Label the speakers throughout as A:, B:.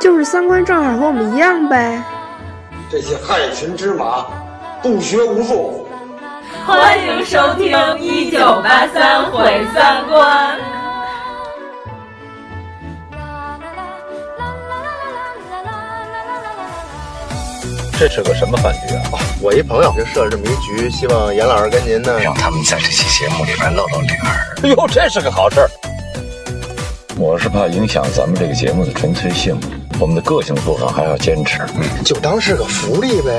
A: 就是三观正好和我们一样呗。
B: 这些害群之马，不学无术。
C: 欢迎收听《一九八三毁三观》。
D: 这是个什么饭局啊？
E: 哦我一朋友就设了这么一局，希望严老师跟您呢，
F: 让他们在这期节目里边露露脸儿。
D: 哎呦，这是个好事儿。
F: 我是怕影响咱们这个节目的纯粹性，我们的个性部分还要坚持。嗯，
E: 就当是个福利呗。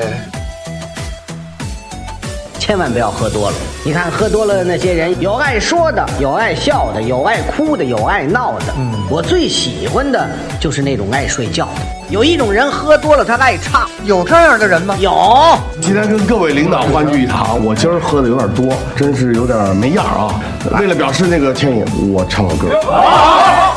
G: 千万不要喝多了。你看，喝多了那些人，有爱说的，有爱笑的，有爱哭的，有爱闹的。嗯，我最喜欢的就是那种爱睡觉的。有一种人喝多了，他爱唱，
H: 有这样的人吗？
G: 有。
I: 今天跟各位领导欢聚一堂，我今儿喝的有点多，真是有点没样啊。为了表示那个歉意，我唱个歌。啊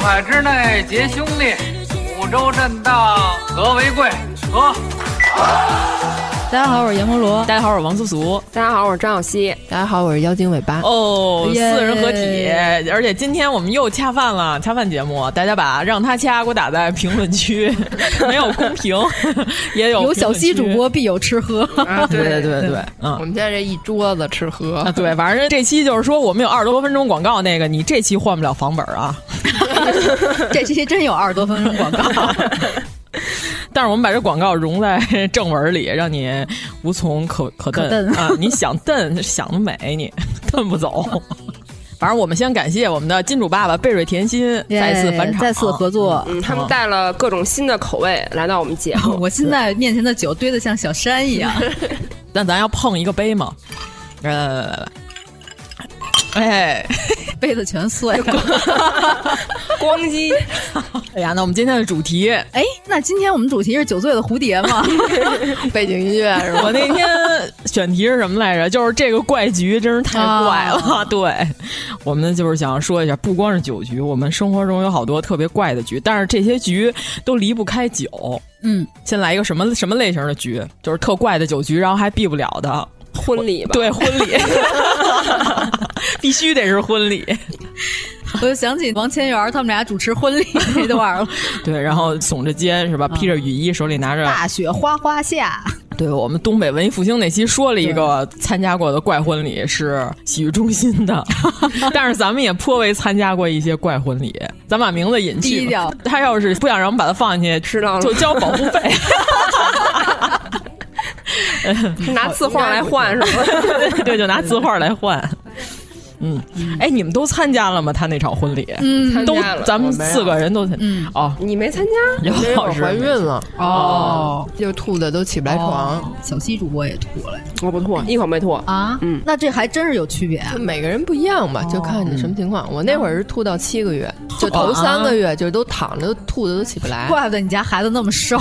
J: 海之内结兄弟，五洲震荡和为贵。和。
K: 大家好，我是阎摩罗。
L: 大家好，我是王苏苏。
M: 大家好，我是张小希。
N: 大家好，我是妖精尾巴。
L: 哦，四人合体，而且今天我们又恰饭了，恰饭节目，大家把让他掐给我打在评 论区，没有公屏，也有
K: 有小希主播必有吃喝。
N: 啊、对
L: 对对对，
N: 嗯，我们现在这一桌子吃喝
L: 啊，对，反正这期就是说我们有二十多分钟广告，那个你这期换不了房本啊。
K: 这期真有二十多分钟 广
L: 啊
K: 告，
L: 但是我们把这广告融在 正文里，让你无从可可
K: 瞪
L: 啊！你想瞪想得美，你 瞪不走。反正我们先感谢我们的金主爸爸贝瑞甜心再次返场，
K: 再次合作。
M: 嗯，他们带了各种新的口味来到我们节目。
L: 哦
K: 我现在面前的酒堆得像小山 一样，
L: 但咱要碰一个杯吗？来来来来来，哎。
K: 杯子全碎了，
M: 咣叽！
L: 哎呀，那我们今天的主题，
K: 哎，那今天我们主题是酒醉的蝴蝶 吗？
N: 背景音乐是吧？
L: 我那天选题是什么来着？就是这个怪局真是太怪了。啊、对，我们就是想说一下，不光是酒局，我们生活中有好多特别怪的局，但是这些局都离不开酒。
K: 嗯，
L: 先来一个什么什么类型的局？就是特怪的酒局，然后还避不了的。
M: 婚礼吧，
L: 对婚礼， 必须得是婚礼。
K: 我就想起王千源他们俩主持婚礼那段 了。
L: 对，然后耸着肩是吧？披着雨衣，手里拿着
K: 大雪哗哗下。
L: 对我们东北文艺复兴那期说了一个参加过的怪婚礼是洗浴中心的，但是咱们也颇为参加过一些怪婚礼。咱把名字隐去，
K: 低调。
L: 他要是不想让我们把它放进去，
M: 知道
L: 就交保护费。
M: 是拿字画来换是吗？
L: 对，就拿字画来换。嗯，哎，你们都参加了吗？他那场婚礼，
K: 嗯，
L: 都咱们四个人都参。哦，
M: 你没参加？
L: 有
N: 我怀孕了
K: 哦，
N: 就吐的都起
L: 哦
N: 不来床。
K: 小西主播也吐了，
M: 我不吐，一口没吐
K: 哦啊。
M: 嗯，
K: 那这还真是有区别。 啊
N: 每个人不一样吧，
L: 哦
N: 就看
L: 嗯
N: 你什么情况。我那会儿是吐到七个月，就头三个月就都躺着，吐的都起不来。
K: 怪不得你家孩子那么瘦。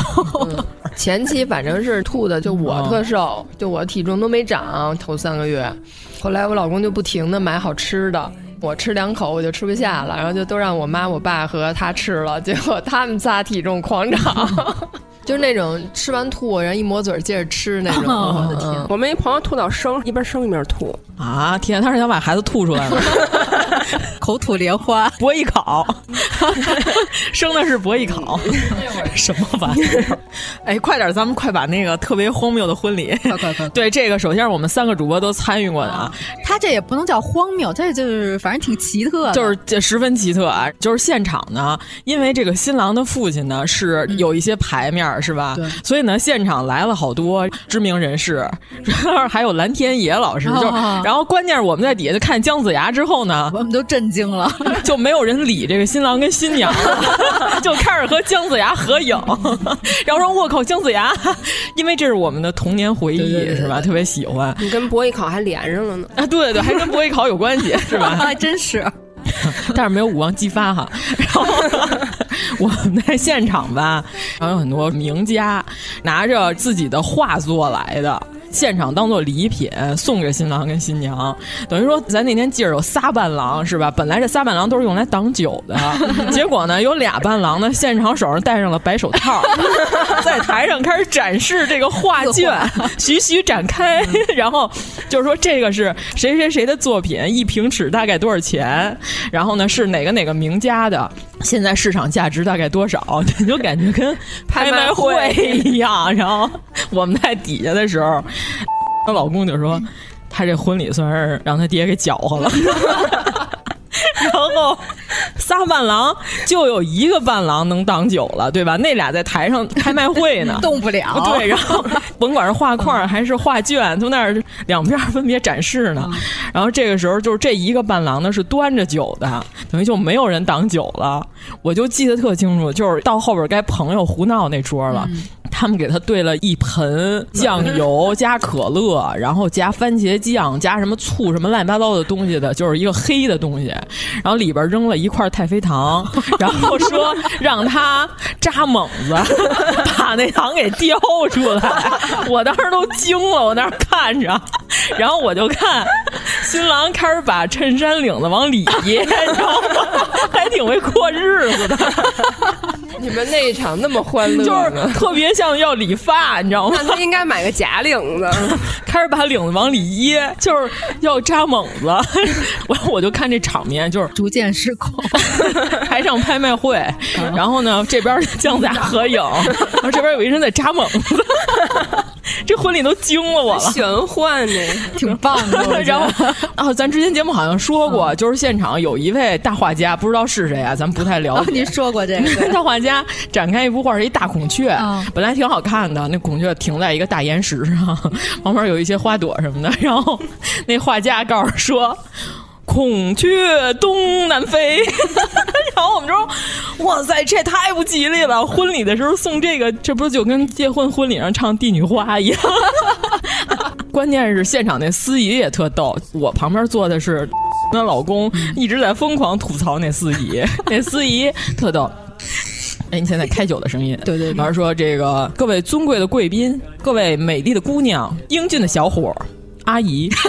L: 嗯
N: 前期反正是吐的，就我
M: 嗯
N: 特瘦，就我体重都没长，头三个月。后来我老公就不停的买好吃的，我吃两口我就吃不下了，然后就都让我妈、我爸和他吃了，结果他们仨体重 狂涨，就是那种吃完吐然后一抹嘴接着吃那种。嗯
K: 哦、我的天！
M: 我们一朋友吐到生，一边生一边吐
L: 啊！天，他是想把孩子吐出来吗？
K: 口吐莲花，
L: 博弈考， 生的是博弈 考，什么玩意儿？哎，快点，咱们快把那个特别荒谬的婚礼，
K: 快快快！
L: 对这个，首先我们三个主播都参与过的啊。
K: 他这也不能叫荒谬，这就是反正挺奇特的，
L: 就是这十分奇特啊！就是现场呢，因为这个新郎的父亲呢是有一些牌面、嗯、是吧？所以呢，现场来了好多知名人士， 啊还有蓝天野老师，就、哦、然后关键我们在底下就看姜子牙之后呢。
K: 我们都震惊了，
L: 就没有人理这个新郎跟新娘了， 就开始和姜子牙合影， 然后说：“我靠，姜子牙！” 因为这是我们的童年回忆，
M: 对对对
L: 是吧？特别喜欢
M: 你跟博艺考还连上了呢。
L: 啊，对对对，还跟博艺考有关系，是吧？ 啊
K: 还真是。
L: 但是没有五王姬发哈。然后我们在现场吧，然后有很多名家拿着自己的画作来的。现场当做礼品送给新郎跟新娘，等于说咱那天记着有仨伴郎是吧？本来这仨伴郎都是用来挡酒的，结果呢有俩伴郎呢现场手上戴上了白手套， 在台上开始展示这个画嗯卷，徐徐展开， 然后就是说这个是谁谁谁的作品，一平尺大概多少钱？然后呢是哪个哪个名家的？现在市场价值大概多少？ 你就感觉跟拍卖会一样。然后 我们在底下的时候，她老公就说，他这婚礼算是让他爹给搅和了。 然后仨伴郎就有一个伴郎能挡酒了，对吧？那俩在台上开卖会呢，
K: 动不了
L: 哦对，然后甭管是画框还是画卷，从那儿两边分别展示呢。然后这个时候就是这一个伴郎呢是端着酒的，等于就没有人挡酒了。我就记得特清楚，就是到后边该朋友胡闹那桌了。他们给他兑了一盆酱油加可乐，然后加番茄酱加什么醋什么乱七八糟的东西的，就是一个黑的东西，然后里边扔了一块太妃糖，然后说让他扎猛子 把那糖给叼出来。我当时都惊了，我那儿看着，然后我就看新郎开始把衬衫领子往里掖，然后还挺会过日子的。
M: 你们那一场那么 欢乐，
L: 就是特别像要理发，你知道吗
M: 那？他应该买个假领子。
L: 开始把领子往里掖，就是要扎猛子。 我我就看这场面，就是
K: 逐渐失 控。
L: 台上拍卖会，
K: 嗯
L: 然后呢，这边姜子牙 合影，然后这边有一人在扎猛子。 这婚礼都惊了我了，
M: 玄幻呢，
K: 挺棒的。我觉得嗯
L: 然后啊，咱之前节目好像说过，就是现场有一位大画家，不知道是谁啊，咱们不太了
K: 哦，
L: 解。
K: 您说过这个对
L: 大画家展开一幅画是一大孔雀，
K: 嗯
L: 本来挺好看的，那孔雀停在一个大岩石上， 旁边有一些花朵什么的。 然后那画家告诉说。孔雀东南飞， 然后我们说，哇塞，这太不吉利了！婚礼的时候送这个，这不就跟结婚婚礼上唱《帝女花》一样？ 关键是现场那司仪也特逗，我旁边坐的是那老公，一直在疯狂吐槽那司仪，那司仪特逗。哎，你现在开酒的 声音，对对。老师说：“这个各位尊贵的贵宾，各位美丽的姑娘，英俊的小伙儿，阿姨。”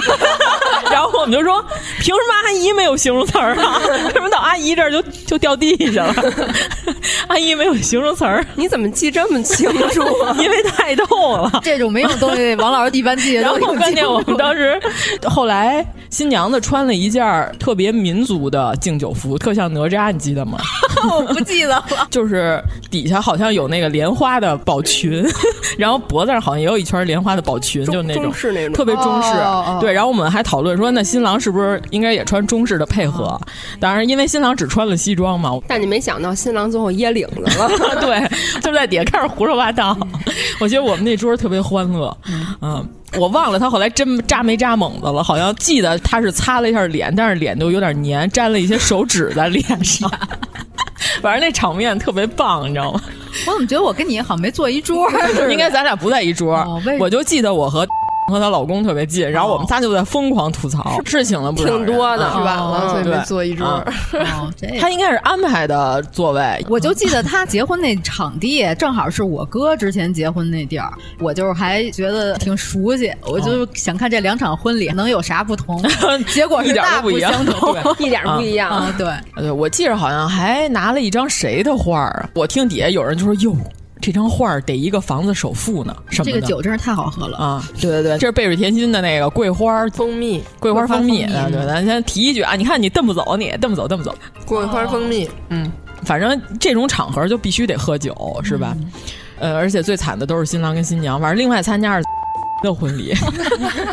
L: 然后我们就说：“凭什么阿姨没有形容词儿啊？ 为什么到阿姨这儿就就掉地下了？ 阿姨没有形容词儿，？
M: 你怎么记这么清楚啊
L: 因为太逗 了。”
K: 这种没用的东西，王老师一般记得
L: 然
K: 都
L: 后
K: 已经
L: 关
K: 记
L: 键
K: 住
L: 我们当 时，后来新娘子穿了一件儿特别民族的敬酒服，特像哪吒，你记得吗？
K: 我不记得了。
L: 就是底下好像有那个莲花的宝裙， 然后脖子上好像也有一圈莲花的宝裙，
M: 中
L: 就那种
M: 中式那种
L: 特别中
K: 哦
L: 式。
K: 哦哦
L: 对，然后我们还讨论说，那新郎是不是应该也穿中式的配合？
M: 嗯
L: 当然，因为新郎只穿了西 装嘛，
M: 但你没想到新郎最后掖领子了。
L: 对，就在底下开始胡说八道。
M: 嗯
L: 我觉得我们那桌特别欢乐，嗯。我忘了他后来真扎没扎猛子了，好像记得他是擦了一下脸，但是脸都有点粘，沾了一些手指在脸上。 反正那场面特别棒，你知道吗？
K: 我怎么觉得我跟你好像没坐一 桌儿似的？
L: 应该咱俩不在一桌，
K: 哦为什么
L: 我就记得我和 和她老公特别近，然后我们仨就在疯狂吐槽，是请了不少
M: 挺
L: 人
M: 多的
L: 嗯
M: 是
N: 吧
L: 嗯
N: 所以没
L: 对
N: 坐一桌
L: 嗯
K: 哦，这样
L: 他应该是安排的座位，
K: 我就记得他结婚那场地正好是我哥之前结婚那地儿，我就是还觉得挺熟悉，我就
L: 哦
K: 想看这两场婚礼能有啥不 同，结果
L: 一
K: 是
L: 点都
K: 大
L: 不一样
K: 相同。
L: 对
M: 一点不一样，
K: 啊，对，
L: 对，我记着好像还拿了一张谁的画儿啊？我听底下有人就说：“哟，这张画儿得一个房子首付呢。”什么
K: 这
L: 的
K: 个酒真是太好喝了。
L: 啊，对对对，这是贝水甜心的那个桂花儿
M: 蜂蜜，
L: 桂花蜂蜜，
K: 桂花蜂蜜
L: 对，咱先提一句啊，你看你蹬不走，你蹬不走，蹬不走。
M: 桂花蜂蜜，
L: 嗯，反正这种场合就必须得喝酒，是吧？呃，而且最惨的都是新郎跟新娘，反正另外参加是 的婚礼，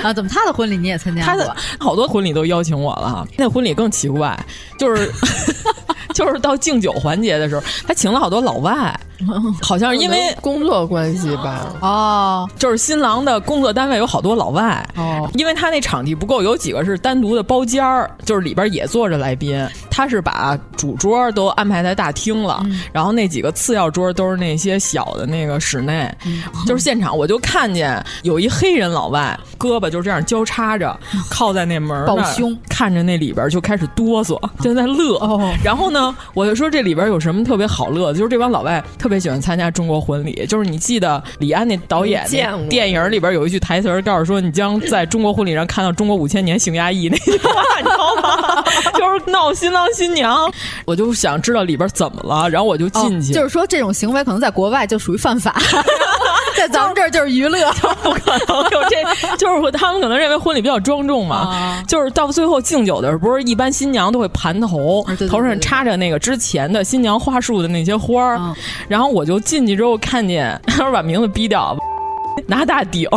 K: 啊，怎么他的婚礼你也参加
L: 他
K: 过？
L: 的好多婚礼都邀请我了哈。那婚礼更奇怪，就是就是到敬酒环节的时候，他请了好多老外，好像是因
M: 哎
L: 为
N: 工作关系吧。
L: 哦，就是新郎的工作单位有好多老外，
N: 哦，
L: 因为他那场地不够，有几个是单独的包间儿，就是里边也坐着来宾。他是把主桌都安排在大厅了，
K: 嗯
L: 然后那几个次要桌都是那些小的那个室内，
K: 嗯
L: 就是现场我就看见有一黑人老外胳膊就这样交叉着靠在那门儿那儿
K: 嗯抱胸，
L: 看着那里边就开始哆嗦，就在乐。然后呢，我就说这里边有什么特别好乐的，就是这帮老外特别喜欢参加中国婚礼。就是你记得李安那导演
N: 没见
L: 那
N: 过
L: 电影里边有一句台词儿告诉说，你将在中国婚礼上看到中国五千年行压抑那句话，你知道吗？就是闹新郎新娘，我就想知道里边怎么了，然后我就进去，
K: 哦就是说这种行为可能在国外就属于犯法， 在咱们这儿就是娱 乐，
L: 不可能有这， 就是他们可能认为婚礼比较庄重嘛，就是到最后敬酒的时候，不是一般新娘都会盘头，头上插着那个之前的新娘花束的那些花儿，
K: 嗯啊
L: 然后我就进去之后看见， 他说把名字逼掉。 拿大顶，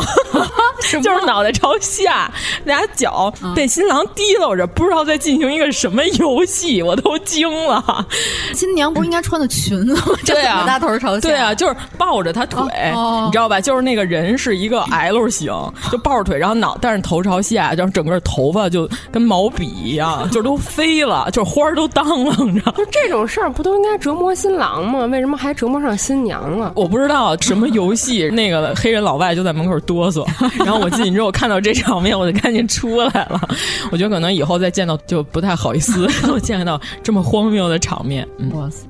L: 就是脑袋朝下，俩脚被新郎提溜着，不知道在进行一个什么游戏，我都惊了。
K: 新娘不是应该穿的裙子吗？这
L: 对
K: 怎
L: 啊
K: 么，大头朝下？
L: 对啊，就是抱着他腿，
K: 哦哦
L: 你知道吧？就是那个人是一个 L 型，就抱着腿，然后脑但是头朝下，然后整个头发就跟毛笔一样， 就都飞了，就是花儿都当啷着。你知道
M: 就这种事儿不都应该折磨新郎吗？为什么还折磨上新娘了？
L: 我不知道什么游戏，那个黑人老外就在门口哆嗦，然后我进去之后看到这场面，我就赶紧出来了。我觉得可能以后再见到就不太好意思， 我见到这么荒谬的场面。嗯，
K: 哇塞！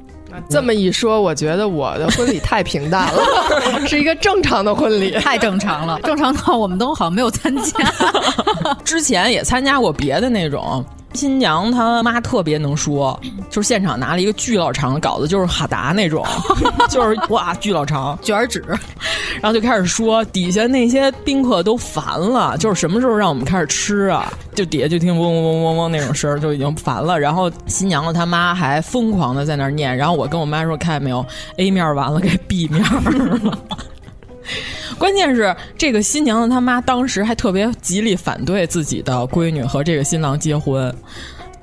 N: 这么一说，我觉得我的婚礼太平淡 了，是一个正常的婚礼。
K: 太正常了，正常到我们都好像没有参加。
L: 之前也参加过别的那种。新娘她妈特别能说，就是现场拿了一个巨老长的稿子，就是哈达 那种，就是哇巨老长
K: 卷纸，
L: 然后就开始说底下那些宾客都烦了，就是什么时候让我们开始吃啊？就底下就听嗡嗡嗡嗡嗡那种声儿就已经烦了。然后新娘子她妈还疯狂的在那儿念，然后我跟我妈说看见没有，A 面完了该 B 面儿了。关键是这个新娘子她妈当时还特别极力反对自己的闺女和这个新郎结婚。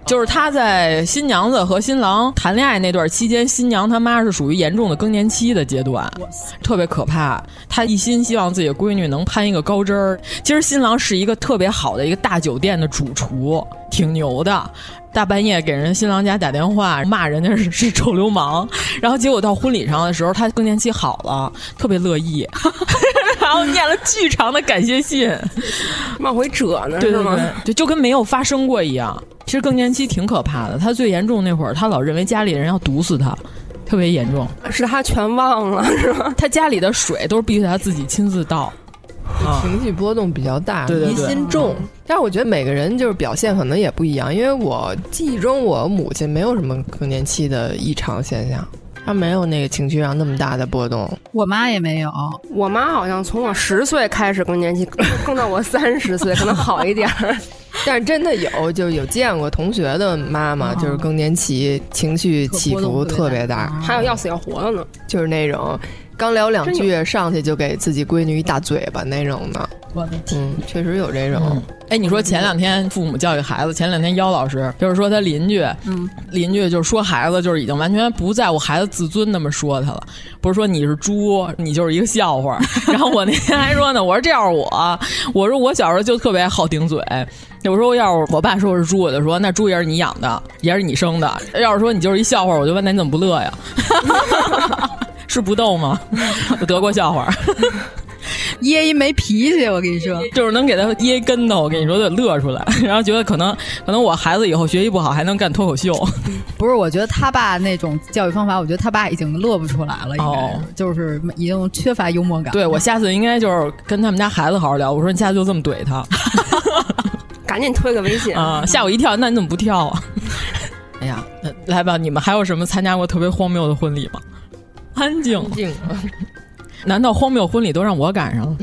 L: 就是她在新娘子和新郎谈恋爱那段期间，新娘她妈是属于严重的更年期的阶段，特别可怕。她一心希望自己的闺女能攀一个高枝儿。其实新郎是一个特别好的一个大酒店的主厨，挺牛的。大半夜给人新郎家打电话骂人家是是臭流氓，然后结果到婚礼上的时候，她更年期好了，特别乐意，然后念了巨长的感 谢信，
M: 往回折呢，
L: 对
M: 是
L: 对
M: 吗
L: 对？，对就跟没有发生过一样。其实更年期挺可怕的，她最严重那会儿，她老认为家里人要毒死她，特别严重。
M: 是他全忘了，是吧？
L: 她家里的水都是必须她自己亲自倒。啊
N: 情绪波动比较大，
L: 对对
N: 疑
L: 对
N: 心重。但是我觉得每个人就是表现可能也不一样，因为我记忆中我母亲没有什么更年期的异常现象，她没有那个情绪上那么大的波动。
K: 我妈也没有，
M: 我妈好像从我十岁开始更年期，更到我三十岁，可能好一点儿。
N: 但是真的有，就有见过同学的妈妈，就是更年期情绪起伏特别大，
M: 还有要死要活的呢。
N: 就是那种刚聊两
M: 真
N: 句上去就给自己闺女一大嘴巴那种的。
K: 我的天！
N: 嗯，确实有这种。
L: 哎，你说前两天父母教育孩子，前两天妖老师就是说他邻居，
K: 嗯，
L: 邻居就是说孩子就是已经完全不在乎孩子自尊那么说他了，不是说你是猪，你就是一个笑话。然后我那天还说呢，我说这要是我，我说我小时候就特别好顶嘴。有时候要是我爸说我是猪，我就说那猪也是你养的，也是你生的。 要是说你就是一笑话，我就问那你怎么不乐呀？ 是不逗吗？ 德国笑话。
K: 噎一没脾气，我跟你说，
L: 就是能给他掖一跟头，我跟你说得乐出来， 然后觉得可能可能我孩子以后学习不好还能干脱口秀，
K: 不是，我觉得他爸那种教育方法，我觉得他爸已经乐不出来了，应该是、
L: 哦
K: 就是已经缺乏幽默感。
L: 对我下次应该就是跟他们家孩子好好聊，我说你下次就这么怼他
M: 赶紧推个微信！
L: 啊、吓我一跳，那你怎么不跳啊？ 哎呀，呃来吧，你们还有什么参加过特别荒谬的婚礼吗？安静，
N: 静，
L: 难道荒谬婚礼都让我赶上了？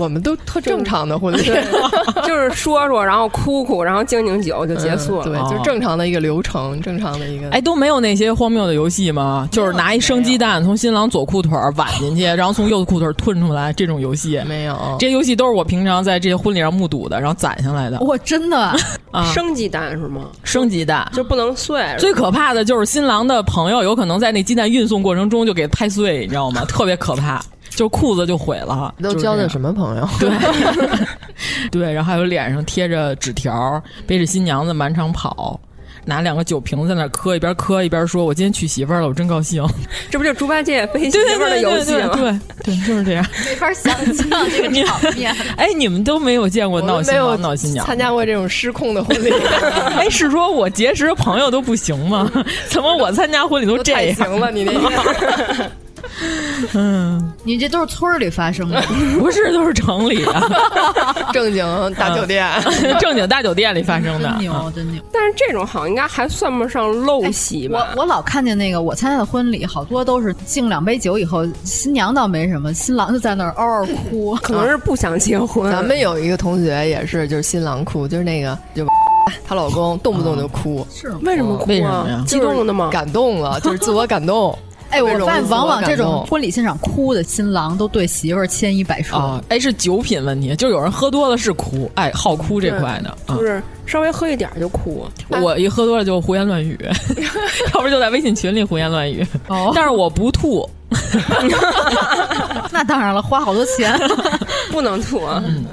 N: 我们都特正常的婚礼，
M: 就是说说，然后哭哭，然后敬敬酒就结束了，
N: 对，就正常的一个流程，正常的一个。
L: 哎，都没有那些荒谬的游戏吗？就是拿一生鸡蛋从新郎左裤腿儿崴进去，然后从右裤腿儿吞出来这种游戏
N: 没有。
L: 这些游戏都是我平常在这些婚礼上目睹的，然后攒下来的。
K: 我真的
L: 啊，
M: 生鸡蛋是吗？
L: 生鸡蛋
M: 就不能碎。
L: 最可怕的就是新郎的朋友有可能在那鸡蛋运送过程中就给拍碎，你知道吗？特别可怕。就裤子就毁了，
N: 都交的什么朋友？
L: 对， 对，然后还有脸上贴着纸条，背着新娘子满场跑，拿两个酒瓶子在那磕，一边磕一边说：“我今天娶媳妇儿了，我真 高兴。”
M: 这不就猪八戒背媳妇儿的游戏吗？
L: 对对，就是这样，
K: 没法想象这个场 面。
L: 哎，你们都没有见过闹新娘、闹新娘，
N: 参加过这种失控的 婚礼？
L: 哎，是说我结识朋友都不行吗？怎么我参加婚礼都这样？
N: 行了，你那个。
L: 嗯，
K: 你这都是村里发生的，
L: 不是都是城里啊，
N: 正经大酒店，
L: 嗯、 正经大酒店里发 生 的，
K: 真啊牛真牛。
M: 但是这种好像应该还算不上陋习吧？
K: 哎、我我老看见那个我参加的婚礼，好多都是敬两杯酒以后，新娘倒没什么，新郎就在那儿嗷嗷哭，
M: 可能是不想结婚。
N: 咱们有一个同学也是，就是新郎哭，就是 那个就。她老公动不动就哭，
L: 嗯
K: 是吗？
M: 为什么哭啊？
L: 为什么呀？
M: 激动的吗？
N: 感动了， 就是自我感动。
K: 哎，我发现往往这种婚礼现场哭的新郎都对媳妇儿千依百顺
L: 啊。哎，是酒品问题，就有人喝多了是哭，哎，好哭这块的，啊
M: 嗯、就是稍微喝一点就哭。
L: 我一喝多了就胡言乱语， 要不就在微信群里胡言乱语。哦，但是我不吐。
K: 那当然了，花好多钱
M: 不能吐啊。嗯、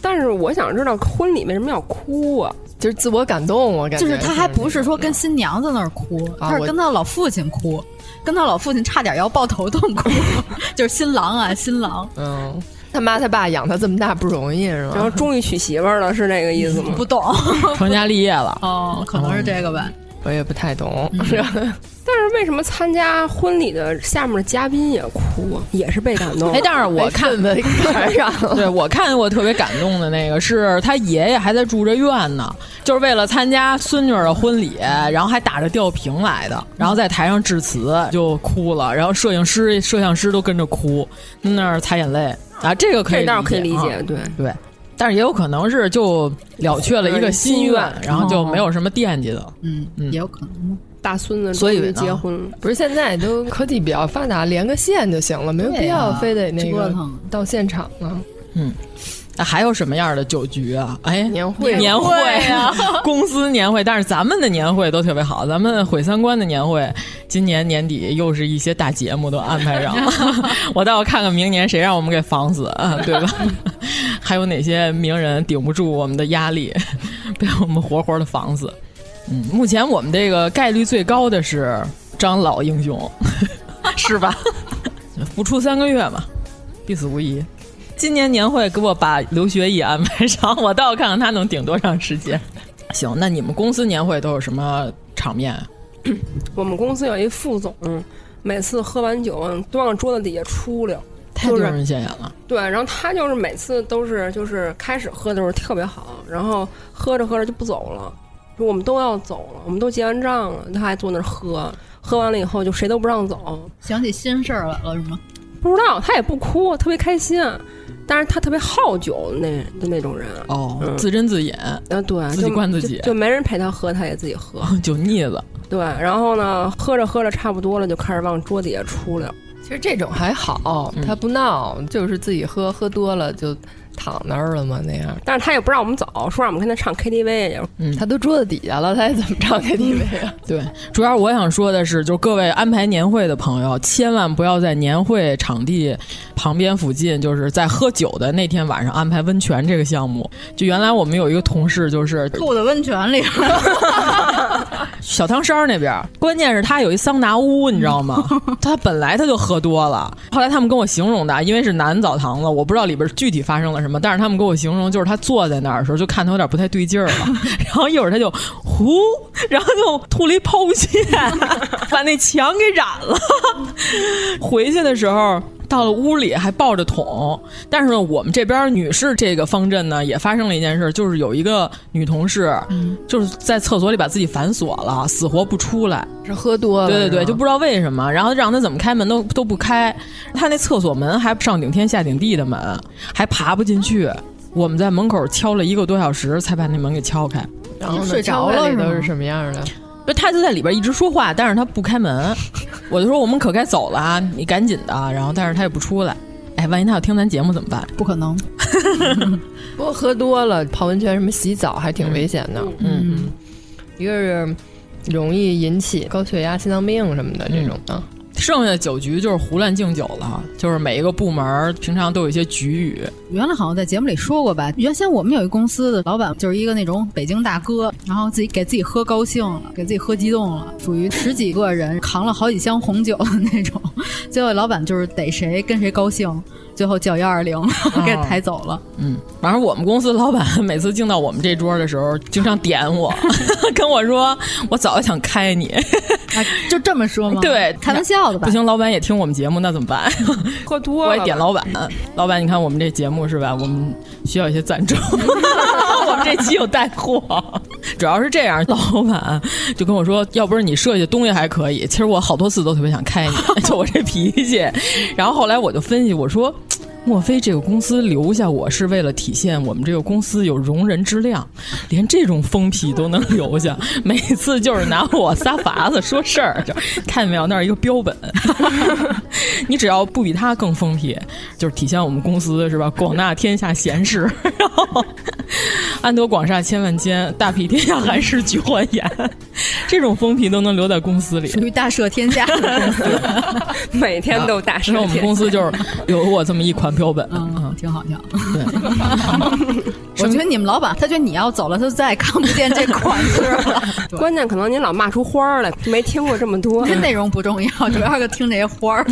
M: 但是我想知道婚礼为什么要哭啊？
N: 就是自我感动，我感
K: 觉就是他还不是说跟新娘子那儿哭，他、啊、是跟他老父亲哭。跟他老父亲差点要抱头痛 哭，就是新郎啊，新郎。
N: 嗯，他妈他爸养他这么大不容易是吧？
M: 然后终于娶媳妇儿了，是那个意思
N: 嗯
M: 吗？
K: 不懂，
L: 成家立业了。
K: 哦，可能是这个吧。
N: 我也不太懂。
M: 但是为什么参加婚礼的下面的嘉宾也哭，也是被
N: 哦
M: 感动？
L: 哎，但是我看
N: 感上了。
L: 对，我看我特别感动的那个是他爷爷还在住着院呢，就是为了参加孙女的婚礼，然后还打着吊瓶来的，然后在台上致辞就哭了，然后摄影师、摄像师都跟着哭，那儿擦眼泪啊，这个可以，
M: 这可以理解，
L: 啊、
M: 对
L: 对。但是也有可能是就了却了一个心愿，然后就
M: 哦
L: 没有什么惦记的。
K: 嗯，嗯也有可能。
M: 大孙子
L: 所以
M: 结婚了，
N: 不是现在都科技比较发达，连个线就行了，没有必要非得那个到现场了。
L: 嗯，那还有什么样的酒局啊？哎，
N: 年会
L: 年
N: 会
L: 啊， 公司年会。但是咱们的年会都特别好，咱们毁三观的年会，今年年底又是一些大节目都安排上 了。我倒要看看明年谁让我们给防死啊，对吧？ 还有哪些名人顶不住我们的压力， 被我们活活的防死？嗯，目前我们这个概率最高的是张老英雄， 是吧？ 不出三个月嘛，必死无疑。今年年会给我把刘学义安排上，我倒要看看他能顶多长时 间。行，那你们公司年会都有什么场面？
M: 我们公司有一副总，每次喝完酒都往桌子底下出溜。
L: 太丢人现眼了、
M: 就是。对，然后他就是每次都是就是开始喝的时候特别好，然后喝着喝着就不走了，就我们都要走了，我们都结完账了，他还坐那儿喝，喝完了以后就谁都不让走。
K: 想起心事儿来了是吗？
M: 不知道，他也不哭，特别开心，但是他特别好酒那的那种人。
L: 哦，嗯、自斟自饮。
M: 啊，对，
L: 自己灌自己
M: 就，就没人陪他喝，他也自己喝，
L: 酒腻子。
M: 对，然后呢，喝着喝着差不多了，就开始往桌底下出溜。
N: 其实这种还好，他不闹，嗯、就是自己喝，喝多了就躺那儿了嘛那样。
M: 但是他也不让我们走，说让我们跟他唱 KTV 去。
L: 嗯，
N: 他都桌子底下了，他还怎么 唱 KTV 啊？
L: 对，主要我想说的是，就是各位安排年会的朋友，千万不要在年会场地旁边附近，就是在喝酒的那天晚上安排温泉这个项目。就原来我们有一个同事，就是
K: 吐在温泉里。
L: 小汤山那边，关键是他有一桑拿屋，你知道吗？他本来他就喝多了，后来他们跟我形容的，因为是男澡堂子，我不知道里边具体发生了什么，但是他们跟我形容，就是他坐在那儿的时候，就看他有点不太对劲儿了，然后一会儿他就呼，然后就吐了一泡血，把那墙给染了。回去的时候，到了屋里还抱着桶。但是呢，我们这边女士这个方阵呢，也发生了一件事，就是有一个女同事，
N: 嗯
L: 就是在厕所里把自己反锁了，死活不出来，
N: 是喝多了，
L: 对对
N: 哦是
L: 对，
N: 吗
L: 就不知道为什么，然后让她怎么开门都都不开，她那厕所门还上顶天下顶地的门，还爬不进去。我们在门口敲了一个多小时，才把那门给敲开。
N: 然后呢睡着了里头是什么样的？
L: 不，他就在里边一直说话，但是他不开门。 我就说我们可该走了啊，你赶紧的啊。然后，但是他也不出来。哎，万一他要听咱节目怎么办？
K: 不可能。
N: 不过喝多了泡温泉什么洗澡还挺危险的，
L: 嗯，
N: 一个是容易引起高血压、心脏病什么的这种
M: 嗯
N: 的。
L: 剩下的酒局就是胡乱敬酒了，就是每一个部门儿平常都有一些局语。
K: 原来好像在节目里说过吧，原先我们有一公司的老板就是一个那种北京大哥，然后自己给自己喝高兴了，给自己喝激动了，属于十几个人扛了好几箱红酒的那种， 结果老板就是逮谁跟谁高兴，最后叫幺二零给抬走 了。
L: 嗯，反正我们公司老板每次敬到我们这桌的时候，经常点我， 跟我说我早就想开你，
K: 哎就这么说吗
L: 对，
K: 开玩笑的吧
L: 不行，老板也听我们节目，那怎么办？
M: 喝多
L: 我也点老板，老板，你看我们这节目是吧？我们需要一些赞助， 我们这期有带货，主要是这样。老板就跟我说，要不是你设计东西还可以，其实我好多次都特别想开你， 就我这脾气。然后后来我就分析，我说。莫非这个公司留下我是为了体现我们这个公司有容人之量？连这种疯批都能留下，每次就是拿我撒法子说事儿，就看见没有，那是一个标本。你只要不比他更疯批，就是体现我们公司是吧？广纳天下贤士，然后安得广厦千万间，大庇天下寒士举欢颜。这种疯批都能留在公 司里，属
K: 于大赦天下。
M: 每天都
N: 啊
M: 大赦
L: 那我们
M: 天
L: 公司就是有我这么一款标本。
K: 嗯，挺好，挺好。 我觉得你们老板，他觉得你要走了，他就再也看不见这款式 了。
M: 关键可能您老骂出花儿来，没听过这么多。
K: 内容不重要，主要是听这些花儿。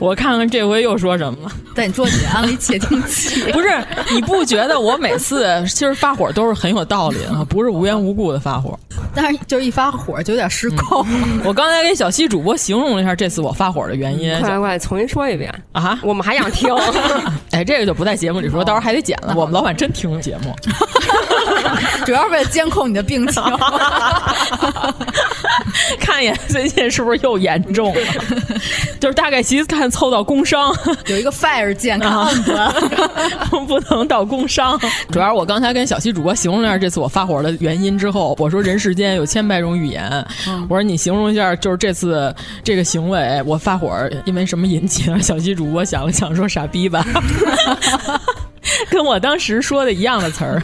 L: 我看看这回又说什么了。
K: 但你说你安利窃听 器，
L: 不是，你不觉得我每次其实发火都是很有道理的啊，不是无缘无故的发火。
K: 但是就是一发火就有点失控。
L: 我刚才给小西主播形容了一下这次我发火的原因，
M: 快快，重新说一遍
L: 啊！
M: 我们还想 听，
L: 哎，这个就不在节目里说，到时候还得剪了。我们老板真听节目，
K: 主要是为了监控你的病情。
L: 看一眼最近是不是又严重了，就是大概其实看凑到工伤，
K: 有一个 fire 键
L: 啊， 不能到工伤。主要是我刚才跟小西主播形容了一下这次我发火的原因之后，我说人世间有千百种语言，
K: 嗯
L: 我说你形容一下就是这次这个行为我发火因为什么引起的？小西主播想了想说傻逼 吧，跟我当时说的一样的词儿。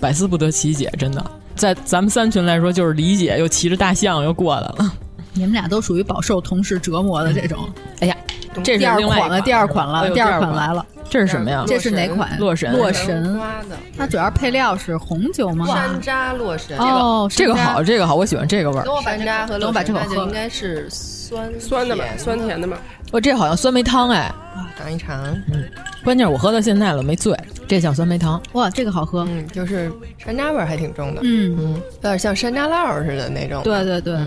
L: 百思不得其解，真的。在咱们三群来说，就是理解又骑着大象又过来
K: 嗯
L: 了。
K: 你们俩都属于饱受同事折磨的这种。
L: 哎呀，这是
K: 第二
L: 另外一
K: 款了，第二款
L: 哎
K: 了，第
L: 呦第
K: 二
L: 二
K: 款
L: 款
K: 来了。
L: 这是什么呀？
K: 这是哪款？
L: 洛神。
K: 洛神。它主要配料是红酒吗？
H: 山楂洛神
L: 哦，这个好，这个好，我喜欢这个味儿。
H: 等我把这
K: 山楂和
H: 个，
K: 等我把这口
H: 那就
K: 喝
H: 应
K: 了。
H: 该是酸
M: 酸的吧，酸甜的吧。
L: 我这好像酸梅汤哎，
N: 尝一尝，
L: 嗯，关键是我喝到现在了没醉，这叫酸梅汤。
K: 哇，这个好喝，
N: 嗯，就是山楂味儿还挺重的，
K: 嗯
N: 嗯，有点像山楂酪似的那种，
K: 对对对。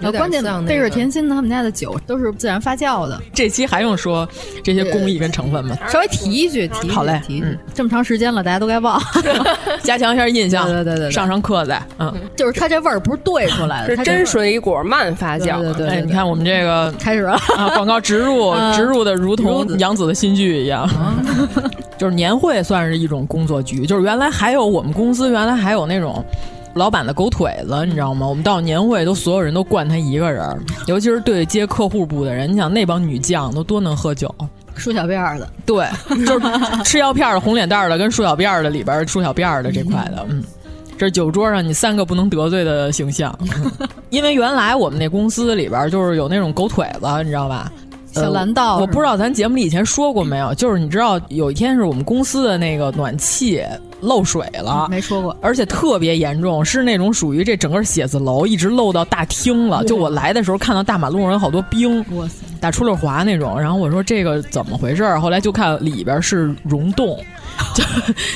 N: 有
K: 呃，
N: 点
K: 关键
N: 像那
K: 贝
N: 个
K: 尔甜心他们家的酒都是自然发酵的。
L: 这期还用说这些工艺跟成分吗？
K: 稍微提一句，提一句
L: 好嘞，
K: 提一句这么长时间了，大家都该忘。
L: 加强一下印象，
K: 对对对对对
L: 上上课再，嗯，
K: 就是它这味儿不是兑出来的，
M: 是
K: 它这味
M: 真
K: 儿
M: 水果慢发酵，啊
K: 对对
L: 哎，
K: 对
L: 你看我们这个
K: 开始了
L: 啊，广告植入
K: 嗯
L: 植入的如同杨紫的嗯新剧一样， 就是年会算是一种工作局，就是原来还有我们公司原来还有那种。老板的狗腿子，你知道吗？我们到年会都所有人都惯他一个人儿，尤其是对接客户部的人，你想那帮女将都多能喝酒，
K: 梳小辫儿的，
L: 对，就是吃药片儿的、红脸蛋儿的跟梳小辫儿的里边儿梳小辫儿的这块的，嗯。这是酒桌上你三个不能得罪的形 象，嗯因为原来我们那公司里边儿就是有那种狗腿子，你知道吧？呃
K: 小蓝道
L: 我
K: 是
L: 不知道咱节目里以前说过没有，就是你知道有一天是我们公司的那个暖气漏水了，
K: 嗯没说过，
L: 而且特别严重，是那种属于这整个写字楼一直漏到大厅了。就我来的时候看到大马路上有好多冰，
K: 哇塞！
L: 打出溜滑那种。然后我说这个怎么回事儿？后来就看里边是溶洞，就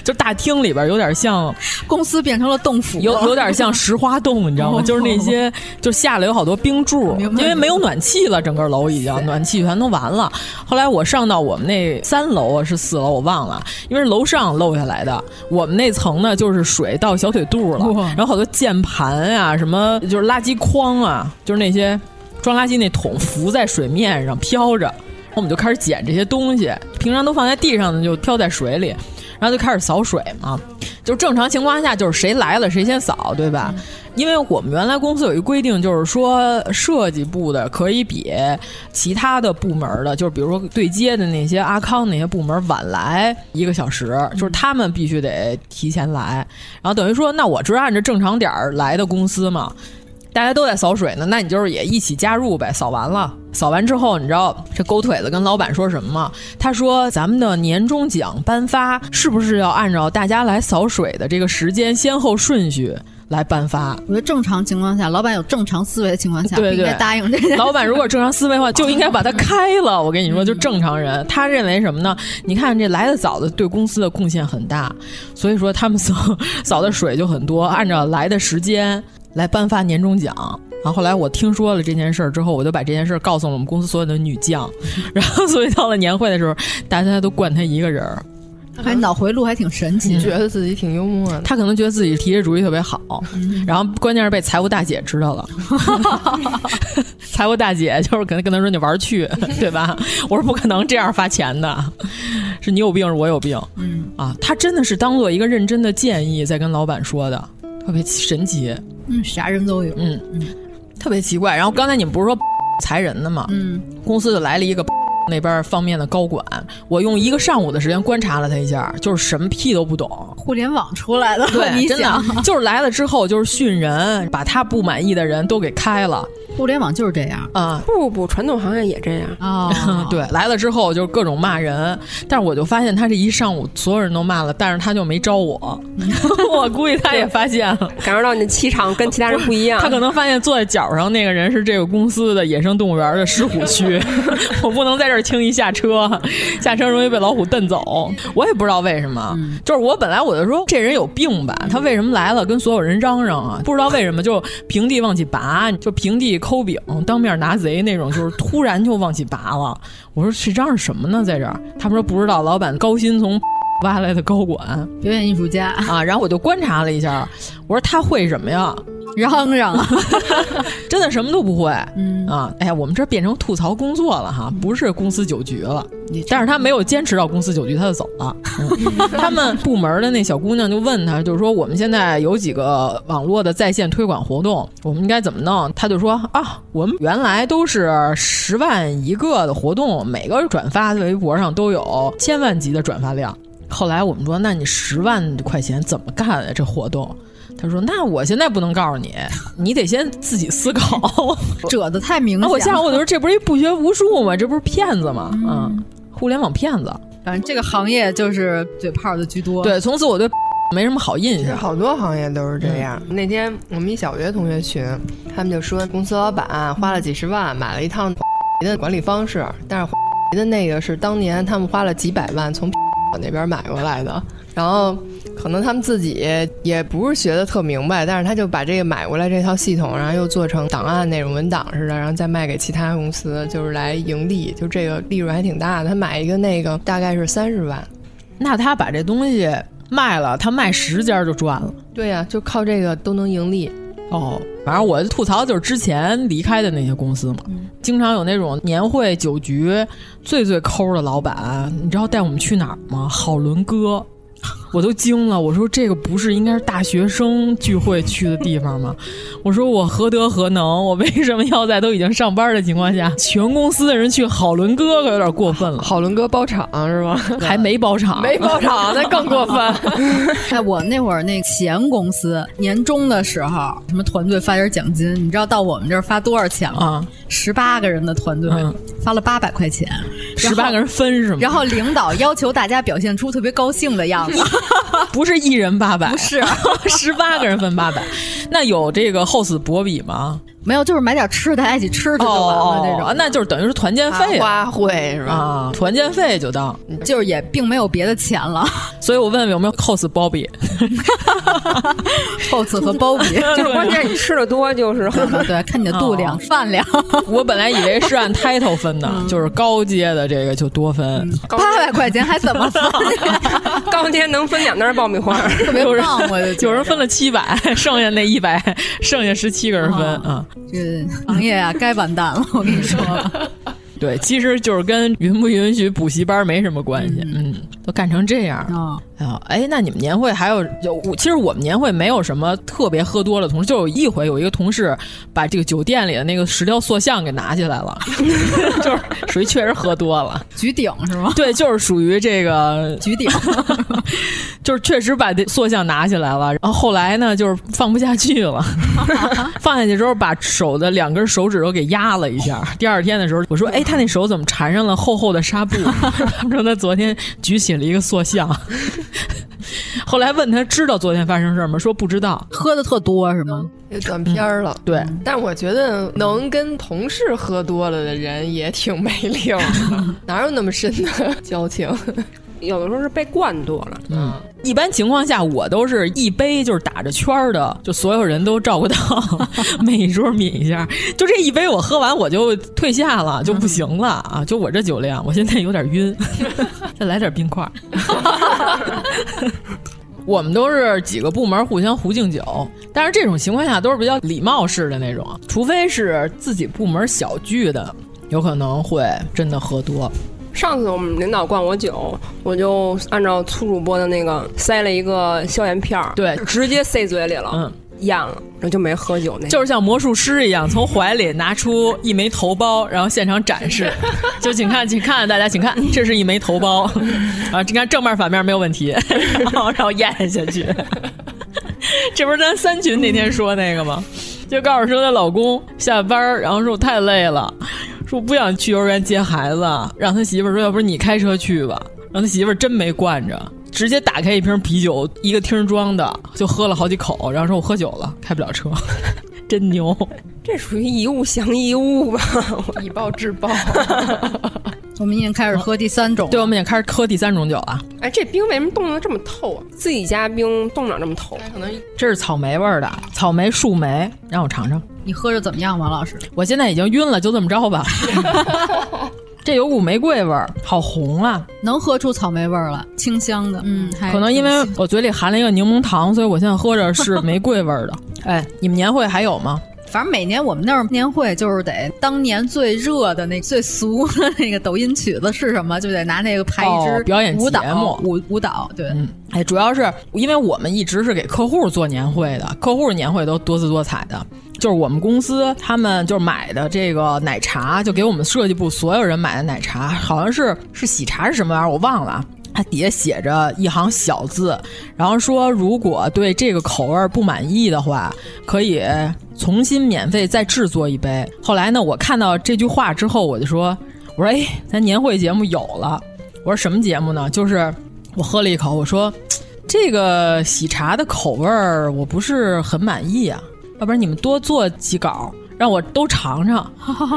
L: 就大厅里边有点像
K: 公司变成了洞府，
L: 有有点像石花洞，你知道
K: 哦
L: 吗？就是那 些就下来有好多冰柱，因为没有暖气了，整个楼已经暖气全都完了。后来我上到我们那三楼啊是四楼我忘了，因为是楼上漏下来的。我们那层呢就是水到小腿肚了，然后好多键盘啊什么就是垃圾筐啊，就是那些装垃圾那桶浮在水面上飘着。我们就开始捡这些东西，平常都放在地上的就飘在水里，然后就开始扫水嘛。就正常情况下，就是谁来了谁先扫，对吧？因为我们原来公司有一个规定，就是说设计部的可以比其他的部门的，就是比如说对接的那些阿康那些部门晚来一个小时，就是他们必须得提前来。然后等于说，那我只按照正常点儿来的公司嘛。大家都在扫水呢，那你就是也一起加入呗。扫完了，扫完之后，你知道这狗腿子跟老板说什么吗？他说：“咱们的年终奖颁发是不是要按照大家来扫水的这个时间先后顺序来颁发？”
K: 我觉得正常情况下，老板有正常思维的情况下，
L: 对
K: 不应该
L: 对
K: 答应这件事。
L: 老板如果正常思维的话，就应该把它开了。我跟你说，就正常人，他认为什么呢？你看这来的早的对公司的贡献很大，所 以说他们扫扫的水就很多，按照来的时间来颁发年终奖。然后后来我听说了这件事儿之后，我就把这件事儿告诉了我们公司所有的女将，然后所以到了年会的时候，大家都惯他一个人儿。
K: 还脑回路还挺神奇，
N: 觉得自己挺幽默的。
L: 他可能觉得自己提这主意特别好，然后关键是被财务大姐知道了。财务大姐就是可能跟他说你玩儿 去，对吧？我说不可能这样发钱的，是你有病，是我有病。嗯啊，他真的是当做一个认真的建议在跟老板说的，特别神奇。
K: 嗯，啥人都有。
L: 嗯嗯，特别奇怪。然后刚才你们不是说裁人的吗？
K: 嗯，
L: 公司就来了一个那边方面的高管，我用一个上午的时间观察了他一下，就是什么屁都不懂。
K: 互联网出来的，
L: 对，
K: 你
L: 真
K: 想，
L: 的就是来了之后就是训人，把他不满意的人都给开了。
K: 互联网就是这样
L: 啊，
M: 不不，传统行业也这样
K: 啊
L: 对，来了之后就是各种骂人，但是我就发现他这一上午所有人都骂了，但是他就没招我，我估计他也发现了，
M: 感受到你的气场跟其他人不 一样。
L: 他可能发现坐在角上那个人是这个公司的野生动物园的狮虎 区，我不能在这儿轻易下车，下车容易被老虎蹬走。 嗯我也不知道为什么，就是我本来我就说这人有病吧，他为什么来了跟所有人嚷嚷啊？不知道为什么就平地往起拔，就平地抠饼，当面拿贼那种，就是突然就往起拔了。 我说这嚷嚷什么呢？在这儿，他们说不知道，老板高薪从。 挖来的高管，
K: 表演艺术家
L: 啊，然后我就观察了一下，我说他会什么呀？
K: 嚷嚷啊，
L: 真的什么都不会，
K: 嗯
L: 啊，哎呀，我们这变成吐槽工作了哈，不是公司酒局了。但是他没有坚持到公司酒局，他就走了。嗯他们部门的那小姑娘就问他，就是说我们现在有几个网络的在线推广活动，我们应该怎么弄？他就说啊，我们原来都是十万一个的活动，每个转发在微博上都有千万级的转发量。后来我们说，那你十万块钱怎么干啊？这活动？他说：“那我现在不能告诉你，你得先自己思考。
K: 褶子太明显
L: 啊
K: 了。
L: 我下午我就说，这不是一不学无术吗？这不是骗子吗？啊，互联网骗子。
K: 反正这个行业就是嘴炮的居多。
L: 对，从此我对 没什么好印象。
N: 好多行业都是这样。那天我们一小学同学群，他们就说公司老板花了几十万买了一趟 的管理方式，但是 的那个是当年他们花了几百万从 那边买过来的，然后可能他们自己也不是学的特明白，但是他就把这个买过来这套系统，然后又做成档案那种文档似的，然后再卖给其他公司，就是来盈利，就这个利润还挺大的。他买一个那个大概是三十万，
L: 那他把这东西卖了，他卖十家就赚了。
N: 对呀、就靠这个都能盈利。
L: 哦，反正我吐槽就是之前离开的那些公司嘛，经常有那种年会酒局最最抠的老板，你知道带我们去哪儿吗？好伦 哥，我都惊了，我说这个不是应该是大学生聚会去的地方吗？我说我何德何能，我为什么要在都已经上班的情况 下，全公司的人去好伦哥可有点过分了。
N: 好伦哥包场是吗？
L: 还没包场，
N: 没包场那更过分。
K: 哎，我那会儿那前公司年终的时候，什么团队发点奖金，你知道到我们这儿发多少钱
L: 啊嗯
K: 吗？十八、个人的团队、发了八百块钱，
L: 18个人分是吗
K: 然后领导要求大家表现出特别高兴的样子，
L: 不是一人八百，
K: 不是
L: 十八个人分八百。那有这个厚此薄彼吗？
K: 没有，就是买点吃的，大家一起吃吃就完了那种。
L: 哦，那就是等于是团建费了、
K: 花卉是吧？
L: 啊，团建费就当。
K: 就是也并没有别的钱了，
L: 所以我问问有没有厚此薄彼，
K: 厚此和包比，
M: 就是关键你吃的多就是。
K: 对，看你的
L: 哦
K: 度量、饭量。
L: 我本来以为是按 title 分的，
K: 嗯
L: 就是高阶的这个就多 分。
K: 八百块钱还 怎么分呀？
M: 高阶能分两袋爆米花，
K: 特别
L: 有人
K: 棒，我就觉
L: 有
K: 得
L: 人分了七百， 剩下那一百，剩下十七个人分
K: 哦
L: 啊。
K: 这行业啊，该完蛋了，我跟你说。
L: 对，其实就是跟允不允许补习班没什么关系。嗯，都干成这样
K: 啊！
L: 哎呦，哎，那你们年会还有有？我其实我们年会没有什么特别喝多了同事，就有一回有一个同事把这个酒店里的那个石雕塑像给拿起来了， 就是属于确实喝多了。
K: 举鼎是吗？
L: 对，就是属于这个
K: 举鼎，
L: 就是确实把这塑像拿起来了。然后后来呢，就是放不下去了，放下去之后把手的两根手指头给压了一下。第二天的时候，我说：“哎，他那手怎么缠上了厚厚的纱布？”啊 他说他昨天举起了一个塑像。 后来问他知道昨天发生事儿吗？说不知道。
K: 喝的特多是吗？
N: 也断片儿了。
L: 对，
N: 但我觉得能跟同事喝多了的人也挺没溜 的，哪有那么深的交情？
M: 有的时候是被灌多了。
L: 嗯，一般情况下我都是一杯就是打着圈儿的，就所有人都照顾到， 每一桌抿一下。就这一杯我喝完我就退下了，就不行了啊！就我这酒量，我现在有点晕， 再来点冰块。 我们都是几个部门互相互敬酒，但是这种情况下都是比较礼貌式的那种，除非是自己部门小聚的，有可能会真的喝多。
M: 上次我们领导灌我酒，我就按照粗主播的那个塞了一个消炎片儿，
L: 对
M: 直接塞嘴里了，
L: 嗯，
M: 咽了，然后就没喝酒那。
L: 就是像魔术师一样，从怀里拿出一枚头孢，然后现场展示。就请看，请看，大家请看，这是一枚头孢啊！你看正面反面没有问题，然后然后咽下去。 这不是咱三群那天说那个吗？就告诉说她老公下班儿，然后说我太累了，说我不想去幼儿园接孩子，让他媳妇儿说要不然你开车去吧，让他媳妇儿真没惯着。直接打开一瓶啤酒，一个听装的，就喝了好几口，然后说我喝酒了，开不了车， 真牛！
M: 这属于一物降一物吧？
N: 以暴制暴。
K: 我们已经开始喝第三种，
L: 对，我们也开始喝第三种酒了，
M: 哎，这冰为什么冻得这么透啊？自己家冰冻不了这么透，
N: 可能
L: 这是草莓味儿的，草莓树莓，让我尝尝。
K: 你喝着怎么样，王老师？
L: 我现在已经晕了，就这么着吧。 这有股玫瑰味儿，好红啊！
K: 能喝出草莓味儿了，清香的。嗯，还
L: 可能因为
K: 挺香
L: 我嘴里含了一个柠檬糖，所以我现在喝着是 玫瑰味儿的。哎，你们年会还有吗？
K: 反正每年我们那儿年会就是得当年最热的那最俗的那个抖音曲子是什么，就得拿那个排一
L: 哦
K: 支
L: 表演
K: 舞蹈
L: 节目
K: 舞舞蹈。对，
L: 嗯，哎，主要是因为我们一直是给客户做年会的，客户年会都多姿多彩的。就是我们公司他们就是买的这个奶茶，就给我们设计部所有人买的奶茶，好像是是喜茶是什么玩意儿，我忘了啊。它底下写着一行小字，然后说如果对这个口味儿不满意的话，可以重新免费再制作一杯。后来呢，我看到这句话之后，我就说，我说哎，咱年会节目有了。我说什么节目呢？就是我喝了一口，我说这个喜茶的口味儿我不是很满意啊，要不然你们多做几稿。让我都尝尝，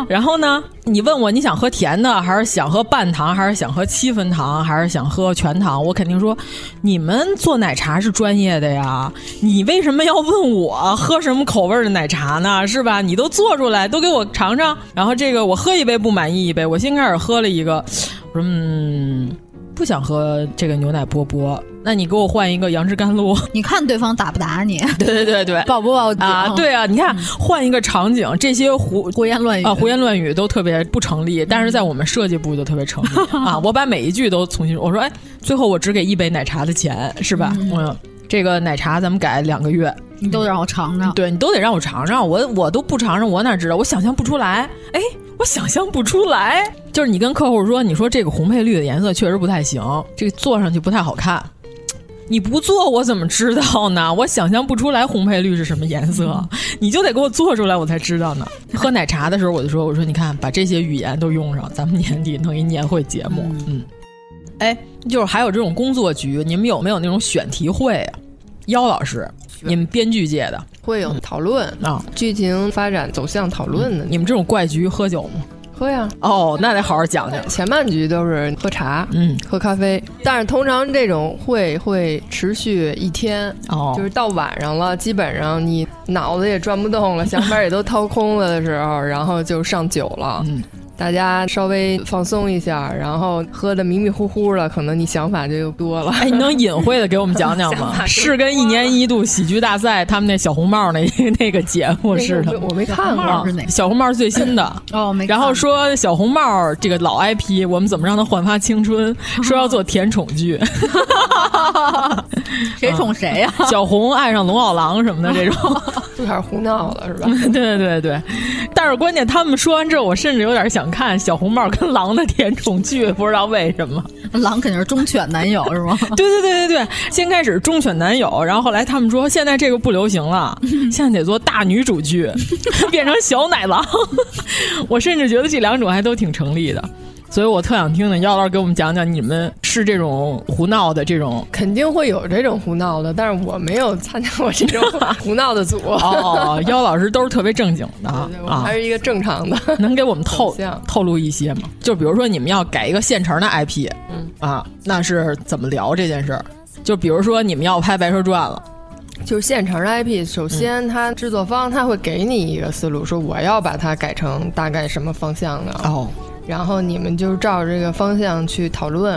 L: 然后呢？你问我你想喝甜的，还是想喝半糖，还是想喝七分糖，还是想喝全糖？我肯定说，你们做奶茶是专业的呀，你为什么要问我喝什么口味儿的奶茶呢？是吧？你都做出来，都给我尝尝。然后这个我喝一杯不满意一杯，我先开始喝了一个，我说嗯，不想喝这个牛奶波波，那你给我换一个杨枝甘露。
K: 你看对方打不打你，
L: 对对对对，
K: 报不报警
L: 啊，对啊，你看换一个场景，这些胡
K: 胡言乱语
L: 啊胡言乱语嗯都特别不成立，但是在我们设计部就特别 成立啊。我把每一句都重新，我说哎，最后我只给一杯奶茶的钱是吧？嗯，这个奶茶咱们改两个月，
K: 你都得让我尝尝。
L: 嗯对你都得让我尝尝，我我都不尝尝，我哪知道？我想象不出来，哎，我想象不出来。就是你跟客户说，你说这个红配绿的颜色确实不太行，这个做上去不太好看。你不做我怎么知道呢？我想象不出来红配绿是什么颜色， 你就得给我做出来，我才知道呢。喝奶茶的时候我就说，我说你看，把这些语言都用上，咱们年底弄一年会节目。嗯，哎，就是还有这种工作局，你们有没有那种选题会啊？妖老师，你们编剧界的
N: 会有讨论
L: 啊，
N: 剧情发展走向讨论的。
M: 嗯
L: 你们这种怪局喝酒吗？
N: 喝呀！
L: 哦，那得好好讲讲。
N: 前半局都是喝茶，
L: 嗯，
N: 喝咖啡，但是通常这种会会持续一天，
L: 哦，
N: 就是到晚上了，基本上你脑子也转不动了， 想法也都掏空了的时候，然后就上酒了。
L: 嗯，
N: 大家稍微放松一下，然后喝的迷迷糊糊的，可能你想法就又多了。
L: 哎，你能隐晦的给我们讲讲吗？是跟一年一度喜剧大赛他们那小红帽那那个节目似的，
N: 我没看
L: 啊
N: 过。
L: 小红帽最新的
K: 哦，没。
L: 然后说小红帽这个老 IP，我们怎么让它焕发青春？说要做甜宠剧，
K: 谁宠谁啊呀、
L: 小红爱上龙傲郎什么的这种，
N: 就开始胡闹了是吧？
L: 对对对，但是关键他们说完之后，我甚至有点想看小红帽跟狼的甜宠剧，不知道为什么。
K: 狼肯定是忠犬男友是 吗？
L: 对对对对对，先开始忠犬男友，然后后来他们说现在这个不流 行了，现在得做大女主剧， 变成小奶狼。 我甚至觉得这两种还都挺成立的，所以我特想听听姚老师给我们讲讲你们是这种胡闹的这 种。
N: 肯定会有这种胡闹的，但是我没有参加过这种胡闹的组。
L: 哦，姚老师都是特别正经的啊，
N: 我还是一个正常的。
L: 能给我们透透露一些吗？就比如说你们要改一个现成的 IP，
N: 嗯
L: 啊，那是怎么聊这件事儿？就比如说你们要拍《白蛇传》了，
N: 就是现成的 IP，首先它制作方他会给你一个思路，说我要把它改成大概什么方向的
L: 哦，
N: 然后你们就照这个方向去讨论。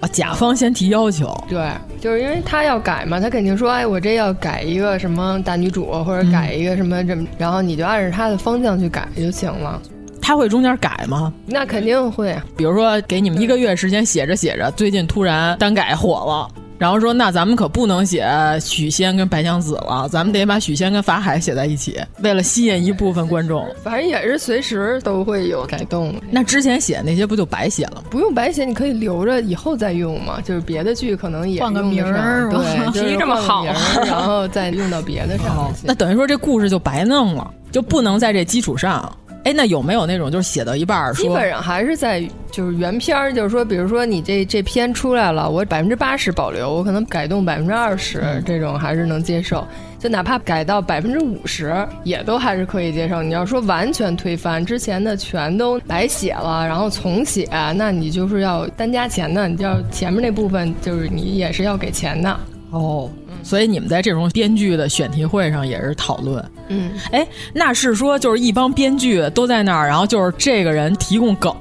L: 啊，甲方先提要求，
N: 对，就是因为他要改嘛，他肯定说，哎，我这要改一个什么大女主，或者改一个什么什
L: 嗯
N: 么，然后你就按着他的方向去改就行了。
L: 他会中间改吗？
N: 那肯定会啊，
L: 比如说给你们一个月时间写着写着，最近突然单改火了，然后说那咱们可不能写许仙跟白娘子了，咱们得把许仙跟法海写在一起，为了吸引一部分观众。
N: 反正也是随时都会有改动的。
L: 那之前写那些不就白写了吗？
N: 不用白写，你可以留着以后再用 嘛。就是别的剧可能也
K: 换个
N: 用得
K: 名
N: 上
K: 儿
N: 对，
K: 脾气
N: 就是
K: 这么
N: 换个名儿
K: 好
N: 然后再用到别的上。
L: 那等于说这故事就白弄了，就不能在这基础上。哎，那有没有那种就是写到一半儿说
N: 基本上还是在就是原片儿，就是说，比如说你这这篇出来了，我百分之八十保留，我可能改动百分之二十，这种还是能接受。就哪怕改到百分之五十，也都还是可以接受。你要说完全推翻之前的全都白写了，然后重写，那你就是要单加钱的，你就要前面那部分就是你也是要给钱的。
L: 哦，
N: 嗯
L: 所以你们在这种编剧的选题会上也是讨论。
N: 嗯，
L: 哎，那是说就是一帮编剧都在那儿，然后就是这个人提供梗，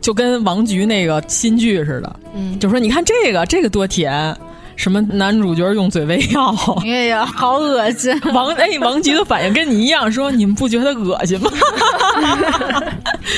L: 就跟王菊那个新剧似的，
N: 嗯，
L: 就说你看这个这个多甜。什么男主角用嘴喂 药？
K: 哎呀，好恶心！
L: 王哎，王菊的反应跟你一样，说你们不觉得恶 心吗？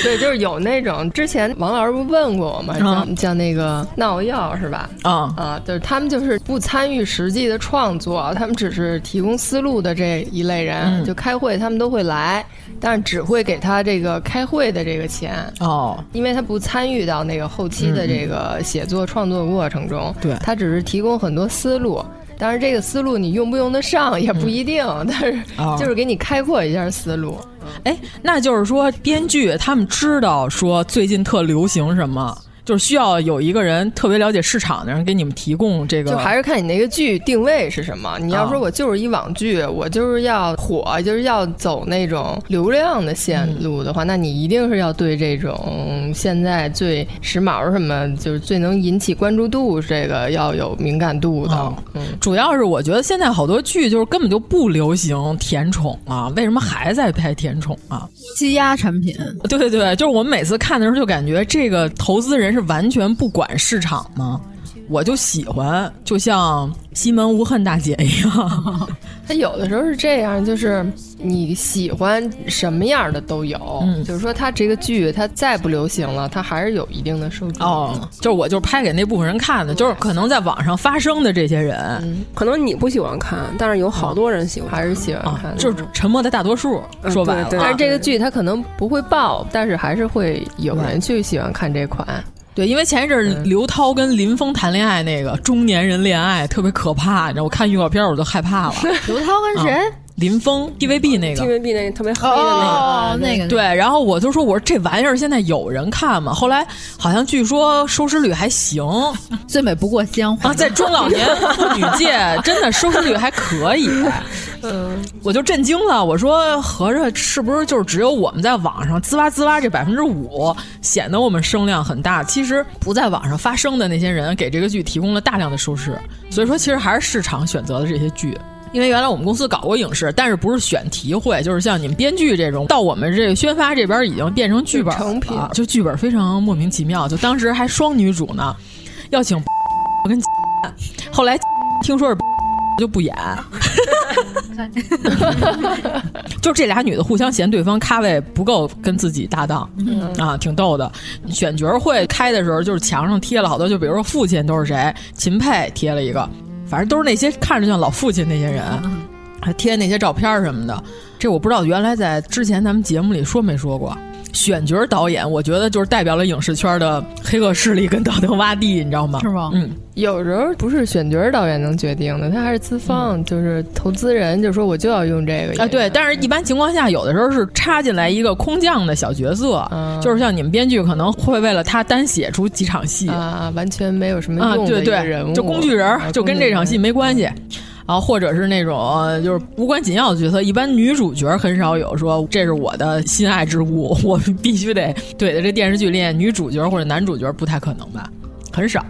N: 对，就是有那种之前王老师不问过我吗？
L: 啊
N: 像像那个闹药是吧？
L: 啊
N: 啊，就是他们就是不参与实际的创作，他们只是提供思路的这一类人，
L: 嗯
N: 就开会他们都会来，但是只会给他这个开会的这个钱。
L: 哦，
N: 因为他不参与到那个后期的这个写作创作过程中，
L: 嗯对
N: 他只是提供很多思路，当然这个思路你用不用得上也不一定，但是
L: 嗯哦
N: 就是给你开阔一下思路。
L: 哎，那就是说，编剧他们知道说最近特流行什么，就是需要有一个人特别了解市场的人给你们提供这个。
N: 就还是看你那个剧定位是什
L: 啊
N: 么。你要说我就是一网剧，我就是要火，就是要走那种流量的线路
L: 嗯
N: 的话，那你一定是要对这种现在最时髦什么，就是最能引起关注度这个要有敏感度的。
L: 哦
N: 嗯，
L: 主要是我觉得现在好多剧就是根本就不流行甜宠啊，为什么还在拍甜宠啊？
K: 积压产品，
L: 对对对，就是我们每次看的时候就感觉这个投资人是完全不管市场吗？我就喜欢，就像西门无恨大姐 一样，
N: 它有的时候是这样，就是你喜欢什么样的都有，
L: 嗯
N: 就是说它这个剧它再不流行了，它还是有一定的受众。
L: 哦，就是我就是拍给那部分人看的，就是可能在网上发声的这些人，
O: 可能你不喜欢看，但是有好多人喜欢，
N: 嗯还是喜欢看的
L: 啊就是沉默的大多数。说白了，啊
N: 但是这个剧它可能不会爆，但是还是会有人去喜欢看这款。
L: 对，因为前一阵儿刘涛跟林峰谈恋
K: 啊
L: 爱那个中年人恋爱特别可怕，你知道，我看预告片儿我都害怕了。
K: 刘涛跟谁？
L: 啊 林峰 TVB 那个
M: TVB 那个特别黑的
L: 哦
K: 哦
M: 那个，
K: 那个
L: 对。然后我就说，我说这玩意儿现在有人看吗？后来好像据说收视率还行，
K: 最美不过鲜花
L: 啊，在中老年妇女界真的收视率还可以。
M: 嗯，
L: 我就震惊了，我说合着是不是就是只有我们在网上滋哇滋哇这百分之五显得我们声量很大？其实不在网上发声的那些人给这个剧提供了大量的收视，所以说其实还是市场选择的这些剧。因为原来我们公司搞过影视，但是不是选题会，就是像你们编剧这种，到我们这个宣发这边已经变成剧本
M: 成品
L: 了，就剧本非常莫名其妙。就当时还双女主呢，要请 跟，后来 听说是就不演，就这俩女的互相嫌对方咖位不够跟自己搭档，啊，挺逗的。选角会开的时候，就是墙上贴了好多，就比如说父亲都是谁，秦沛贴了一个，反正都是那些看着像老父亲那些人，还贴那些照片什么的。这我不知道，原来在之前咱们节目里说没说过。选角导演，我觉得就是代表了影视圈的黑恶势力跟道德洼地，你知道吗？
K: 是吗？
L: 嗯，
N: 有时候不是选角导演能决定的，他还是资方，就是投资人，就说我就要用这嗯个
L: 嗯啊，对，但是一般情况下，有的时候是插进来一个空降的小角色，
N: 嗯
L: 就是像你们编剧可能会为了他单写出几场戏
N: 啊，完全没有什么
L: 啊，
N: 用的
L: 对
N: 一个人
L: 对，
N: 物，啊
L: 就工具人儿，就跟这场戏没关系。啊，或者是那种呃就是无关紧要的角色，一般女主角很少有说这是我的心爱之物， 我必须得怼在这电视剧里，女主角或者男主角不太可能吧，很少，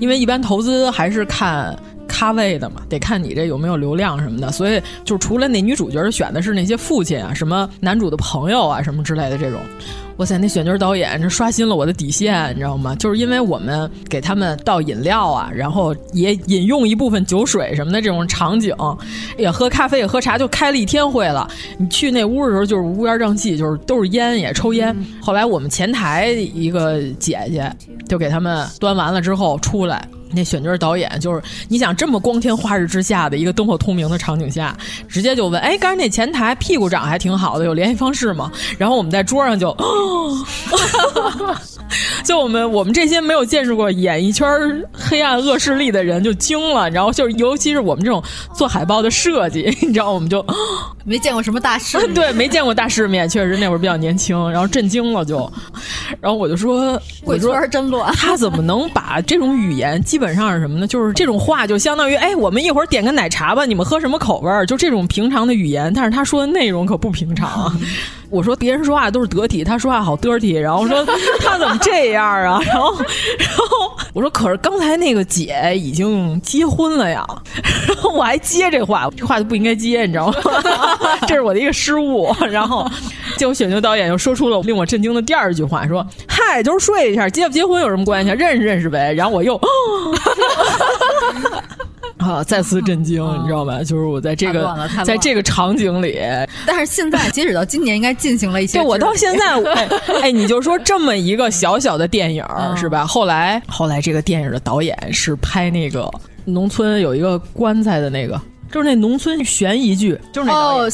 L: 因为一般投资还是看咖位的嘛，得看你这有没有流量什么的，所以就除了那女主角选的是那些父亲啊，什么男主的朋友啊，什么之类的这种。哇塞，那选角导演这刷新了我的底线，你知道吗？就是因为我们给他们倒饮料啊，然后也饮用一部分酒水什么的这种场景，也喝咖啡也喝茶，就开了一天会了。你去那屋的时候就是乌烟瘴气，就是都是烟也抽烟。后来我们前台一个姐姐就给他们端完了之后出来。那选角导演就是，你想这么光天化日之下的一个灯火通明的场景下，直接就问，哎，刚才那前台屁股长还挺好的，有联系方式吗？然后我们在桌上就， 哦，就我们我们这些没有见识过演艺圈黑暗恶势力的人就惊了，然后就是尤其是我们这种做海报的设计， 你知道，我们就、哦，
K: 没见过什么大师
L: 对没见过大世面，确实那会儿比较年轻，然后震惊了就，然后我就说，我
K: 鬼
L: 说
K: 圈真乱。
L: 他怎么能把这种语言，基本上是什么呢？就是这种话，就相当于，哎，我们一会儿点个奶茶吧，你们喝什么口味儿？就这种平常的语言，但是他说的内容可不平常啊。我说别人说话都是得体，他说话好 dirty，然后说他怎么这样啊？然后，然后我说可是刚才那个姐已经结婚了呀，然后我还接这话，这话就不应该接，你知道吗？ 这是我的一个失误。然后，结果选秀导演又说出了令我震惊的第二句话，说：“嗨，就是睡一下，结不结婚有什么关系啊？认识认识呗。”然 后我又。啊！再次震惊，你知道吗？就是我在这
K: 太乱了
L: 个
K: 太乱了
L: 在这个场景里，
K: 但是现在，截止到今年，应该进行 了一些。
L: 对我到 现在，我哎哎，你就说这么一个小小的电影、
N: 嗯
L: 儿是吧？后来后来这个电影的导演是拍那个农村有一个棺材的那个，就是那农村悬疑剧，就是那导 演。
N: 哦，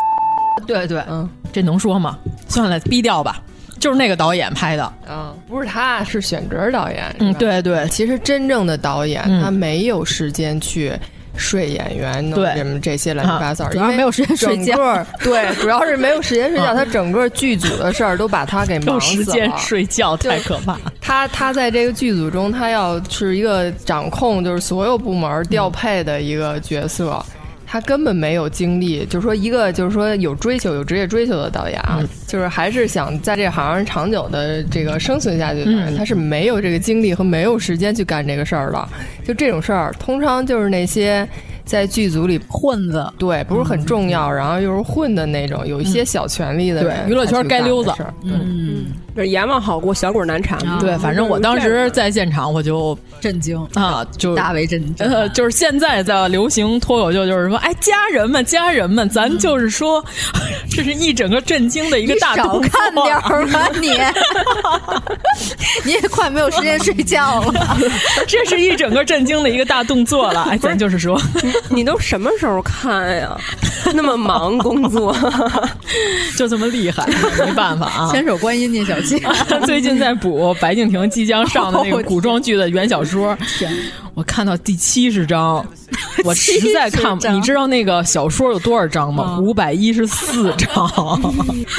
N: 对对，嗯
L: 这能说吗？算了，逼掉吧。就是那个导演拍的，
N: 嗯，不是他，是选角导演，
L: 嗯，对对，
N: 其实真正的导演、
L: 嗯
N: 他没有时间去。睡演员弄
L: 对
N: 什么这些乱七八糟
K: 啊
N: 儿，
K: 主要
N: 因为
K: 没有时间睡
N: 整
K: 觉啊
N: 个对，主要是没有时间睡觉。他整个剧组的事儿都把他给
L: 有
N: 忙
L: 时
N: 死
L: 间
N: 了。
L: 睡觉太可 怕。
N: 他他在这个剧组中，他要是一个掌控就是所有部门
L: 嗯
N: 调配的一个角色，他根本没有精力。就是说，一个就是说有追求、有职业追求的导演，
L: 嗯
N: 啊，就是还是想在这行长久的这个生存下去的人，
L: 嗯
N: 他是没有这个精力和没有时间去干这个事儿了。就这种事儿，通常就是那些。在剧组里
K: 混子，
N: 对，不是
L: 嗯
N: 很重要，然后又是混的那种，有一些小权利的
L: 对
N: 人才去干这事儿、
L: 娱乐圈街溜子
K: 嗯，
M: 就是阎王好过小鬼难缠
N: 嗯
M: 嘛。
L: 对，反正我当时在现场，我就
K: 震惊，
L: 啊，就
K: 大为震惊。
L: 呃， 就是现在在流行脱口秀，就是什么哎，家人们，家人们，咱就是说， 这是一整个震惊的一个
K: 你
L: 大
K: 少
L: 动作啊
K: 看点儿 吧你，你也快没有时间睡觉了。
L: 这是一整个震惊的一个大动作了。哎，咱就是说，
M: 你都什么时候看呀？ 那么忙工作，
L: 就这么 厉害，没办法啊。
K: 千手观音聂小 七，
L: 最近在补 白敬亭即将上的那个古装剧的原小说，我看到第七十章，我实在看不，你知道那个小说有多少章
K: 嗯
L: 吗？五百一十四章，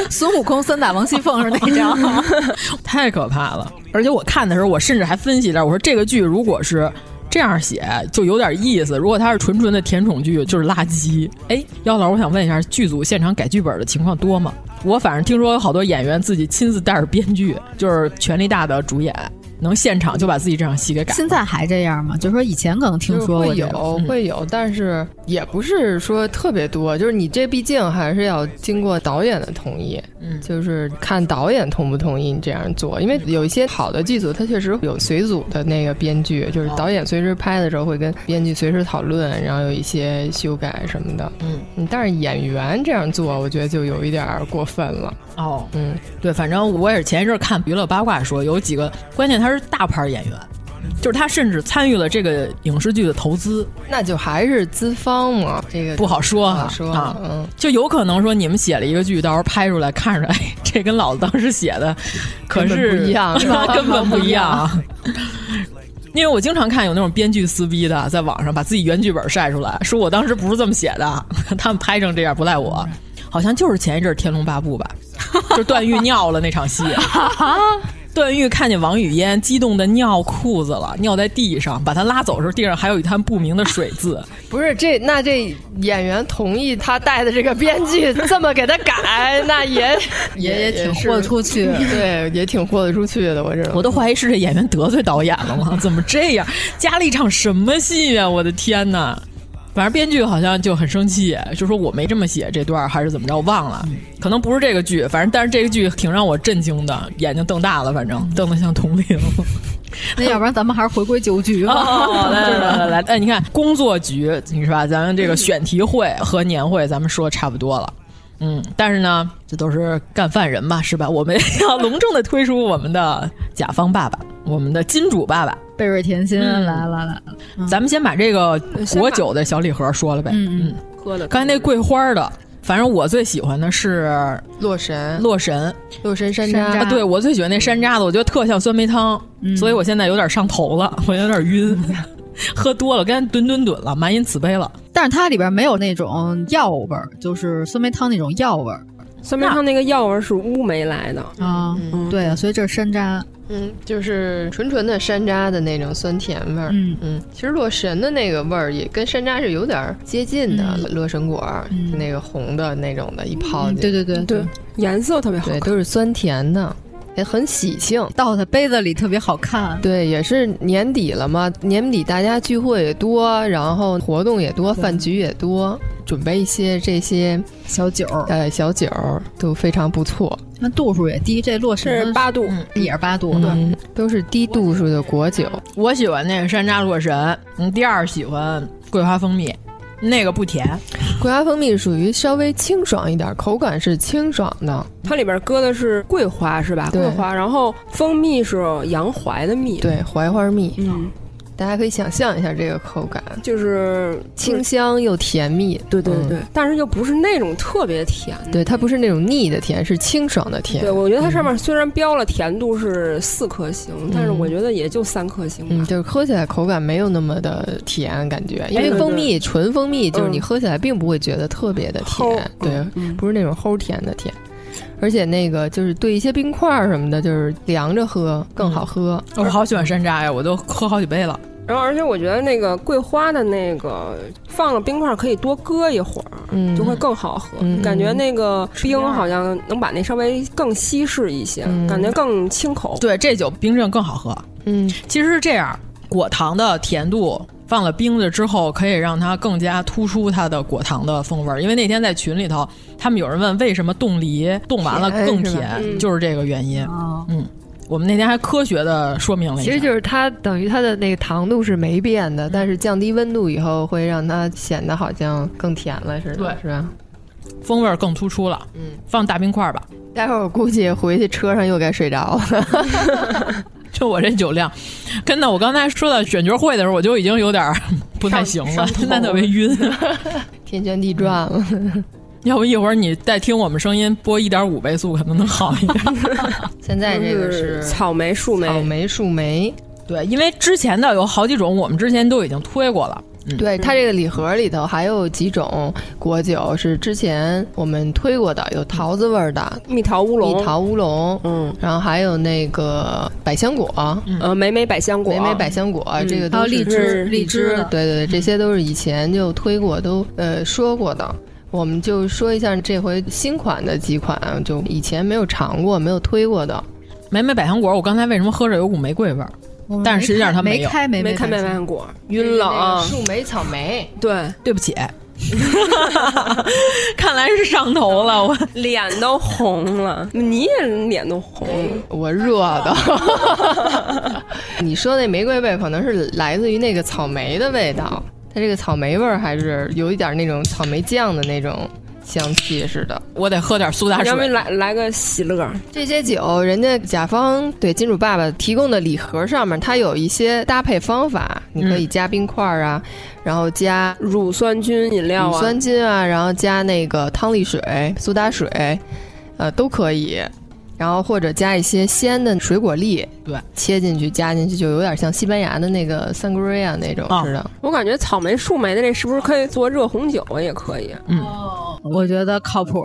K: 孙悟空三打王熙凤是哪章？
L: 太可怕了！而且我看的时候，我甚至还分析一下，我说这个剧如果是。这样写就有点意思。如果它是纯纯的甜宠剧，就是垃圾。哎，姚老师，我想问一下，剧组现场改剧本的情况多吗？我反正听说有好多演员自己亲自带着编剧，就是权力大的主演能现场就把自己这场戏给 改。
K: 现在还这样吗？就说以前可能 听说嗯
N: 会有会有，但是也不是说特别多。就是你这毕竟还是要经过导演的同意，嗯，就是看导演同不同意你这样做。因为有一些好的剧组，它确实有随组的那个编剧，就是导演随。随时拍的时候会跟编剧随时讨论，然后有一些修改什么的。嗯，但是演员这样做，我觉得就有一点过分了。
L: 哦，嗯，对，反正我也是前一阵看娱乐八卦说，有几个关键他是大牌演员，就是他甚至参与了这个影视剧的投资，
N: 那就还是资方嘛，这个
L: 不好说
N: 哈、啊、
L: 啊，嗯，就有可能说你们写了一个剧，到时候拍出来看出来， 这跟老子当时写的可 是
N: 不一样，
L: 根本不一样。 因为我经常看有那种编剧撕逼的，在网上把自己原剧本晒出来，说我当时不是这么写的， 他们拍成这样不赖我，好像就是前一阵《天龙八部》吧， 就段誉尿了那场戏，段誉看见王语嫣激动的尿裤子了，尿在地上，把他拉走的时候，地上还有一滩不明的水渍。
N: 不是这那这演员同意他带的这个编剧这么给他改，那也
K: 也也挺豁得出去，
N: 对，也挺豁得出去的。我这
L: 我都怀疑是这演员得罪导演了吗？怎么这样？加了一场什么戏呀、啊？我的天哪！反正编剧好像就很生气，就说我没这么写这段，还是怎么着，我忘了，可能不是这个剧，反正但是这个剧挺让我震惊的，眼睛瞪大了，反正瞪得像铜铃。
K: 那要不然咱们还是回归酒局吧。
L: 哦、来来来 嗯来，哎，你看工作局，你是吧？咱们这个选题会和年会，咱们说差不多了。嗯，但是呢，这都是干饭人嘛，是吧？我们 要隆重的推出我们的甲方爸爸，我们的金主爸爸。
K: 贝瑞甜心来了来了，
L: 咱们嗯呃先把这个果酒的小礼盒说了呗。
K: 嗯
L: 嗯，喝的。刚才那桂花的，反正我最喜欢的是
N: 洛神，
L: 洛神，
N: 洛神山
L: 楂。对我最喜欢那山楂的，我觉得特像酸梅汤，所以我现在有点上头了， 我有点晕，喝多了，刚才吨吨吨了，满饮此杯了。
K: 但是它里边没有那种药味儿，就是酸梅汤那种药味儿。
J: 酸梅汤那个药味是乌梅来的
K: 啊，对啊，所以这是山楂。
N: 嗯，就是纯纯的山楂的那种酸甜味儿。
K: 嗯
N: 嗯，其实洛神的那个味儿也跟山楂是有点接近的，洛神果那个红的那种的，一泡。
K: 嗯对对对
J: 对，颜色特别好，
N: 对，都是酸甜的，也很喜庆，
K: 倒在杯子里特别好看。
N: 对，也是年底了嘛，年底大家聚会也多，然后活动也多，饭局也多，准备一些这些
K: 小酒，
N: 呃，小酒都非常不错。
K: 那度数也低，这洛神
J: 是八度，
K: 嗯也是八度，
N: 对，嗯都是低度数的果酒。
L: 我喜欢那个山楂洛神，嗯，第二喜欢桂花蜂蜜，那个不甜。
N: 桂花蜂蜜属于稍微清爽一点，口感是清爽的。
J: 它里边搁的是桂花是吧？桂花，然后蜂蜜是洋槐的蜜，
N: 对，槐花蜜。嗯，大家可以想象一下这个口感，
J: 就是
N: 清香又甜蜜。
J: 对对对，但是又不是那种特别甜，
N: 嗯对，嗯它不是那种腻的甜，是清爽的甜。
J: 对，我觉得它上面虽然标了甜度是四颗星，但是我觉得也就三颗星。
N: 嗯，就是喝起来口感没有那么的甜，感觉，因
J: 哎
N: 为蜂蜜纯蜂蜜
J: 嗯
N: 就是你喝起来并不会觉得特别的甜，对，不是那种齁甜的甜。而且那个就是兑一些冰块什么的，就是凉着喝更
J: 嗯
N: 好喝。
L: 哦我好喜欢山楂呀，我都喝好几杯了。
J: 然后，而且我觉得那个桂花的那个放了冰块可以多搁一会儿，嗯、就会更好喝。嗯、感觉那个冰好像能把那稍微更稀释一些，嗯、感觉更清口。
L: 对，这酒冰镇更好喝。
N: 嗯，
L: 其实是这样，果糖的甜度放了冰了之后，可以让它更加突出它的果糖的风味。因为那天在群里头，他们有人问为什么冻梨冻完了更甜，
N: 甜
L: 就是这个原因。嗯。我们那天还科学的说明了
N: 哦下，
L: 一
N: 其实就是它等于它的那个糖度是没变的，但是降低温度以后会让它显得好像更甜了似的，
L: 对，
N: 是吧？嗯
L: 风味更突出了。嗯，放大冰块吧。
N: 待会儿我估计回去车上又该睡着了。
L: 就我这酒量，真的，我刚才说到选角会的时候，我就已经有点不太行了，现在特别晕，
N: 天旋地转了。 嗯
L: 要不一会儿你再听我们声音播一点五倍速，可能能好一点。
N: 现在这个是
J: 草莓树莓，
N: 草莓树莓。
L: 对，因为之前的有好几种，我们之前都已经推过了，
N: 对它这个礼盒里头还有几种果酒是之前我们推过的，有桃子味儿的
M: 蜜桃乌龙
N: 蜜桃乌龙，嗯，然后还有那个百香果，
M: 呃，美美百香果，
N: 美美百香果，
M: 嗯
N: 这个都
M: 还有荔枝嗯
N: 是
M: 荔
N: 荔
M: 枝
N: 枝啊
M: 的，
N: 对对对，这些都是以前就推过，都呃说过的。我们就说一下这回新款的几款，啊就以前没有尝过、没有推过的。
L: 美美百香果，我刚才为什么喝着有股玫瑰味儿？
N: 们
L: 但是实际上它
N: 没
L: 有。
N: 开没
M: 没
N: 没
M: 开
N: 没
M: 美
N: 没
M: 万果，晕了啊！
N: 树莓、草莓，
M: 对，
L: 对不起， 看来是上头了，我
M: 脸都红了，你也脸都红了。
N: 我热的。 你说那玫瑰味可能是来自于那个草莓的味道，它这个草莓味儿还是有一点那种草莓酱的那种香气似的。
L: 我得喝点苏打
M: 要不
L: 水。
M: 来来个喜乐？
N: 这些酒，人家甲方对金主爸爸提供的礼盒上面，它有一些搭配方法，你可以加冰块儿啊，然后加
M: 乳酸菌饮料啊，
N: 乳酸菌啊，然后加那个汤力水、苏打水，呃，都可以。然后或者加一些鲜的水果粒，
L: 对，
N: 切进去加进去，就有点像西班牙的那个 sangria 那种似的。
M: 我感觉草莓、树莓的这是不是可以做热红酒啊？也可以。
L: 嗯，
K: 我觉得靠谱，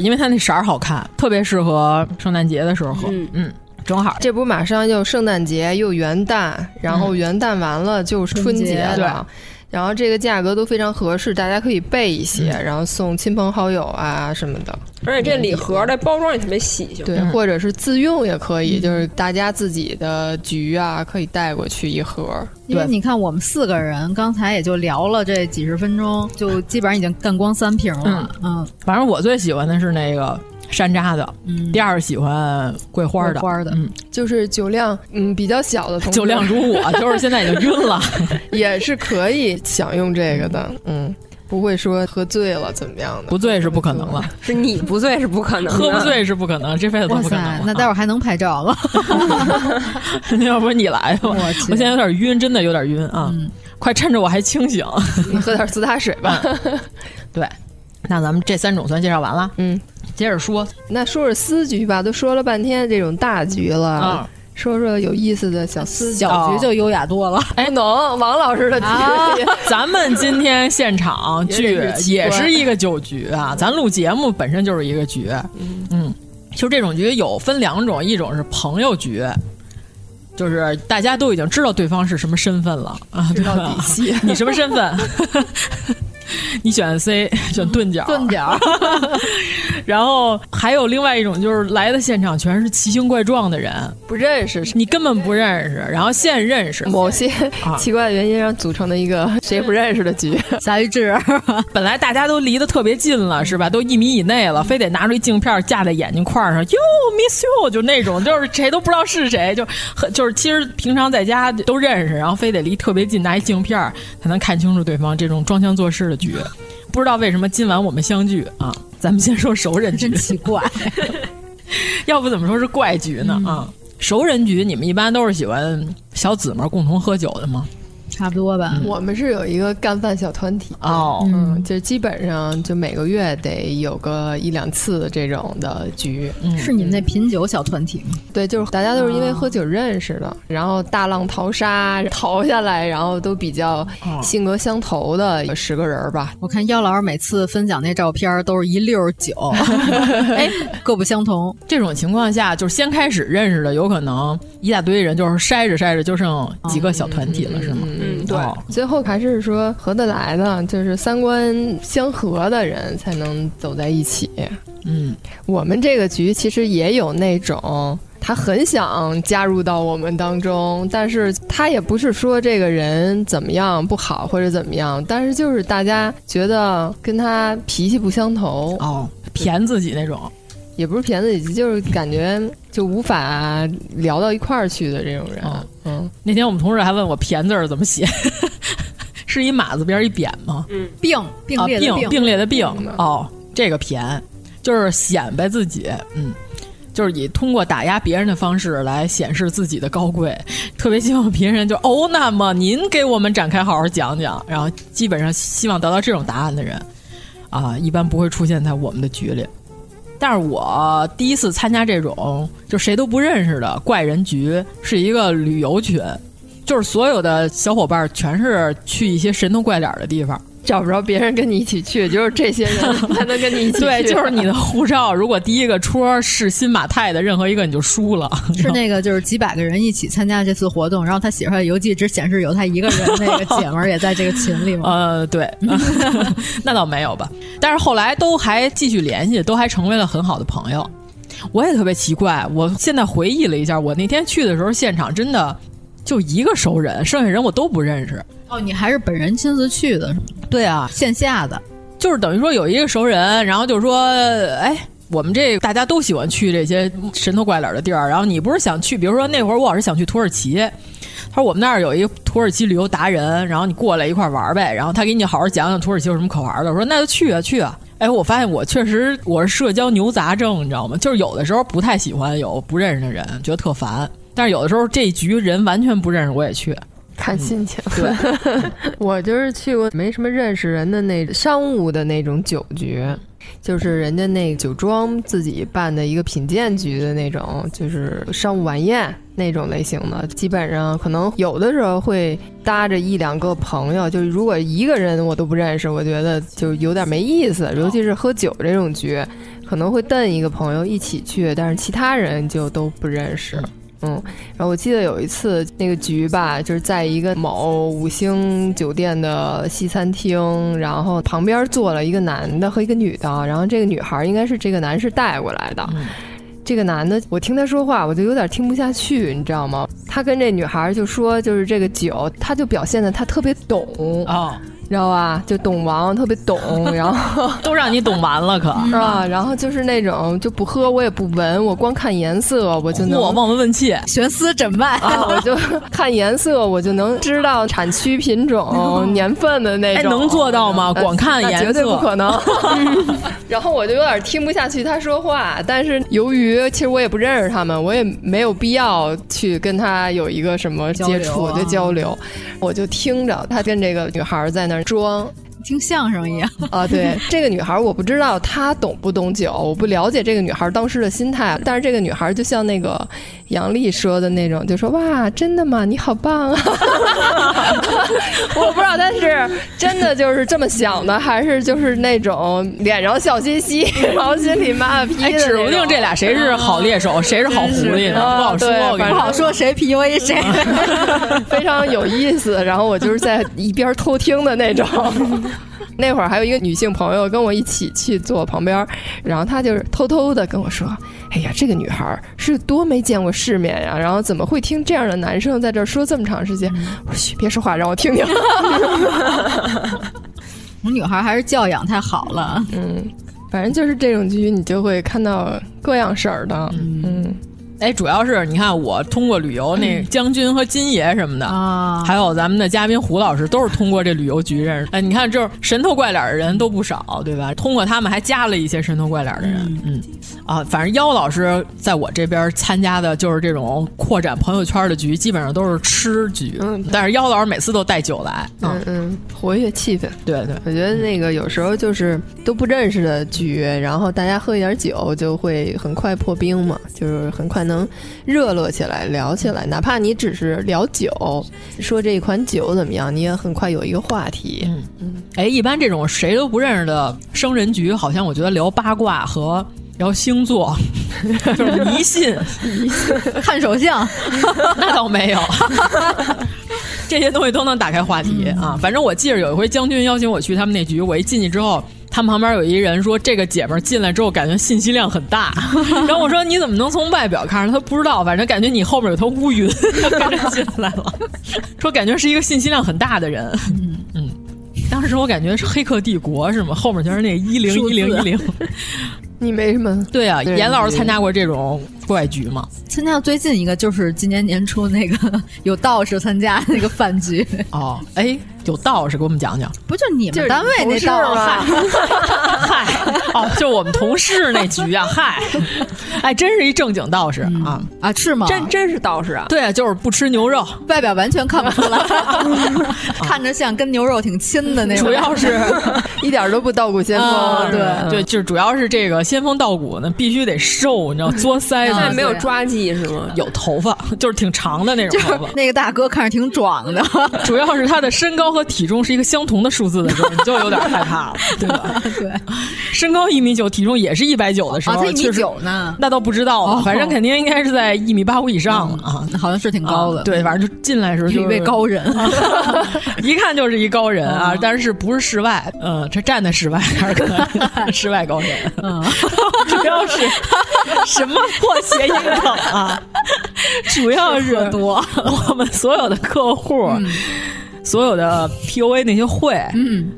L: 因为它那色儿好看，特别适合圣诞节的时候喝。嗯正好。
N: 这不马上又圣诞节又元旦，然
M: 嗯
N: 后元旦完了就是春节
L: 春节对
N: 了。然后这个价格都非常合适，大家可以备一些，然后送亲朋好友啊什么的。
M: 嗯而且这礼盒的包装也特别喜庆，
N: 对，或者是自用也可
M: 嗯
N: 以，就是大家自己的局啊，可以带过去一盒。
K: 因为你看我们四个人刚才也就聊了这几十分钟，就基本上已经干光三瓶了。嗯，
L: 反正我最喜欢的是那个山楂的，第二喜欢桂花
N: 桂
L: 的。
N: 花的
L: 嗯，
N: 就是酒量嗯比较小的同学，
L: 酒量如我，就是现在已经晕了。
N: 也是可以享用这个的，嗯，不会说喝醉了怎么样的。
L: 不醉是不可能了，
M: 是你不醉是不可能的，
L: 喝不醉是不可能，这辈子都
K: 哇
L: 不可能
K: 塞，。那待会儿还能拍照 了。
L: 要不你来吧，我现在有点晕，真的有点晕啊！快趁着我还清醒，
N: 你喝点苏打水吧。
L: 对，那咱们这三种算介绍完了，
N: 嗯，
L: 接着说，
N: 那说说私局吧，都说了半天这种大局了，
L: 啊
N: 说说有意思的小私
L: 小局就
K: 优雅多了。
N: 哎，能王老师的局。
L: 啊，咱们今天现场
N: 也
L: 剧
N: 得是奇
L: 也
N: 观
L: 是一个酒局啊，咱录节目本身就是一个局，嗯，其实这种局有分两种，一种是朋友局。就是大家都已经知道对方是什么身份了啊，
N: 知道
L: 对吧
N: 底细
L: 你什么身份？你选 C，选
N: 嗯
L: 钝角，
K: 钝角。
L: 然后还有另外一种，就是来的现场全是奇形怪状的人，
N: 不认 识
L: 你根本不认识，然后现认识。
N: 某些
L: 啊
N: 奇怪的原因，让组成的一 个谁也不认识的 局。
K: 夏玉志，
L: 本来大家都离得特别近了，是吧？都一米以内了，非得拿出一镜片架在眼睛块儿上，哟，miss you，就那种，就是谁都不知道是谁，就很就是其实平常在家都认识，然后非得离特别近，拿一镜片儿才能看清楚对方，这种装腔作势的局，不知道为什么今晚我们相聚啊，咱们先说 熟人 局，
K: 真奇 怪，
L: 要不怎么说是怪局呢？啊，熟人局你们一般都是喜欢小姊妹儿共同喝酒的吗？
K: 差不多吧。
N: 我们是有一个干饭小团体，
L: 哦，
N: 嗯，就基本上就每个月得有个一两次这种的局。
L: 嗯
K: 是你们那品酒小团体吗？
N: 对，就是大家都是因为喝酒认识的，然后大浪淘沙淘下来，然后都比较性格相投的有十个人儿吧。
K: 我看姚老师每次分享那照片儿都是一溜儿 酒，哎，各不相同。
L: 这种情况下，就是先开始认识的，有可能一大堆人就是筛着筛着就剩几个小团体了，是吗？
M: 嗯，对，
L: 哦
N: 最后还是说合得来的，就是三观相合的人才能走在一起。
L: 嗯，
N: 我们这个局其实也有那种。他很想加入到我们当中，但是他也不是说这个人怎么样不好或者怎么样，但是就是大家觉得跟他脾气不相投，
L: 哦，骗自己那种。
N: 也不是骗自己，就是感觉就无法聊到一块儿去的这种人。
L: 哦
N: 嗯，
L: 那天我们同事还问我“骈”字儿怎么写， 是一马字边一扁吗？
K: 病并
L: 啊，
K: 列的
L: 并
K: 病，
L: 列的并哦，这个骈就是显摆自己，嗯。就是以通过打压别人的方式来显示自己的高贵，特别希望别人就哦，那么您给我们展开好好讲讲，然后基本上希望得到这种答案的人，啊，一般不会出现在我们的局里。但是我第一次参加这种就谁都不认识的怪人局，是一个旅游群，就是所有的小伙伴全是去一些神头怪脸的地方。
N: 找不着别人跟你一起去，就是这些人才能跟你一起去。
L: 对，就是你的护照，如果第一个戳是新马泰的任何一个，你就输了。
K: 是那个，就是几百个人一起参加这次活动，然后他写出来邮寄只显示有他一个 人，那个姐们儿也在这个群里吗？
L: 呃，对， 那倒没有吧。但是后来都还继续联系，都还成为了很好的朋友。我也特别奇怪，我现在回忆了一下，我那天去的时候，现场真的就一个熟人，剩下人我都不认识。
K: 哦，你还是本人亲自去的？
L: 对啊，
K: 线下的，
L: 就是等于说有一个熟人，然后就说，哎，我们这大家都喜欢去这些神头怪脸的地儿，然后你不是想去，比如说那会儿我老是想去土耳其，他说我们那儿有一个土耳其旅游达人，然后你过来一块玩呗，然后他给你好好讲讲土耳其有什么可玩的，我说那就去啊去啊。哎，我发现我确实我是社交牛杂症，你知道吗？就是有的时候不太喜欢有不认识的人，觉得特烦，但是有的时候这一局人完全不认识我也去。
N: 看心情，
L: 嗯、 对，
N: 我就是去过没什么认识人的那商务的那种酒局，就是人家那酒庄自己办的一个品鉴局的那种，就是商务晚宴那种类型的。基本上可能有的时候会搭着一两个朋友，就是如果一个人我都不认识，我觉得就有点没意思，尤其是喝酒这种局，可能会瞪一个朋友一起去，但是其他人就都不认识。嗯，然后我记得有一次那个局吧，就是在一个某五星酒店的西餐厅，然后旁边坐了一个男的和一个女的，然后这个女孩应该是这个男士带过来的。嗯、这个男的，我听他说话，我就有点听不下去，你知道吗？他跟这女孩就说，就是这个酒，他就表现的他特别懂啊
L: 哦。
N: 知道吧？就懂王特别懂，然后
L: 都让你懂完了可，
N: 可啊，然后就是那种就不喝，我也不闻，我光看颜色，我就能
L: 我望闻问切，
K: 悬丝诊脉
N: 啊，我就看颜色，我就能知道产区、品种、年份的那种。
L: 哎
N: 嗯
L: 能做到吗？光看颜色
N: 绝对不可 能。 然后我就有点听不下去他说话，但是由于其实我也不认识他们，我也没有必要去跟他有一个什么接触的交流，
K: 啊、
N: 我就听着他跟这个女孩在那。装
K: 听相声一样
N: 啊！对，这个女孩我不知道她懂不懂酒，我不了解这个女孩当时的心态。但是这个女孩就像那个杨丽说的那种，就说：“哇，真的吗？你好棒啊！” 我不知道她是真的就是这么想的，还是就是那种脸上笑嘻嘻，然后心里骂批的、哎。嗯
L: 指不定这俩谁是好猎手，谁是好狐狸呢？不
N: 哦
L: 好说，
K: 不好说谁 PUA 谁。
L: 啊
N: 非常有意思。然后我就是在一边偷听的那种。那会儿还有一个女性朋友跟我一起去坐旁边，然后她就是偷偷的跟我说：“哎呀，这个女孩是多没见过世面呀，然后怎么会听这样的男生在这说这么长时间？” 我说：“嘘，别说话，让我听听。”
K: 我们女孩还是教养太好了，
N: 嗯，反正就是这种局，你就会看到各样式儿的，嗯。嗯
L: 哎，主要是你看，我通过旅游，那将军和金爷什么
N: 啊
L: 的，
K: 嗯、
L: 还有咱们的嘉宾胡老师，都是通过这旅游局认识。哎，你看，就是神头怪脸的人都不少，对吧？通过他们还加了一些神头怪脸的人。嗯,嗯，啊，反正妖老师在我这边参加的就是这种扩展朋友圈的局，基本上都是吃局。
N: 嗯，
L: 但是妖老师每次都带酒来。
N: 嗯嗯，活跃气氛。
L: 对对，
N: 我觉得那个有时候就是都不认识的局，然后大家喝一点酒，就会很快破冰嘛，就是很快。能热络起来，聊起来，哪怕你只是聊酒，说这款酒怎么样，你也很快有一个话题。
L: 嗯嗯，哎，一般这种谁都不认识的生人局，好像我觉得聊八卦和聊星座， 就是迷信、
K: 看手相，
L: 那倒没有，这些东西都能打开话题、嗯、啊。反正我记着有一回将军邀请我去他们那局，我一进去之后。他们旁边有一人说，这个姐们儿进来之后感觉信息量很大。 然后我说你怎么能从外表看上她？不知道，反正感觉你后面有条乌云 跟着进来了。说感觉是一个信息量很大的人。嗯嗯，当时我感觉是《黑客帝国》是吗？后面全是那一零一零一 零。
N: 你没什么？
L: 对啊，严老师参加过这种怪局吗？
K: 参加最 近一个就是今年年初那个有道士参加那个饭局。
L: 哦，哎，有道士给我们讲讲。
K: 不就你们单位那道
L: 吗？嗨，哦，就我们同事那局啊，嗨，哎，真是一正经道士啊
K: 啊，是吗？
L: 真
K: 真是道士啊！
L: 对啊，就是不吃牛肉，
K: 外表完全看不出来， 看着像跟牛肉挺亲的那种。
L: 主要 是
N: 一点都不道骨仙
L: 啊
K: 嗯
N: 风，
L: 对对，就是主要是这个仙风道骨呢，必须得瘦，你知道，作腮
M: 现在
L: 子
M: 没有抓技是
N: 嗯
M: 吗？
L: 有头发，就是挺长的那
K: 就
L: 种
K: 是
L: 头发。
K: 那个大哥看着挺壮 的，啊
L: 主要是他的身高和体重是一个相同的数字的时候，你就有点害怕了，对吧？
K: 对，
L: 身高一米九，体重也是一百九的时候，
K: 啊他一米
L: 确实
K: 九呢
L: 那倒不知道了
K: 哦
L: 反正肯定应该是在一米八五以上了啊，
K: 嗯好像是挺高的。
L: 啊对，反正就进来的时候就
K: 有一位高人，
L: 一看就是一高人啊，但是不是室外，嗯，这站在室外还是可以，室外高人， 主要是什么破谐音梗啊？主要是 多，我们所有的客户，所有的 PUA 那些会，
K: 嗯。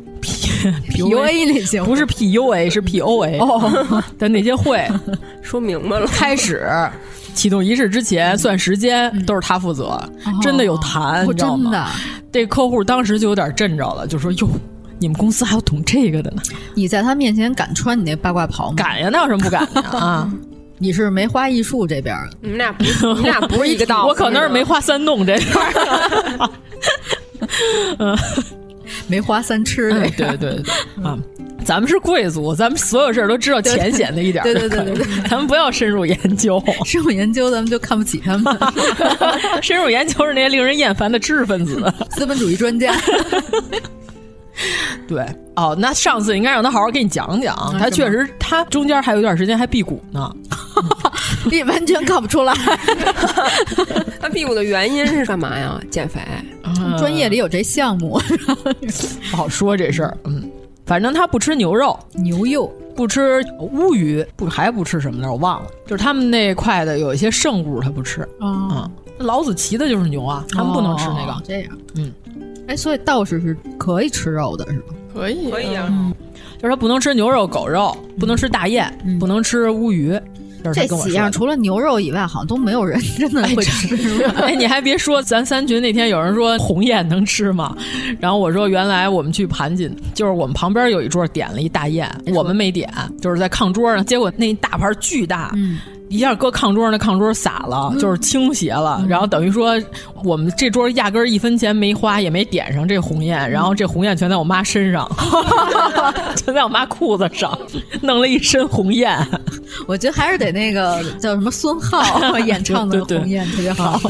K: PUA 类型
L: 不是 PUA 是 POA
K: 哦
L: 的那些会，
M: 说明白了，
L: 开始启动仪式之前算时间都是他负责，真的有谈，
K: 哦
L: 你知道吗
K: 真的。
L: 这客户当时就有点震着了，就说：“哟，你们公司还有懂这个的呢？
K: 你在他面前敢穿你那八卦袍吗？
L: 敢呀，那有什么不敢的啊？
K: 你是梅花艺术这边儿的，
M: 你们俩不，你们俩不是一个道士，啊
L: 我可能是梅花三弄这块儿。
K: 梅花三吃这边
L: 对对对对啊。”咱们是贵族，咱们所有事儿都知道浅显的一点
K: 对
L: 儿就可以，
K: 对对对 对
L: 咱们不要深入研究，
K: 深入研究咱们就看不起他 们，
L: 深入研究是那些令人厌烦的知识分子。
K: 资本主义专家。
L: 对，哦，那上次应该让他好好给你讲讲，
K: 啊
L: 他确实，他中间还有一段时间还辟谷呢，
K: 你完全看不出来，
M: 他辟谷啊的原因是干嘛呀？减肥。
K: 专业里有这项目，
L: 不好说这事儿。嗯，反正他不吃牛肉，
K: 牛肉
L: 不吃乌鱼，不还不吃什么来着？我忘了，就是他们那块的有一些圣物他不吃。
K: 啊，
L: 老子骑的就是牛啊，他们不能吃那个。
K: 哦这样，
L: 嗯，
K: 哎，所以道士是可以吃肉的，是吧？
N: 可以
M: 可以啊，
L: 就是他不能吃牛肉、狗肉，不能吃大雁，不能吃乌鱼。就是
K: 这
L: 他跟我
K: 几
L: 说
K: 样
L: 的
K: 除了牛肉以外，好像都没有人真的会吃。
L: 哎，你还别说，咱三群那天有人说鸿雁能吃吗？然后我说，原来我们去盘锦，就是我们旁边有一桌点了一大雁，我们没点，就是在炕桌上，结果那一大盘巨大。
K: 嗯
L: 一下搁炕桌上，那炕桌洒了，就是倾斜了。然后等于说，我们这桌压根儿一分钱没花，也没点上这鸿雁。然后这鸿雁全在我妈身上， 全在我妈裤子上，弄了一身鸿雁。
K: 我觉得还是得那 个叫什么孙浩演唱的
L: 对对对
K: 鸿雁特别好，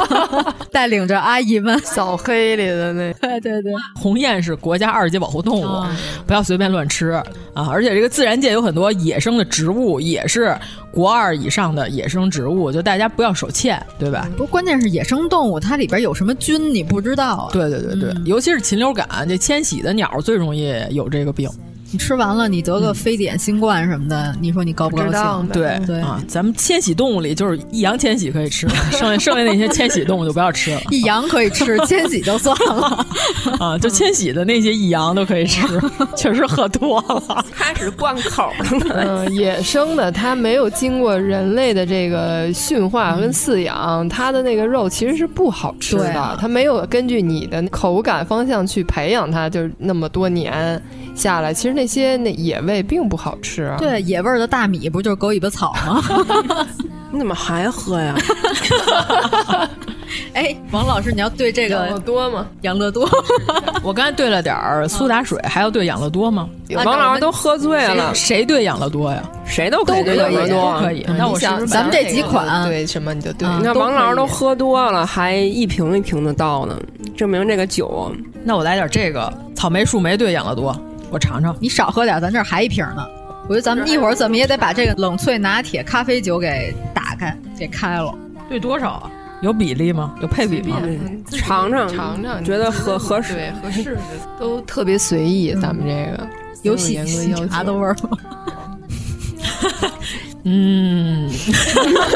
K: 带领着阿姨们
N: 扫黑里的那，
K: 对对对，
L: 鸿雁是国家二级保护动物，
K: 哦
L: 不要随便乱吃啊！而且这个自然界有很多野生的植物，也是国二以上的野生植物，就大家不要手欠，对吧？
K: 不，关键是野生动物它里边有什么菌你不知道啊？，
L: 对对对对，尤其是禽流感，这迁徙的鸟最容易有这个病。
K: 你吃完了你得个非典、新冠什么的，你说你高不高
N: 值当
K: 兴？
N: 的
L: 对
K: 对
L: 啊，咱们迁徙动物里就是易烊千玺可以 吃，剩下剩下那些迁徙动物就不要吃了
K: 一阳可以吃，千玺就算了。
L: 啊！就迁徙的那些易烊都可以吃，确实喝多了。
M: 开始灌口了，
N: 嗯，野生的它没有经过人类的这个驯化跟饲养，它的那个肉其实是不好吃
K: 对
N: 的
K: 啊，
N: 它没有根据你的口感方向去培养它，就是那么多年下来，其实那些那野味并不好吃。啊
K: 对，野味儿的大米不就是狗尾巴草吗？
M: 你怎么还喝呀？
K: 哎，王老师，你要对这
N: 养
K: 个
N: 多吗？
K: 养乐多
L: 我刚才兑了点儿苏打水，还要兑养乐多吗？
K: 啊
M: 王老师都喝醉了，
L: 谁对养乐多呀？
M: 谁都可以
N: 都
M: 对养乐
L: 都可
M: 多。
L: 以。
N: 嗯
L: 那
N: 你
L: 我是
N: 想
L: 不是
K: 咱们这
N: 买
K: 几款
N: 那个对什么你就对。
K: 啊
M: 你看
K: 都
M: 王老
K: 可
M: 师
K: 以
M: 都喝多了，还一瓶一瓶的倒呢，证明这个酒
L: 那我来点这个草莓树莓兑养乐多，我尝尝。
K: 你少喝点，咱这儿还一瓶呢。我觉得咱们一会儿怎么也得把这个冷萃拿铁咖啡酒给打开，给开了。
L: 兑多少啊？有比例吗？有配比吗？
M: 尝尝
N: 尝尝，
M: 觉得合合适。
N: 对合适就都特别随意，咱们这个
K: 有
N: 没
K: 喜
N: 严格
K: 喜
N: 要求
K: 茶的味儿吗？
L: 嗯，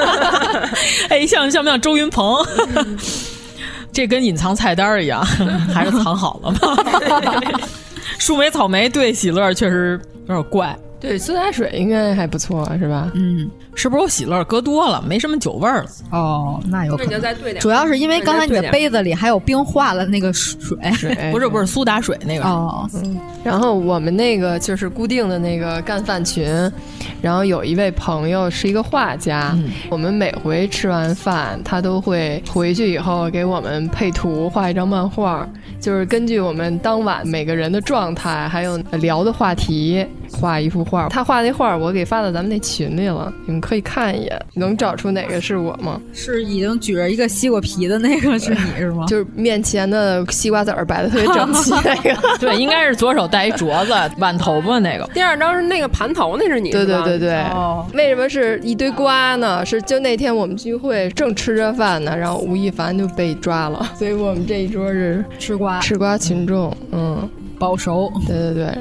L: 哎，像像不像周云鹏？ 这跟隐藏菜单儿一样，还 是藏好了吧？树莓草莓兑喜乐确实有点怪。
N: 对，苏打水应该还不错，是吧？
K: 嗯，
L: 是不是我喜乐搁多了，没什么酒味儿了？
K: 哦，那有可
M: 那你就再兑
K: 能。
M: 点
K: 主要是因为刚才你的杯子里还有冰化了那个水，
L: 不是不是苏打水那个
K: 哦，
N: 然后我们那个就是固定的那个干饭群，然后有一位朋友是一个画家，我们每回吃完饭，他都会回去以后给我们配图画一张漫画，就是根据我们当晚每个人的状态还有聊的话题画一幅画。他画那画我给发到咱们那群里了，你们可以看一眼，能找出哪个是我吗？
K: 是已经举着一个西瓜皮的那个是你是吗？
N: 就是面前的西瓜籽儿摆的特别整齐那个。
L: 对，应该是左手戴一镯子挽头发那个。
M: 第二张是那个盘头，那是你
N: 对
M: 是
N: 对
M: 吧
N: 对对，
K: 哦
N: 为什么是一堆瓜呢？是就那天我们聚会正吃着饭呢，然后吴亦凡就被抓了，所以我们这一桌是
K: 吃瓜
N: 吃瓜群众，嗯，
K: 保熟。
N: 对对对，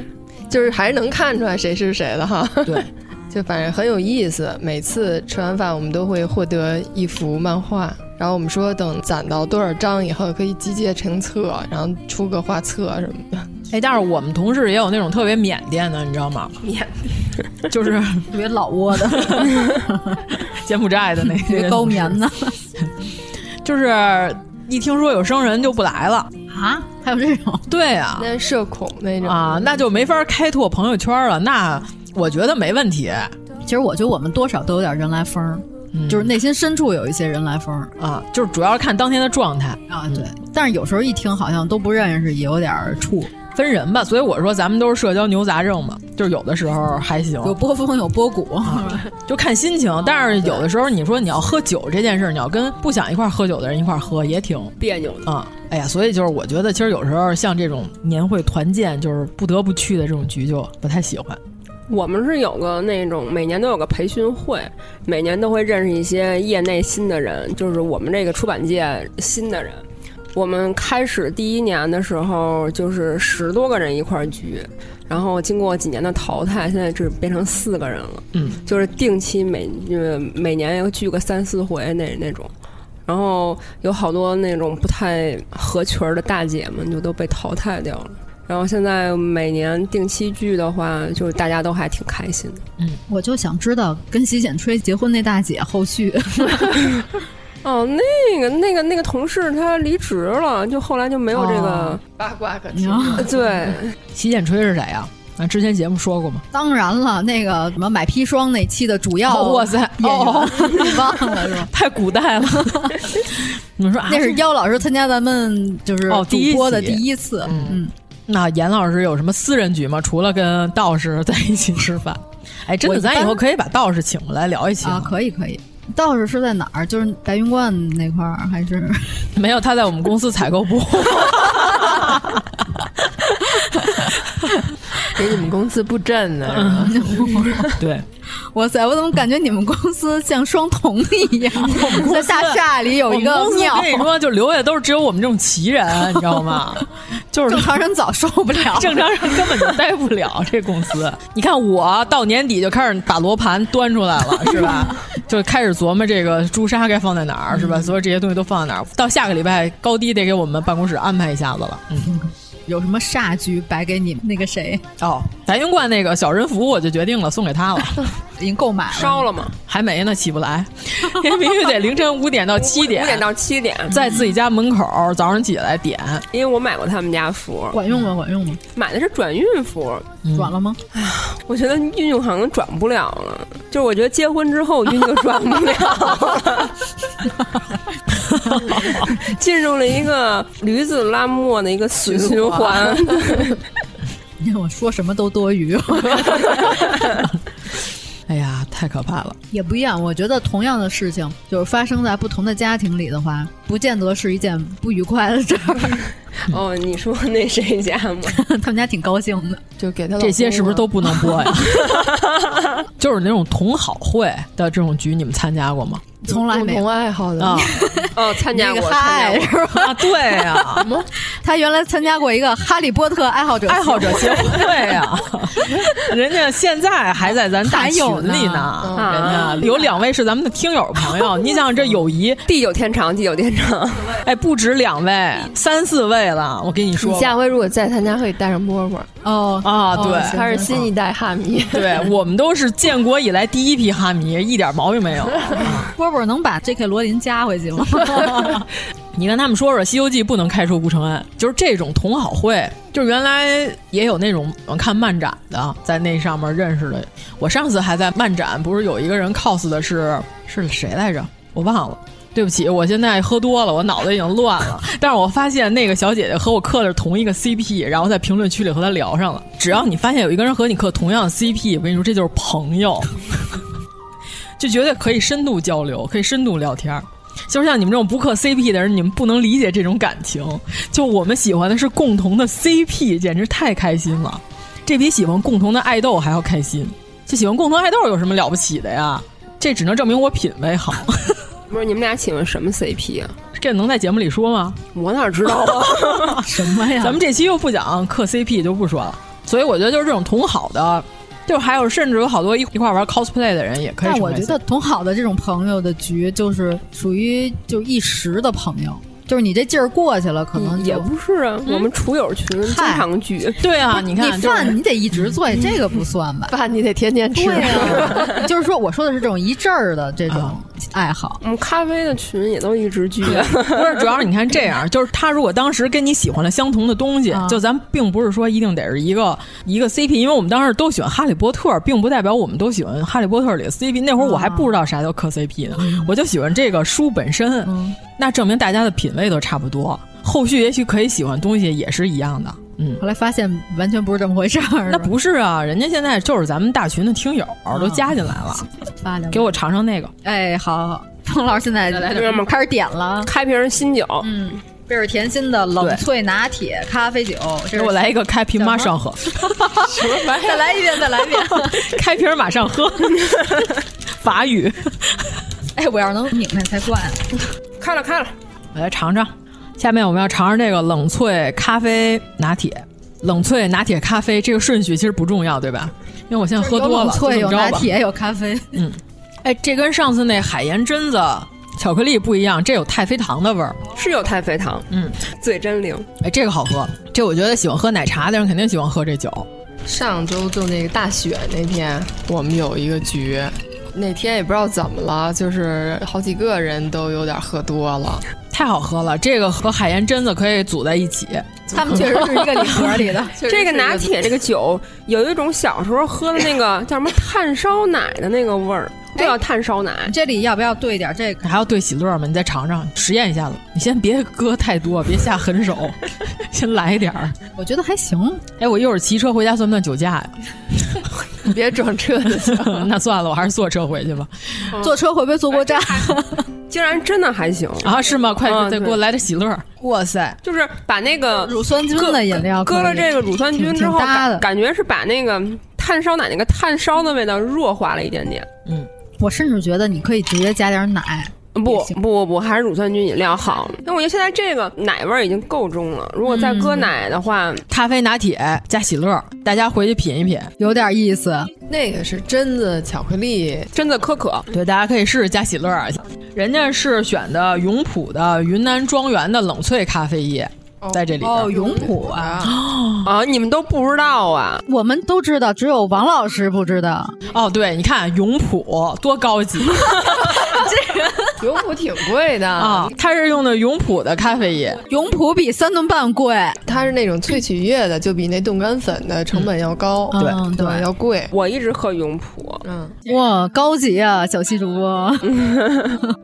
N: 就是还是能看出来谁是谁的哈。
L: 对。
N: 就反正很有意思，每次吃完饭我们都会获得一幅漫画，然后我们说等攒到多少张以后可以集结成册，然后出个画册什么的。
L: 哎，但是我们同事也有那种特别缅甸的，你知道吗？
M: 缅
L: 甸就是
K: 特别老挝 的，
L: 柬埔寨的那
K: 特别高棉的，
L: 就是一听说有生人就不来了
K: 啊？还有这种？
L: 对啊，
N: 那社恐那种
L: 啊，那就没法开拓朋友圈了。那我觉得没问题。
K: 其实我觉得我们多少都有点人来疯儿，就是内心深处有一些人来疯儿
L: 啊，就是主要是看当天的状态
K: 啊。对，但是有时候一听好像都不认识，也有点儿怵。
L: 分人吧，所以我说咱们都是社交牛杂症嘛，就是有的时候还行，
K: 有波峰有波谷，
L: 就看心情。但是有的时候你说你要喝酒这件事儿，你要跟不想一块儿喝酒的人一块儿喝，也挺
M: 别扭的。
L: 啊、哎呀，所以就是我觉得，其实有时候像这种年会团建，就是不得不去的这种局，就不太喜欢。
M: 我们是有个那种每年都有个培训会，每年都会认识一些业内新的人，就是我们这个出版界新的人。我们开始第一年的时候，就是十多个人一块儿聚，然后经过几年的淘汰，现在只变成四个人了。
L: 嗯，
M: 就是定期每呃每年要聚个三四回那那种，然后有好多那种不太合群儿的大姐们就都被淘汰掉了。然后现在每年定期聚的话，就是大家都还挺开心的。
K: 我就想知道跟洗剪吹结婚那大姐后 续
M: 哦，那个那个那个同事他离职了，就后来就没有这个、
K: 哦
N: 八卦可
K: 听了
M: 对，
L: 洗剪吹是谁啊？啊，之前节目说过吗？
K: 当然了，那个什么买砒霜那期的主要
L: 哦哇塞
K: 演员
L: 哦
K: 你忘了是 吧？
L: 太古代了。你们说啊
K: 那是妖老师参加咱们就是
L: 哦，第一
K: 主播的
L: 集
K: 第一次，嗯，
L: 那严老师有什么私人局吗？除了跟道士在一起吃饭，哎，真的，
K: 我一般
L: 咱以后可以把道士请过来聊一期
K: 啊，可以可以。道士是在哪儿？就是白云观那块儿还是？
L: 以，没有他在我们公司采购 部，
N: 给你们公司布阵呢。
L: 对，
K: 哇塞，我怎么感觉你们公司像双瞳一 样？在大厦里有一
L: 我们
K: 个
L: 公司
K: 庙，
L: 跟你说，就留下都是只有我们这种奇人，你知道 吗？就是
K: 正常人早受不了
L: ，正常人根本就待不了这公 司。你看我到年底就开始把罗盘端出来 了，是吧？就开始琢磨这个朱砂该放在哪儿，是
M: 嗯
L: 吧？所有这些东西都放在哪儿。到下个礼拜高低得给我们办公室安排一下子了。嗯，
K: 有什么煞局摆给你们那个谁？
L: 哦，白云观那个小人符我就决定了送给他 了，
K: 已经购买了，
M: 烧了吗？
L: 还没呢，起不来，因为必须得凌晨五点到七点，
M: 五点到七点，
L: 在自己家门口早上起来点。
M: 因为我买过他们家服，
K: 管用吗？管用吗？
M: 买的是转运服，
L: 嗯
K: 转了吗？
M: 我觉得运动好像转不了了，就是我觉得结婚之后运就转不了 了，进入了一个驴子拉磨的一个死循环。
K: 你看我说什么都多余，
L: 哎呀，太可怕了！
K: 也不一样。我觉得同样的事情，就是发生在不同的家庭里的话，不见得是一件不愉快的事儿。
M: 哦，你说那谁家 吗？
K: 他们家挺高兴的，
N: 就给他
L: 这些是不是都不能播 呀？就是那种同好会的这种局，你们参加过吗？
K: 从来没有
N: 共同爱好的
L: 啊，
M: 哦，参
K: 那
M: 加过，
K: 个嗨是吧？
L: 啊，对呀，
K: 他原来参加过一个哈利波特爱好者
L: 爱 好者协
K: 协会，
L: 会 呀，人家现在还在咱大
K: 还
L: 群里
K: 有
L: 呢嗯啊
K: 呢，
L: 人家有两位是咱们的听友朋友，你想这友谊
M: 地久天长，地久天上。
L: 哎，不止两位，三四位了。我跟你说，
M: 你下回如果再参加，可以带上波波。
L: 哦啊，对，
M: 他哎是新一代哈迷。
L: 对我们都是建国以来第一批哈迷，一点毛病没有。
K: 波波能把 J.K. 罗琳加回去吗？
L: 你跟他们说说，《西游记》不能开除顾承恩，就是这种同好会，就是原来也有那种嗯看漫展的，在那上面认识的。我上次还在漫展，不是有一个人 cos 的是是谁来着？我忘了。对不起，我现在喝多了，我脑子已经乱了。但是我发现那个小姐姐和我磕的是同一个 CP，然后在评论区里和她聊上了。只要你发现有一个人和你磕同样的 CP，我跟你说，这就是朋友，就绝对可以深度交流，可以深度聊天儿。就是像你们这种不磕 CP 的人，你们不能理解这种感情。就我们喜欢的是共同的 CP，简直太开心了，这比喜欢共同的爱豆还要开心。就喜欢共同爱豆有什么了不起的呀？这只能证明我品味好。
M: 不是你们俩喜欢什么 CP 啊？
L: 这能在节目里说吗？
M: 我哪知道 啊？
L: 什么
K: 嗯
L: 呀？咱们这期又不讲磕 CP 就不说了。所以我觉得就是这种同好的。就是还有，甚至有好多一一块玩 cosplay 的人也可以。
K: 但我觉得同好的这种朋友的局，就是属于就一时的朋友，就是你这劲儿过去了，可能
M: 也不是啊。嗯、我们厨友群经常聚，
L: 对啊，你看，
K: 你饭你得一直做，嗯、这个不算吧？
M: 饭你得天天吃。
K: 对啊， 就是说，我说的是这种一阵儿的这种爱好。
M: 我们、嗯、咖啡的群也都一直聚，
N: 啊
L: 不是主要是你看这样，就是他如果当时跟你喜欢了相同的东西，就咱并不是说一定得是一个一个 CP，因为我们当时都喜欢哈利。波特并不代表我们都喜欢《哈利波特》里的 CP。那会儿我还不知道啥叫磕 CP 呢，嗯、我就喜欢这个书本身。嗯、那证明大家的品味都差不多，后续也许可以喜欢东西也是一样的。嗯，
K: 后来发现完全不是这么回事儿。
L: 那不是啊，人家现在就是咱们大群的听友都加进来了，
K: 嗯、
L: 给我尝尝那个。
K: 哎，好好，彭老师现在开始点了，
M: 开瓶新酒。
K: 嗯。贝尔甜心的冷萃拿铁咖啡酒，
L: 给我来一个开瓶马上 喝，
K: 再来一遍，再来一遍，
L: 开瓶马上喝， 法语。
K: 哎，我要是能拧开才怪啊呢。
M: 开了，开了，
L: 我来尝尝。下面我们要尝尝这个冷萃咖啡拿铁，冷萃拿铁咖啡这个顺序其实不重要，对吧？因为我现在喝多了，
K: 有冷萃有拿铁有咖 啡。
L: 嗯，哎，这跟上次那海盐榛子。巧克力不一样，这有太妃糖的味儿，
M: 是有太妃糖。
L: 嗯，
M: 嘴真灵。
L: 哎，这个好喝，这我觉得喜欢喝奶茶的人肯定喜欢喝这酒。
N: 上周就那个大雪那天，我们有一个局，那天也不知道怎么了，就是好几个人都有点喝多了。
L: 太好喝了，这个和海盐榛子可以组在一起。
K: 他们确实是一个礼盒里的。
M: 这个拿铁这个酒有一种小时候喝的那个 叫什么炭烧奶的那个味儿，就叫炭烧奶。
K: 这里要不要兑点这个？
L: 还要兑喜乐吗？你再尝尝，实验一下子。你先别搁太多，别下狠手， 先来点儿。
K: 我觉得还行。
L: 哎，我一会儿骑车回家算不算酒驾呀？
N: 你别撞车了，
L: 那算了，我还是坐车回去吧。
K: 坐车会不会坐过站？
M: 竟然真的还行
L: 啊？是吗？快再给我来点喜乐！哇
N: 哎
L: 塞，
M: 就是把那个
K: 乳酸菌的饮料
M: 搁了这个乳酸菌之后，感觉是把那个炭烧奶那个炭烧的味道弱化了一点点。
L: 嗯，
K: 我甚至觉得你可以直接加点奶。
M: 不不不不，还是乳酸菌饮料好。那我觉得现在这个奶味儿已经够重了，如果再
K: 嗯
M: 搁奶的
N: 嗯
M: 话，
L: 咖啡拿铁加喜乐，大家回去品一品，
K: 有点意思。
N: 那个是榛子巧克力，
M: 榛子可可，
L: 对，大家可以试试加喜乐。啊人家是选的永璞的云南庄园的冷萃咖啡液。在这里
K: 哦，永璞啊
M: 啊！你们都不知道啊？
K: 我们都知道，只有王老师不知道。
L: 哦，对，你看永璞多高级，
N: 这个永璞挺 贵的
K: 哦
L: 啊。他是用的永璞的咖啡液，
K: 永璞比三顿半贵。
N: 它是那种萃取液的，就比那冻干粉的成本要高，
L: 对
N: 对，要贵。
M: 我一直喝永璞，
K: 嗯，哇，高级啊，小西主播。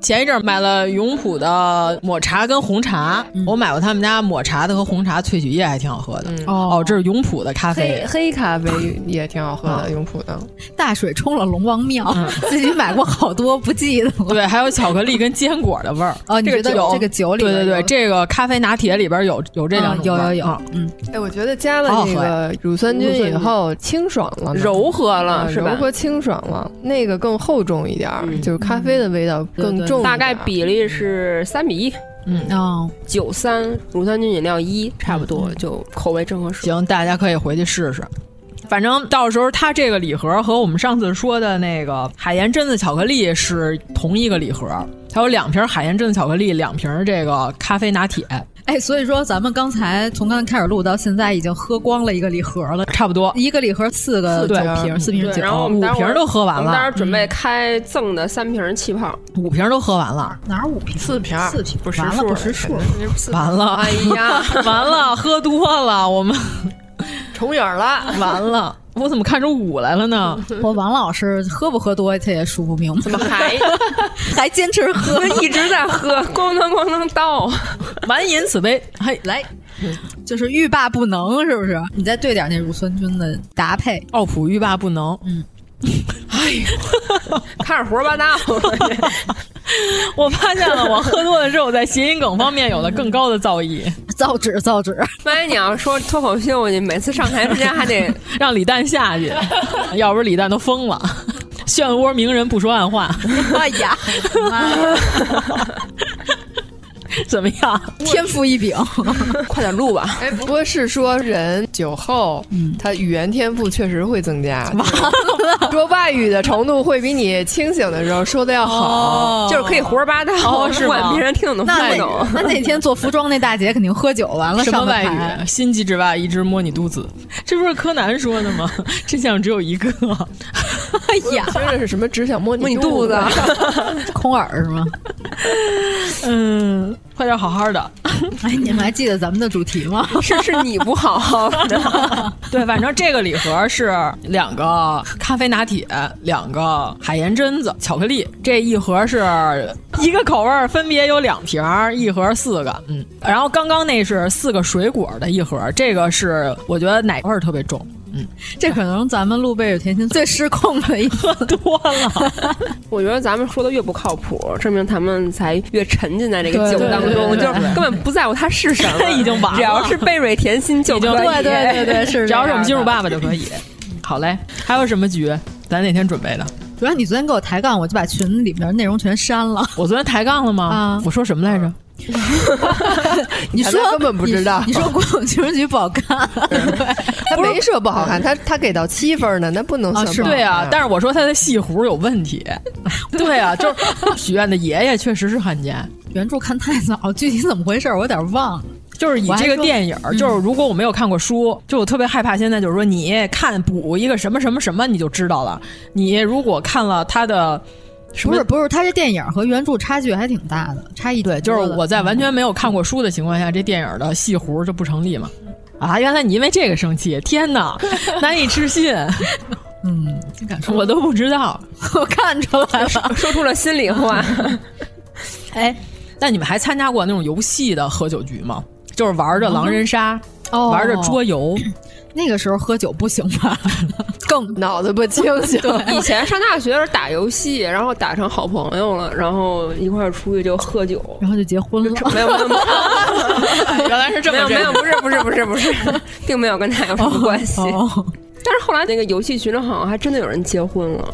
L: 前一阵买了永璞的抹茶跟红茶，我买过他们家抹。茶的和红茶萃取液还挺好喝的哦，这是永璞的咖啡，
N: 黑咖啡也挺好喝
M: 嗯
N: 的，永璞的。
K: 大水冲了龙王庙， 自己买过好多，不记得 了。
L: 对，还有巧克力跟坚果的味儿。
K: 哦，你觉得有这个酒里？
L: 对对对，这个咖啡拿铁里边有有这两种。
K: 有有有，嗯。
N: 哎，我觉得加了那个乳酸菌以后清爽了，嗯
M: 柔和了，是吧？
N: 柔和清爽了，那个更厚重一点，就是咖啡的味道更重。
M: 大概比例是三比一。
L: 嗯
K: 哦，
M: 九
N: 嗯
M: 三乳酸菌饮料一，差不多就口味正合适。
L: 行，大家可以回去试试。反正到时候它这个礼盒和我们上次说的那个海盐榛子巧克力是同一个礼盒，它有两瓶海盐榛子巧克力，两瓶这个咖啡拿铁。
K: 哎，所以说咱们刚才从刚才开始录到现在，已经喝光了一个礼盒了，
L: 差不多
K: 一个礼盒四个酒瓶，四瓶酒，
N: 然后我
L: 五
N: 们待会
L: 瓶
N: 儿
L: 都喝完
N: 我们待会
L: 了
N: 儿，
L: 嗯
N: 准备开赠的三瓶气泡，
L: 五瓶都喝 完了，
K: 哪儿五瓶？
N: 四瓶
K: 四瓶
N: 不识
K: 完了
N: 数
K: 不
N: 儿
K: 识数儿，
L: 完了，
N: 哎呀
L: 完了，喝多了，我们
N: 重影儿了，
L: 完了，我怎么看出五来 了呢？
K: 我王老师喝不喝多，他也说不明白，
N: 怎么还
K: 还坚持 喝？
N: 一直在喝，咣当咣当倒，
L: 完饮此杯，嘿，
K: 来，就是欲罢不能，是不是？你再对点那乳酸菌的搭配，
L: 奥普欲罢不能。哎
K: 嗯，
N: 开始胡说八道了。
L: 我发现了，我喝多了之后，在谐音梗方面有了更高的造诣，
K: 造纸造纸，
N: 万哎一你要说脱口秀，你每次上台之前还得
L: 让李诞下 去，要不然李诞都疯了。漩涡鸣人不说暗话，
K: 哎呀，妈呀
L: 怎么样？
K: 天赋异禀，
N: 快点录吧。
P: 哎，不过是说人酒后，
L: 嗯
P: 他语言天赋确实会增加， 就是说外语的程度会比你清醒的时候说的要好。
N: 就是可以胡说八道，
L: 哦是
N: 不管
L: 吗
N: 别人听懂不
K: 那那
N: 听懂。
K: 那那天做服装那大姐肯定喝酒完了，
L: 什么
K: 上
L: 外
K: 台
L: 语？心急之外，一直摸你肚子，这不是柯南说的吗？真相只有一个。哎 呀，
P: 真的是什么只想摸
N: 摸你
P: 你肚
N: 肚子，
K: 空耳是吗？
L: 嗯，快点好好 的。
K: 哎，你们还记得咱们的主题吗？
N: 是是你不好好的，
L: 对，反正这个礼盒是两个咖啡拿铁，两个海盐榛子巧克力，这一盒是一个口味儿，分别有两瓶儿，一盒四个，嗯。然后刚刚那是四个水果的一盒，这个是我觉得奶味儿特别重，嗯，
K: 这可能咱们录贝尔甜心最失控的一次。
L: 多了。
N: 我觉得咱们说的越不靠谱，证明他们才越沉浸在这个
K: 对
N: 酒
K: 对
N: 当
K: 对
N: 中，
K: 对啊
N: 就是根本不在乎它是什么，
L: 已经 完了
N: 只要是贝瑞甜心就可以。
K: 对对对对，是
L: 只要是我们金
K: 进
L: 主
K: 入
L: 爸爸就 可以。好嘞，还有什么局？咱哪天准备的？
K: 主要你昨天给我抬杠，我就把群里面内容全删了。
L: 我昨天抬杠了吗？
K: 啊
L: 我说什么来着？
K: 你说
P: 根本不知道
K: 你你说国有情人局不好看，
P: 他没说不好看，他他给到七分呢，那不能算
K: 啊是吗
P: 不好
L: 对啊
P: 看，
L: 但是我说他的戏胡有问题。 对啊，就是许愿的爷爷确实是汉奸。
K: 原著看太早，具体怎么回事儿我有点忘了。
L: 就是以
K: 我还
L: 这个
K: 说嗯
L: 电影儿，就是如果我没有看过书，就我特别害怕。现在就是说，你看补一个什么什么什么，你就知道了。你如果看了他的什
K: 不
L: 么
K: 是不是，他这电影和原著差距还挺大的，差异
L: 对，就是
K: 挺多的嗯
L: 我在完全没有看过书的情况下，这电影的戏胡就不成立嘛。啊，原来你因为这个生气，天哪， 难以置信，
K: 嗯，你敢说？
L: 我都不知道。
K: 我看出来 了，
N: 说出了心里话，
K: 啊
L: 哎，那你们还参加过那种游戏的喝酒局吗？就是玩着狼人杀，
K: 哦
L: 玩着桌 游，
K: 那个时候喝酒不行吧？ 更
P: 脑子不清 醒。
N: 以前上大学的时候打游戏，然后打成好朋友了，然后一块儿出去就喝酒。
K: 然后就结婚了。
N: 没有没有没有，
L: 原来是这么
N: 没有没有，不是不是不是不是，并没有跟他有什么关系。
K: 哦，
N: 但是后来那个游戏群里好像还真的有人结婚了，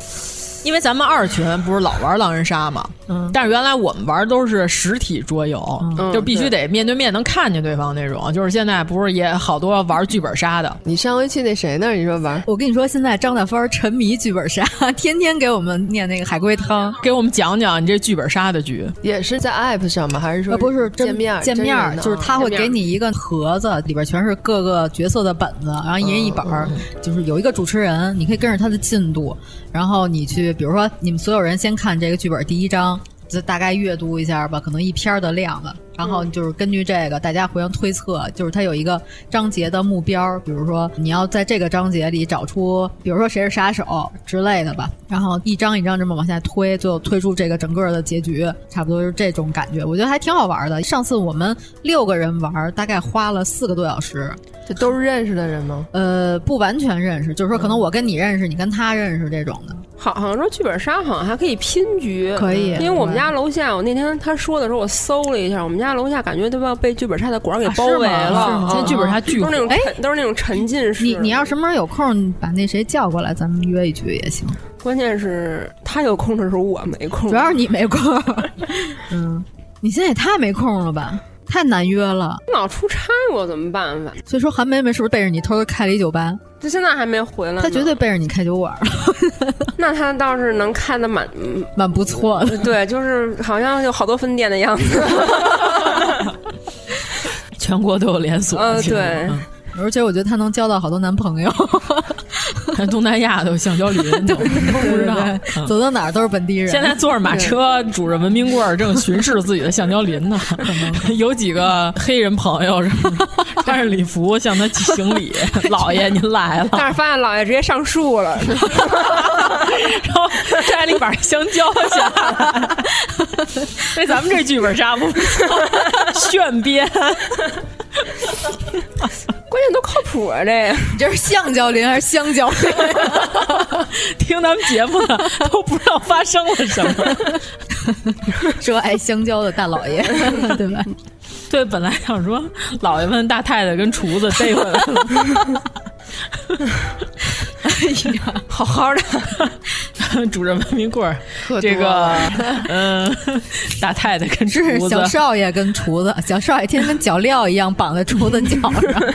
L: 因为咱们二群不是老玩狼人杀嘛，
K: 嗯
L: 但是原来我们玩都是实体桌游，
N: 嗯
L: 就必须得面对面能看见对方那种。就是现在不是也好多玩剧本杀的，
P: 你上回去那谁那儿，你说玩
K: 我跟你说，现在张大芬儿沉迷剧本杀， 天天给我们念那个海龟汤。
L: 给我们讲讲你这剧本杀的局。
P: 也是在 app 上吗？还是说
K: 呃，不是真
P: 见面儿
K: 见面儿
P: 真人的
K: 就是他会
N: 见面
K: 给
N: 儿
K: 你一个盒子，里边全是各个角色的本子，然后一人一本
P: 嗯
K: 儿，就是有一个主持人，你可以跟着他的进度，然后你去，比如说你们所有人先看这个剧本第一章，就大概阅读一下吧，可能一篇儿的量吧，然后
P: 嗯
K: 就是根据这个大家互相推测，就是他有一个章节的目标，比如说你要在这个章节里找出，比如说谁是杀手之类的吧，然后一张一张这么往下推，最后推出这个整个的结局，差不多是这种感觉，我觉得还挺好玩的。上次我们六个人玩，大概花了四个多小时，
P: 这都是认识的人吗？
K: 呃，不完全认识，就是说可能我跟你认识，你跟他认识这种的。
N: 好好像说剧本杀好像还可以拼局，
K: 可以
N: 因为我们家楼下，我那天他说的时候，我搜了一下，我们家楼下感觉都要被剧本杀的馆儿给包围了，
L: 是吗
N: 啊
L: 现在剧本杀巨
N: 都是那种
K: 哎
N: 沉，都是那种沉浸式。
K: 你你要什么时候有空，你把那谁叫过来，咱们约一局也行。
N: 关键是他有空的时候我没空，
K: 主要是你没空，嗯，你现在也太没空了吧？太难约了。
M: 老出差我怎么办法？
K: 所以说，韩梅梅是不是背着你偷偷开了一酒吧？
M: 就现在还没回来，
K: 她绝对背着你开酒馆。
M: 那她倒是能看的蛮
K: 蛮不错
L: 嗯
K: 的，
M: 对，就是好像有好多分店的样子。
L: 全国都有连锁，嗯
M: 呃，对。
K: 而且我觉得她能交到好多男朋友，
L: 东南亚都橡胶林，都不知道，
K: 走到哪儿都是本地人。
L: 现在坐着马车，拄着文明棍儿，正巡视自己的橡胶林 呢。有几个黑人朋友 穿着礼服向他行礼：“老爷，您来了。”
M: 但是发现老爷直接上树了，
L: 然后摘了一把香蕉下来。 那咱们这剧本杀不炫编。
M: 关键都靠谱啊！这
K: 你这是橡胶林还是香蕉林？
L: 听咱们节目的都不知道发生了什么。
K: 说爱香蕉的大老爷， 对吧？
L: 嗯对，本来想说老爷问大太太跟厨子逮 回来了。
M: 哎呀， 好好
L: 的，主任文明棍儿，这个嗯，大太太跟
K: 是小少爷跟厨子，小少爷天天跟脚镣一样绑在厨子脚 上。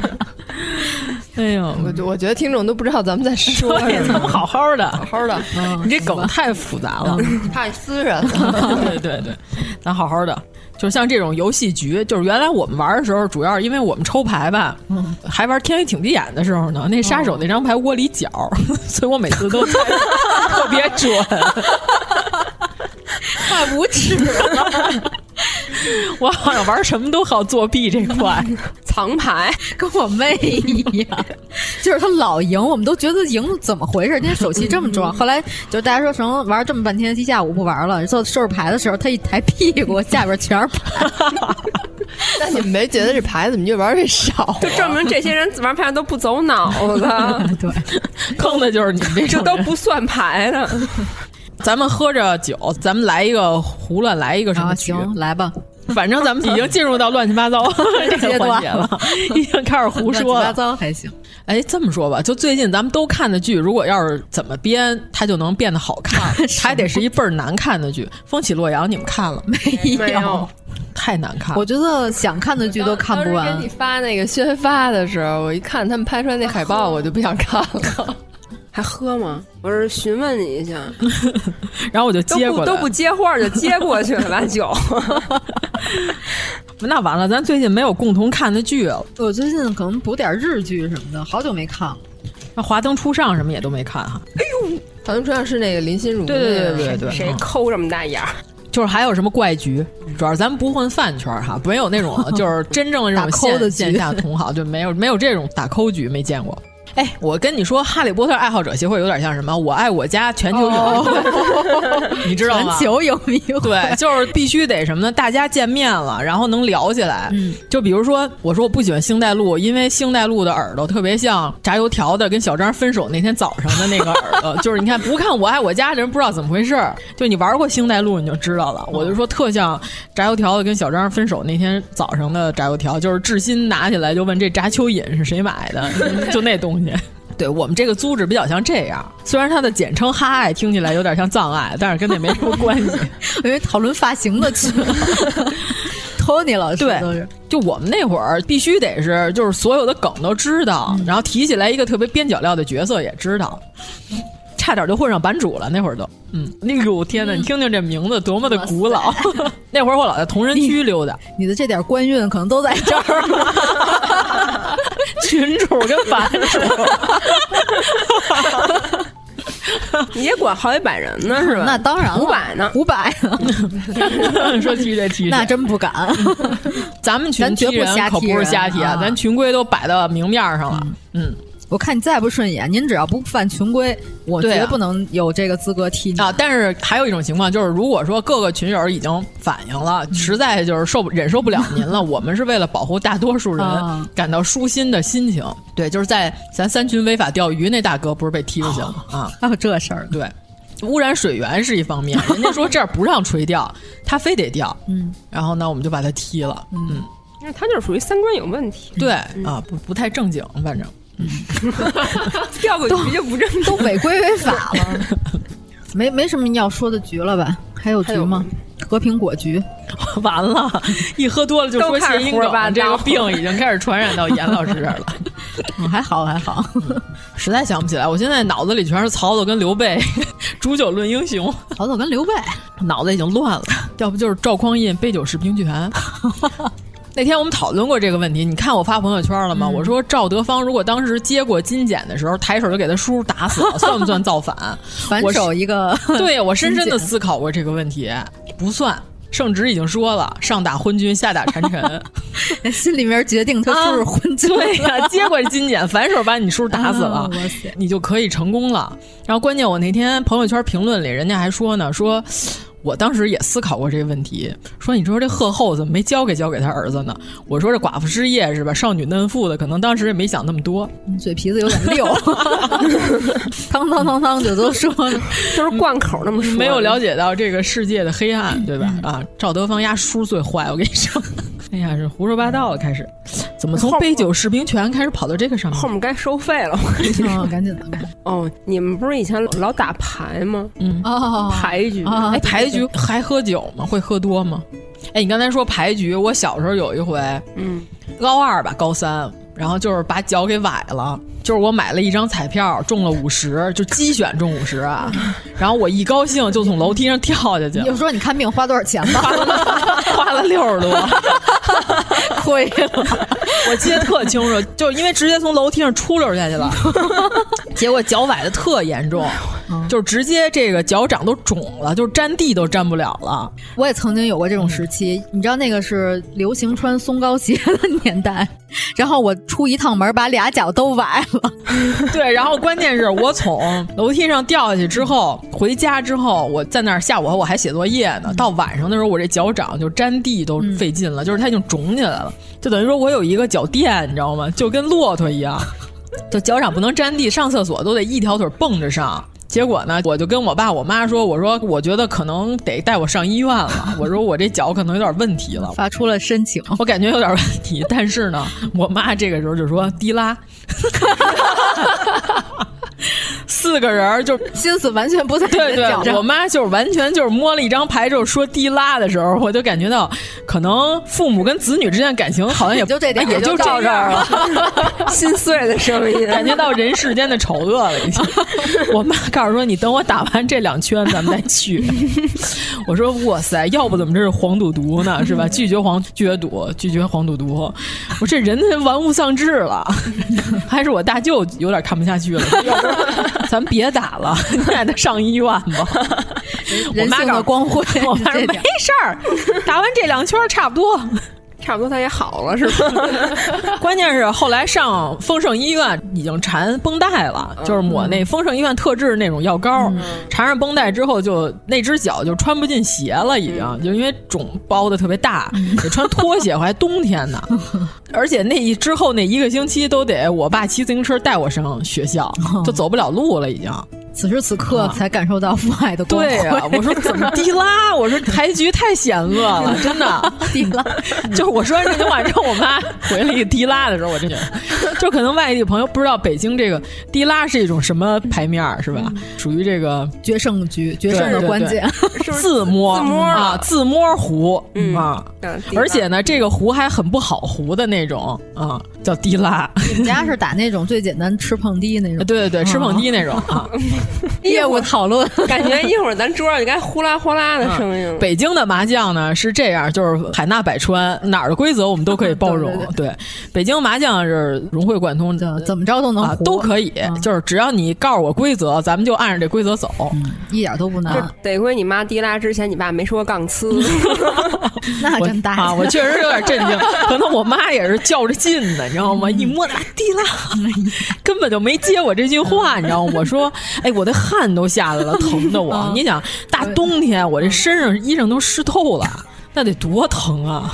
L: 哎呦，
N: 我我觉得听众都不知道咱们在说什
L: 么，咱们好好的，嗯
N: 好好的。
L: 你这梗太复杂了，
N: 太私人了。
L: 对对对，咱好好的。就像这种游戏局，就是原来我们玩的时候，主要是因为我们抽牌吧，嗯、还玩《天黑请闭眼》的时候呢，那杀
K: 哦
L: 手那张牌窝里角，嗯、 所以我每次都特别准，
K: 太无耻了。
L: 我好像玩什么都好作弊这块，
M: 藏牌
K: 跟我妹一样，就是他老赢，我们都觉得赢怎么回事？今天手气这么
L: 嗯
K: 壮，后来就大家说成玩这么半天，一下午不玩了。做收拾牌的时候，他一抬屁股，下边全是牌。
N: 那你们没觉得这牌怎么越玩越少、啊？
M: 就证明这些人玩牌都不走脑子，
K: 对，
L: 坑的就是你们
M: 这都不算牌的。
L: 咱们喝着酒，咱们来一个胡乱来一个什么、啊？
K: 行，来吧。
L: 反正咱们已经进入到乱七八糟这个环节了，已经开始胡说
K: 了。乱七八糟还 行。
L: 哎，这么说吧，就最近咱们都看的剧，如果要是怎么编，它就能变得好看。还得是一倍儿难看的剧，《风起洛阳》，你们看了
K: 没有？没有
L: 太难看。
K: 我觉得想看的剧都看不完。
N: 给你发那个宣发的时候，我一看他们拍出来那海报，我就不想看 了。
M: 还喝吗？我是询问你一下，
L: 然后我就接过
M: 来，都不接话就接过 去了，把酒。
L: 那完了，咱最近没有共同看的剧了。
K: 我最近可能补点日剧什么的，好久没看了。
L: 那《华灯初上》什么也都没看啊哈。
M: 哎呦，《
N: 华灯初上》是那个林心如，
L: 对对对对对，
M: 谁抠这么大眼儿？
L: 就是还有什么怪局，主要是咱们不混饭圈哈，没有那 种就是真正这种线线下同好，就没有没有这种打抠局，没见过。哎，我跟你说，《哈利波特》爱好者协会有点像什么？我爱我家全球友 谊， 你知道吗？
K: 哦全球友谊
L: 对，就是必须得什么呢？大家见面了，然后能聊起来。嗯，就比如说，我说我不喜欢星黛露，因为星黛露的耳朵特别像炸油条的跟小张分手那天早上的那个耳朵， 就是你看不看《我爱我家》的人不知道怎么回事儿。就你玩过星黛露，你就知道了。我就说特像炸油条的跟小张分手那天早上的炸油条，就是志新拿起来就问这炸蚯蚓是谁买的，就那东西。对我们这个租制比较像这样，虽然它的简称“哈爱”听起来有点像葬爱，但是跟那没什么关系。
K: 因为讨论发型的 去了，托尼老师
L: 对，
K: 都是
L: 就我们那会儿必须得是，就是所有的梗都知道，嗯、然后提起来一个特别边角料的角色也知道，差点就混上版主了。那会儿都，嗯，那个我天哪，嗯、你听听这名字多么的古老！ 那会儿我老在同仁区溜达，
K: 你的这点官运可能都在这儿。
L: 群主跟版主，
M: 你也管好几百人呢是吧？
K: 那当然了，
M: 五百呢，
K: 五百。
L: 说踢这踢，
K: 那真不敢。
L: 咱们群踢人可不是瞎踢啊，咱群规都摆到明面上了。嗯，
K: 我看你再不顺眼，您只要不犯群规，我绝不能有这个资格踢你
L: 啊。但是还有一种情况就是，如果说各个群友已经反映
K: 嗯
L: 了，实在就是受忍受不了您 了，我们是为了保护大多数人
K: 啊
L: 感到舒心的心情。对，就是在咱三群违法钓鱼那大哥不是被踢出去了啊？
K: 还有这事儿？
L: 对。污染水源是一 方面，人家说这儿不让垂钓，他非得钓，嗯，然后呢，我们就把他踢了，嗯，
M: 那他就是属于三观有问题，
K: 嗯
L: 对啊，不不太正经，反正
M: 钓个鱼就不正
K: 都违规违法了。 没没什么要说的局了吧？还有局吗？和平果局，
L: 完了，一喝多了就说谐音
K: 都开始胡说八
L: 梗，这
K: 道
L: 个病已经开始传染到严老师这儿了。
Q: 嗯还好还好，
L: 实在想不起来，我现在脑子里全是曹操跟刘备， 煮酒论英雄。
K: 曹操跟刘备，
L: 脑子已经乱了。要不就是赵匡胤杯酒释兵权。 那天我们讨论过这个问题，你看我发朋友圈了吗？我说赵德芳如果当时接过金简的时候，抬手就给他叔打死了， 算不算造反？
K: 反
L: 我是
K: 手一个金简，
L: 对我深深的思考过这个问题，不算。圣旨已经说了，上打昏君，下打谗臣。
K: 心里面决定他是不是昏君了、
L: 对呀、接过金简，反手把你叔打死了，
K: 啊 哇塞
L: 你就可以成功了。然后关键我那天朋友圈评论里，人家还说呢，说。我当时也思考过这个问题，说你说这贺后怎么没交给交给他儿子呢？我说这寡妇失业是吧？少女嫩妇的，可能当时也没想那么多。
K: 你嘴皮子有点溜，汤汤汤汤就都说了，哦
N: 都是贯口那么说嗯的，
L: 没有了解到这个世界的黑暗，对吧？啊，赵德芳丫叔最坏，我跟你 说，哎呀，是胡说八道了，开始，怎么从杯酒释兵权开始跑到这个上面？
N: 后面该收费了。我跟你说
K: 啊，赶紧的，赶紧
N: 哦，你们不是以前老打牌吗？
L: 嗯，
K: 哦，
N: 牌局
K: 啊
L: 哎，牌局还喝酒吗？会喝多吗？哎，你刚才说牌局，我小时候有一回，
N: 嗯，
L: 高二吧，高三，然后就是把脚给崴了，就是我买了一张彩票中了五十，就机选中五十 啊，然后我一高兴就从楼梯上跳下去
K: 你就
L: 了，
K: 说你看病花多少钱 吧，
L: 花了六 十多。
K: 亏了，
L: 我记得特清楚，就是因为直接从楼梯上出溜下去 了，结果脚崴的特严重，就是直接这个脚掌都肿了，就是沾地都沾不了了。
K: 我也曾经有过这种时期，你知道那个是流行穿松糕鞋的年代，然后我出一趟门把俩脚都崴了，
L: 对，然后关键是我从楼梯上掉下去之后，回家之后，我在那儿下午我还写作业呢。到晚上的时候，我这脚掌就沾地都费劲了，就是它已经肿起来了，就等于说我有一个脚垫，你知道吗？就跟骆驼一样，就脚掌不能沾地，上厕所都得一条腿蹦着上。结果呢，我就跟我爸我妈说，我说我觉得可能得带我上医院了，我说我这脚可能有点问题了，
K: 发出了申请。
L: 我感觉有点问题。但是呢，我妈这个时候就说：“滴拉。” 四个人儿就
K: 心思完全不在你
L: 对
K: 的脚
L: 对，我
K: 上，
L: 妈就是完全就是摸了一张牌之后说滴拉的时候，我就感觉到可能父母跟子女之间的感情好像也
K: 就这点儿
L: 也就
K: 就到
L: 这样了。
N: 心碎的声音，
L: 感觉到人世间的丑恶了，已经。我妈告诉说：“你等我打完这两圈，咱们再去。” 我说：“哇塞，要不怎么这是黄赌毒呢？是吧？拒绝黄拒绝赌，拒绝黄赌毒。我这人玩物丧志了， 还是我大舅有点看不下去了， 说要不然咱别打了，你带他上医院吧。”我
K: 人
L: 妈
K: 性
L: 告
K: 的
L: 诉
K: 光辉，
L: 我妈说
K: 这
L: 没
K: 点儿
L: 事儿，打完这两圈儿差不多。
N: 差不多他也好了，是吧？
L: 关键是后来上丰盛医院已经缠绷带了，就是抹那丰盛医院特制那种药膏，缠上绷带之后就那只脚就穿不进鞋了，已经就因为肿包的特别大，得穿拖鞋，我还冬天呢，而且那一之后那一个星期都得我爸骑自行车带我上学校，就走不了路了已经。
K: 此时此刻
L: 啊
K: 才感受到父爱的光辉。
L: 对呀、我说怎么低 拉？我说牌局太险恶了，真的低拉。就是我说那天晚上我妈回了一个低拉的时候，我真觉得， 就可能外地朋友不知道北京这个低拉是一种什么牌面儿是吧？
N: 嗯
L: 属于这个
K: 决胜局，决胜的关键，
L: 自摸
N: 自摸
L: 啊，自摸壶、
N: 嗯
L: 啊。
N: 嗯地
L: 而且呢，这个壶还很不好壶的那种啊，叫 低拉。
K: 你们家是打那种最简单吃碰滴那种
L: 对对
N: 嗯
L: 对，吃蹦迪那种啊。
K: 业务讨论，
N: 感觉一会儿咱桌上就该呼啦呼啦的声音了。
L: 北京的麻将呢是这样，就是海纳百川，哪儿的规则我们都可以包容。
K: 对
L: 北京麻将是融会贯通的，
K: 怎么着都能
L: 啊
K: 胡
L: 都可以，
K: 嗯
L: 就是只要你告诉我规则，咱们就按着这规则走。
K: 一点都不难
N: 就。得亏你妈滴拉之前，你爸没说杠 呲，
K: 那
L: 我
K: 真大
L: 啊！我确实有点震 惊，可能我妈也是较着劲呢，你知道
K: 嗯
L: 吗？一摸那滴啦， 根本就没接我这句话，你知道吗？我说，哎，我的
K: 嗯
L: 汗都下来了，疼的我。你想，大冬天我这身上衣裳都湿透了。那得多疼啊！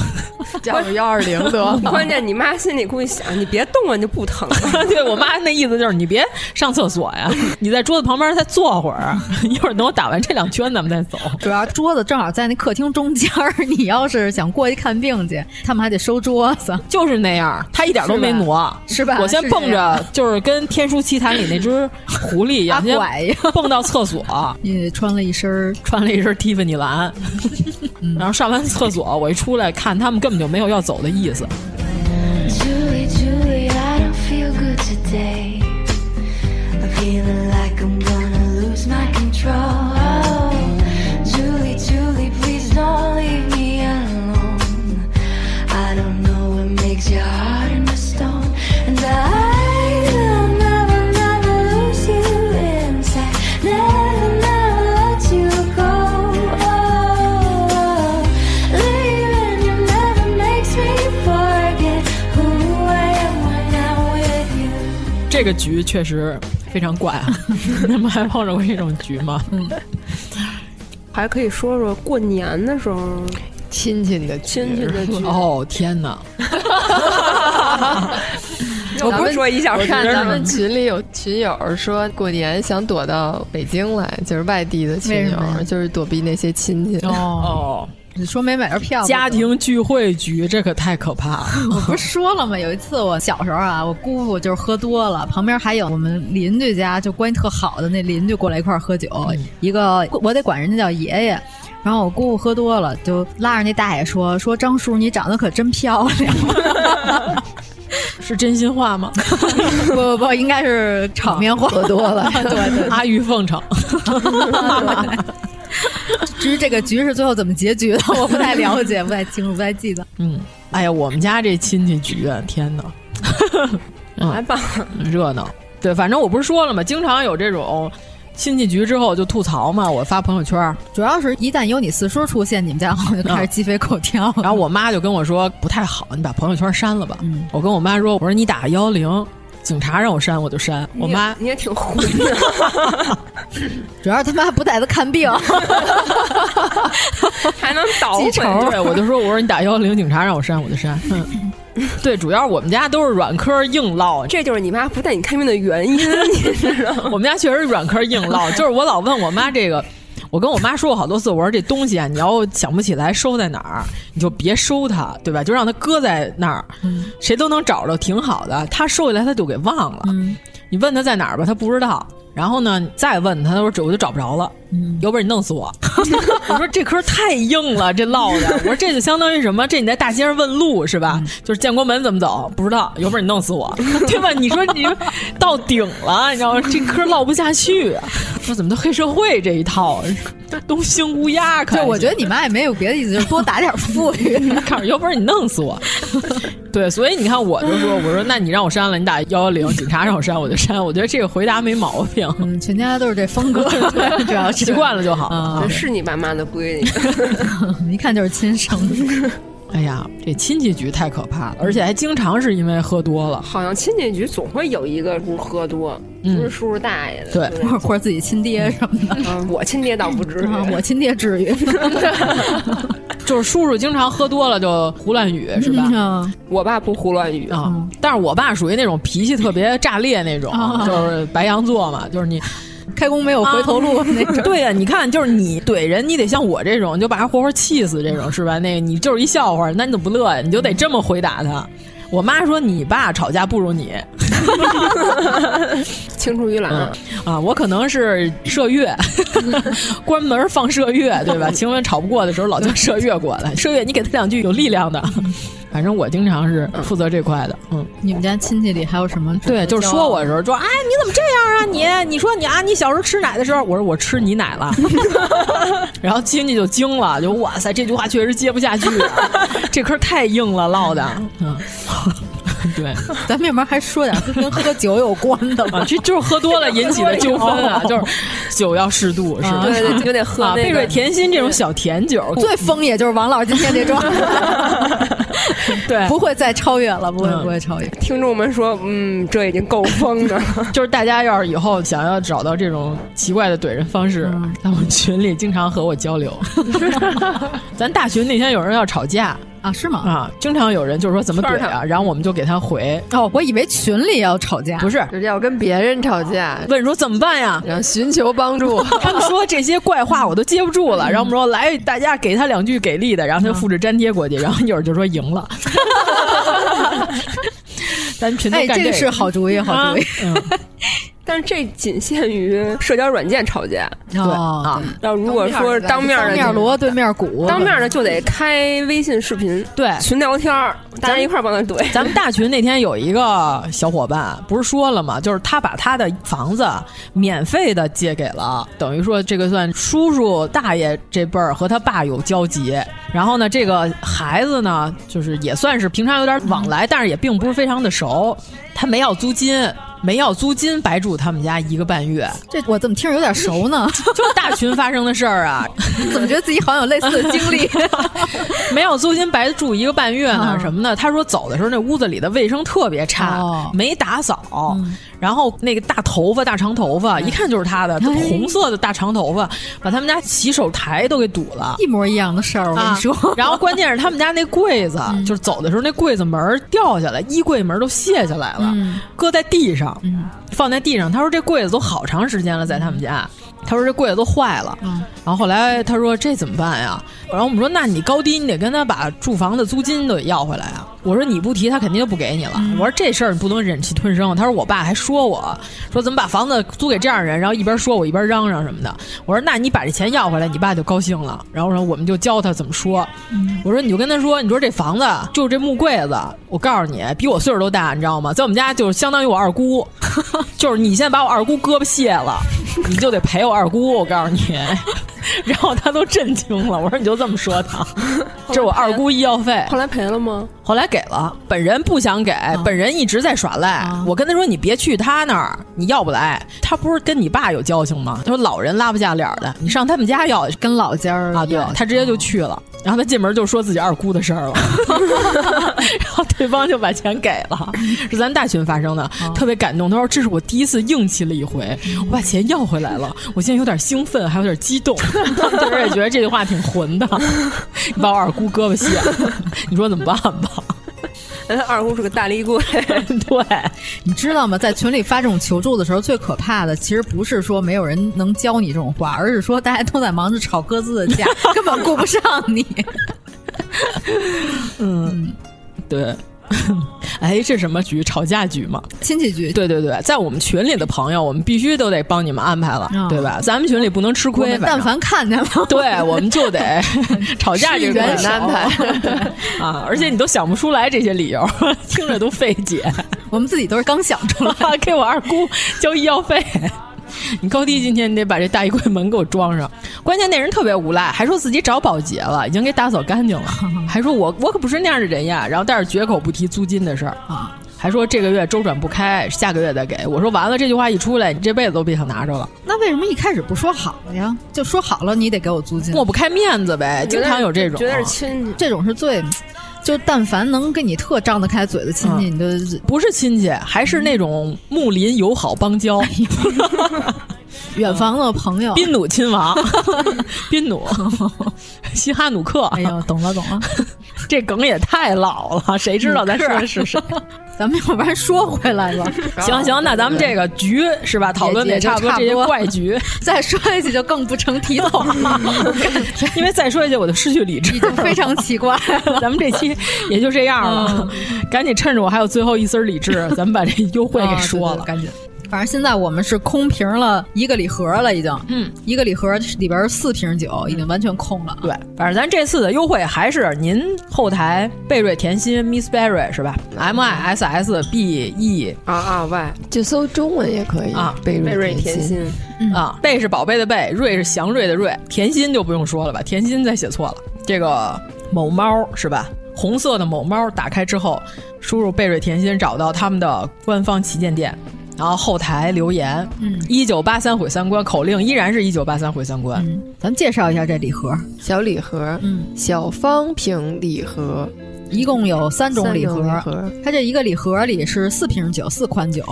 N: 加个幺二零得。
M: 关键你妈心里估计想，你别动了，你就不疼了。
L: 对我妈那意思就是你别上厕所呀，你在桌子旁边再坐会儿，一会儿等我打完这两圈咱们再走。
K: 主要桌子正好在那客厅中间儿，你要是想过去看病去，他们还得收桌子。
L: 就是那样，他一点都没挪，
K: 是吧？
L: 我先蹦着，就是跟《天书奇谭》里那只狐狸一样，先蹦到厕所。
K: 你穿了一身，
L: 穿了一身蒂芬尼蓝，然后上完厕所，我一出来看他们根本就没有要走的意思。这个局确实非常怪啊！ 你们还碰着过这种局吗？嗯，
M: 还可以说说过年的时候
N: 亲戚的
M: 亲戚的局
L: 哦，天哪！
M: 我不是说一小时，
N: 我看咱们群里有群友说过年想躲到北京来，就是外地的群友，就是躲避那些亲戚
L: 哦。
K: 你说没买着票？
L: 家庭聚会局这可太可怕了！
K: 我不是说了吗？有一次我小时候啊，我姑父就是喝多了，旁边还有我们邻居家就关系特好的那邻居过来一块儿喝酒，嗯、一个我得管人家叫爷爷。然后我姑父喝多了，就拉着那大爷说：“说张叔，你长得可真漂亮。”
L: 是真心话 吗？
K: 不不不，应该是场面话。
N: 喝多了，
K: 对对，
L: 阿谀奉承。
K: 至于这个局是最后怎么结局的，我不太了解，不太清楚，不太记得。
L: 嗯，哎呀，我们家这亲戚局啊，天 哪，
M: 来吧、
L: 嗯，热闹。对，反正我不是说了吗？经常有这种亲戚局之后就吐槽嘛，我发朋友圈。
K: 主要是一旦有你四叔出现，你们家伙就开始鸡飞狗跳、
L: 嗯。然后我妈就跟我说不太好，你把朋友圈删了吧。嗯、我跟我妈说，我说你打幺零。警察让我删我就删，我妈
M: 你也挺混的，
K: 主要是他妈不带他看 病，
M: 还能倒
L: 记仇。 对，我就说我说你打幺幺零，警察让我删我就删。嗯， 对，主要我们家都是软科硬唠，
M: 这就是你妈不带你看病的原 因，你知道吗？
L: 我们家确实软科硬唠，就是我老问我妈这个。我跟我妈说过好多次，我说这东西啊，你要想不起来收在哪儿，你就别收它，对吧？就让它搁在那儿，嗯、谁都能找着，挺好的。他收起来他就给忘了。嗯、你问他在哪儿吧，他不知道。然后呢，再问他，他说这我就找不着了。嗯、有本事你弄死我！ 我说这嗑太硬了，这唠的。我说这就相当于什么？这你在大街上问路是吧？就是建国门怎么走不知道，有本事你弄死我，对吧？你说你到顶了，你知道吗？这嗑唠不下去。啊 说怎么都黑社会这一套，东兴乌鸦。
K: 对，我觉得你妈也没有别的意思，就是多打点富裕。
L: 告诉有本事你弄死我。 对，所以你看，我就说，我说那你让我删了，你打幺幺零，警察让我删我就删。我觉得这个回答没毛 病。
K: 嗯，全家都是这风 格，主要 嗯
L: 习惯了就好。啊、
M: 是你爸妈的闺女，
K: 一看就是亲生。
L: 哎呀，这亲戚局太可怕了，而且还经常是因为喝多了。
M: 好像亲戚局总会有一个不是喝多，嗯、不是叔叔大爷的，
L: 对，
K: 或或者自己亲爹什么的。
M: 嗯、我亲爹倒不至于、嗯，
K: 我亲爹至 于。
L: 就是叔叔经常喝多了就胡乱语是
K: 嗯
L: 吧？
M: 我爸不胡乱语
L: 啊，但是我爸属于那种脾气特别炸裂那种，
K: 哦
L: 就是白羊座嘛，就是你。
K: 开弓没有回头路、啊、那种。
L: 对呀、啊，你看，就是你怼人，你得像我这种，你就把人活活气死这种，是吧？那个你就是一笑话，那你怎么不乐呀？你就得这么回答他。我妈说你爸吵架不如你，
M: 青出于蓝、嗯、
L: 啊！我可能是射月， 关门放射月，对 吧？情人吵不过的时候，老叫射月过来，射月你给他两句有力量的。 反正我经常是负责这块的，嗯。
K: 你们家亲戚里还有什么？
L: 对，就是说我的时候说，哎，你怎么这样啊？你， 你说你啊，你小时候吃奶的时候，我说我吃你奶了， 然后亲戚就惊了，就哇啊 塞，这句话确实接不下去，这嗑太硬了，唠的，嗯。 对，啊
K: 咱们要不然还说 点跟喝酒有关的吧？
L: 这就是喝多了引起的纠纷 啊，就是酒要适度，是吧？
M: 哦对对，就得喝
L: 啊，
M: 那
L: 贝
M: 个
L: 瑞甜心这种小甜酒，
K: 最疯也就是王老师今天这装，
L: 对，
K: 不会再超越了，不会不会超越。
M: 听众们说，嗯，这已经够疯的了。
L: 就是大家要是以后想要找到这种奇怪的怼人方式，
M: 嗯
L: 在我们群里经常和我交流。 咱大群那天有人要吵架
K: 啊，是吗？
L: 啊，经常有人就说怎么怼啊，然后我们就给他回。
K: 哦，我以为群里要吵架，
L: 不是，
N: 就是要跟别人吵架，
L: 问说怎么 办呀？
N: 然后寻求帮助。
L: 他们说这些怪话我都接不住了，然后我们说来，大家给他两句给力的，
M: 嗯
L: 然后他就复制粘贴过去，然后一会儿就说赢 了。咱群
K: 哎，
L: 都干
K: 这个是好主意，好主
M: 啊
K: 意。
L: 嗯
M: 但是这仅限于社交软件吵架。
K: 哦，
M: 啊，要如果说当面
K: 当
M: 的
K: 面锣对面鼓，
M: 当面的就得开微信视频，
N: 哎
L: 对
M: 群聊天儿，大家一块儿帮他怼。
L: 咱们大群那天有一个小伙伴，不是说了吗？就是他把他的房子免费的借给了，等于说这个算叔叔大爷这辈儿和他爸有交集。然后呢，这个孩子呢，就是也算是平常有点往来，但是也并不是非常的熟。他没要租金，没要租金，白住他们家一个半月。
K: 这我怎么听着有点熟 呢？
L: 就是大群发生的事儿啊，
K: 怎么觉得自己好像有类似的经 历？
L: 没有租金白住一个半月呢，什么的。他说走的时候那屋子里的卫生特别差，
K: 哦
L: 没打扫，然后那个大头发、大长头发，一看就是他的，就红色的大长头发，把他们家洗手台都给堵了。
K: 一模一样的事儿，我跟你
L: 啊
K: 说。， 嗯
L: 然后关键是他们家那柜子，就是走的时候那柜子门儿掉下来，衣柜门儿都卸下来了，
K: 嗯
L: 搁在地上，放在地上。他说这柜子都好长时间了，在他们家。他说这柜子都坏了，
K: 嗯
L: 然后后来他说这怎么办呀？然后我们说那你高低你得跟他把住房的租金都得要回来啊。我说你不提他肯定就不给你了。
K: 嗯
L: 我说这事儿你不能忍气吞声。他说我爸还说我说怎么把房子租给这样的人，然后一边说我一边嚷嚷什么的。我说那你把这钱要回来，你爸就高兴了。然后然后我们就教他怎么说。我说你就跟他说，你说这房子就是这木柜子，我告诉你，比我岁数都大，你知道吗？在我们家就是相当于我二姑，就是你现在把我二姑胳膊卸了，你就得赔我二姑，我告诉你。 然后他都震惊了，我说你就这么说他，这是我二姑医药费。
M: 后来赔了吗？
L: 后来给了，本人不想给，本人一直在耍赖。我跟他说：“你别去他那儿，你要不来。”他不是跟你爸有交情吗？他说：“老人拉不下脸儿的，你上他们家要去。”
K: 跟老家儿
L: 啊，对
K: 要
L: 他直接就去了，然后他进门就说自己二姑的事 儿了，然后对方就把钱给了，是咱大群发生的，特别感动。他说这是我第一次硬气了一回，我把钱要回来了，我现在有点兴奋，还有点激动，当时也觉得这句话挺混的， 你把我二姑胳膊卸了，你说怎么办吧？
M: 哎他二姑是个大立柜，
L: 对，
K: 你知道吗？在群里发这种求助的时候，最可怕的其实不是说没有人能教你这种话，而是说大家都在忙着吵各自的 架，根本顾不上你。
L: 嗯，对。哎，这什么局？吵架局吗？
K: 亲戚局，
L: 对对对，在我们群里的朋友，我们必须都得帮你们安排了，
K: 嗯
L: 对吧？咱们群里不能吃
K: 我
L: 亏，
K: 们但凡看见了，
L: 对，我们就得吵架这个
K: 是一
L: 事儿
K: 元首
L: 对啊！而且你都想不出来这些理由，听着都费解。
K: 我们自己都是刚想出来。
L: 给我二姑交医药费，你高低今天你得把这大衣柜门给我装上。关键那人特别无赖，还说自己找保洁了，已经给打扫干净了，还说我我可不是那样的人呀。然后但是绝口不提租金的事儿
K: 啊。
L: 还说这个月周转不开，下个月再给我说完了，这句话一出来，你这辈子都别想拿着了，
K: 那为什么一开始不说好了呀？就说好了，你得给我租金。
L: 抹不开面子呗，经常有这种，
M: 觉得是亲戚。
K: 这种是最，就但凡能跟你特张得开嘴的亲
L: 嗯
K: 戚，你就
L: 不是亲戚，还是那种睦邻友好邦交，
M: 哎
K: 远房的朋友。
L: 宾努亲王， 宾努， 西哈努克。
K: 哎呦，懂了懂了，
L: 这梗也太老了，谁 知
K: 嗯
L: 道咱说的是谁？
K: 咱们要不然说回来吧，
L: 行行，那咱们这个局是吧？讨论的也差不多，这
K: 也
L: 些
K: 就差不多
L: 怪局，
K: 再说下去就更不成体统了，
L: 因为再说下去我就失去理智
K: 已经
L: 了，
K: 非常奇怪了。
L: 咱们这期也就这样了， 赶紧趁着我还有最后一丝理智，咱们把这优惠给说了
K: 嗯啊对对对。赶紧。反正现在我们是空瓶了一个礼盒了，已经，
L: 嗯，
K: 一个礼盒里边四瓶酒已经完全空了。
L: 对，反正咱这次的优惠还是您后台贝瑞甜心 Miss Berry 是吧？M I S S B E
M: 啊啊喂，
R: 就搜中文也可以
L: 啊
R: 贝
M: 贝瑞甜
R: 心。
M: 心，
L: 啊，贝是宝贝的贝，瑞是祥瑞的瑞，甜心就不用说了吧，甜心再写错了，这个某猫是吧？红色的某猫打开之后，输入贝瑞甜心找到他们的官方旗舰店，然后后台留言，
K: 嗯，
L: 一九八三毁三观口令依然是一九八三毁三观。
K: 咱们介绍一下这礼盒，
N: 小礼盒，
K: 嗯，
N: 小方瓶礼盒，
K: 一共有三种礼盒，
N: 三种礼盒
K: 它这一个礼盒里是四瓶酒，四款酒，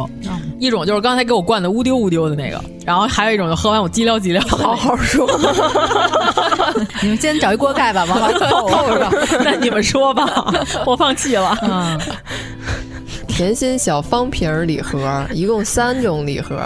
L: 一种就是刚才给我灌的乌丢乌丢的那个，然后还有一种就喝完我叽撩叽撩。好好说，
K: 你们先找一锅盖吧，往外扣
L: 扣着。 那你们说吧，我放弃了。
K: 嗯
N: 甜心小方瓶儿礼盒，一共三种礼盒。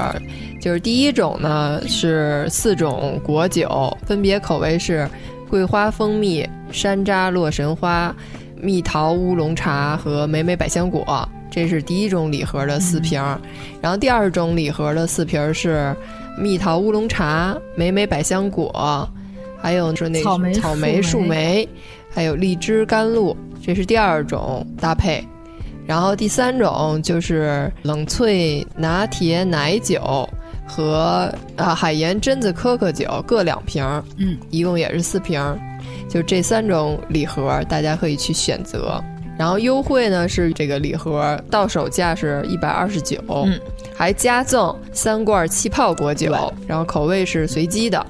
N: 就是第一种呢是四种果酒，分别口味是桂花蜂蜜、山楂洛神花、蜜桃乌龙茶和莓莓百香果。这是第一种礼盒的四瓶儿，然后第二种礼盒的四瓶儿是蜜桃乌龙茶、莓莓百香果，还有是那
K: 草莓
N: 草莓
K: 树
N: 树
K: 莓
N: 莓，还有荔枝甘露，这是第二种搭配。然后第三种就是冷萃拿铁奶酒和啊海盐榛子可可酒各两瓶儿，
K: 嗯，
N: 一共也是四瓶儿，就这三种礼盒大家可以去选择。然后优惠呢是这个礼盒到手价是一百二十九，
L: 嗯，
N: 还加赠三罐气泡果酒，然后口味是随机的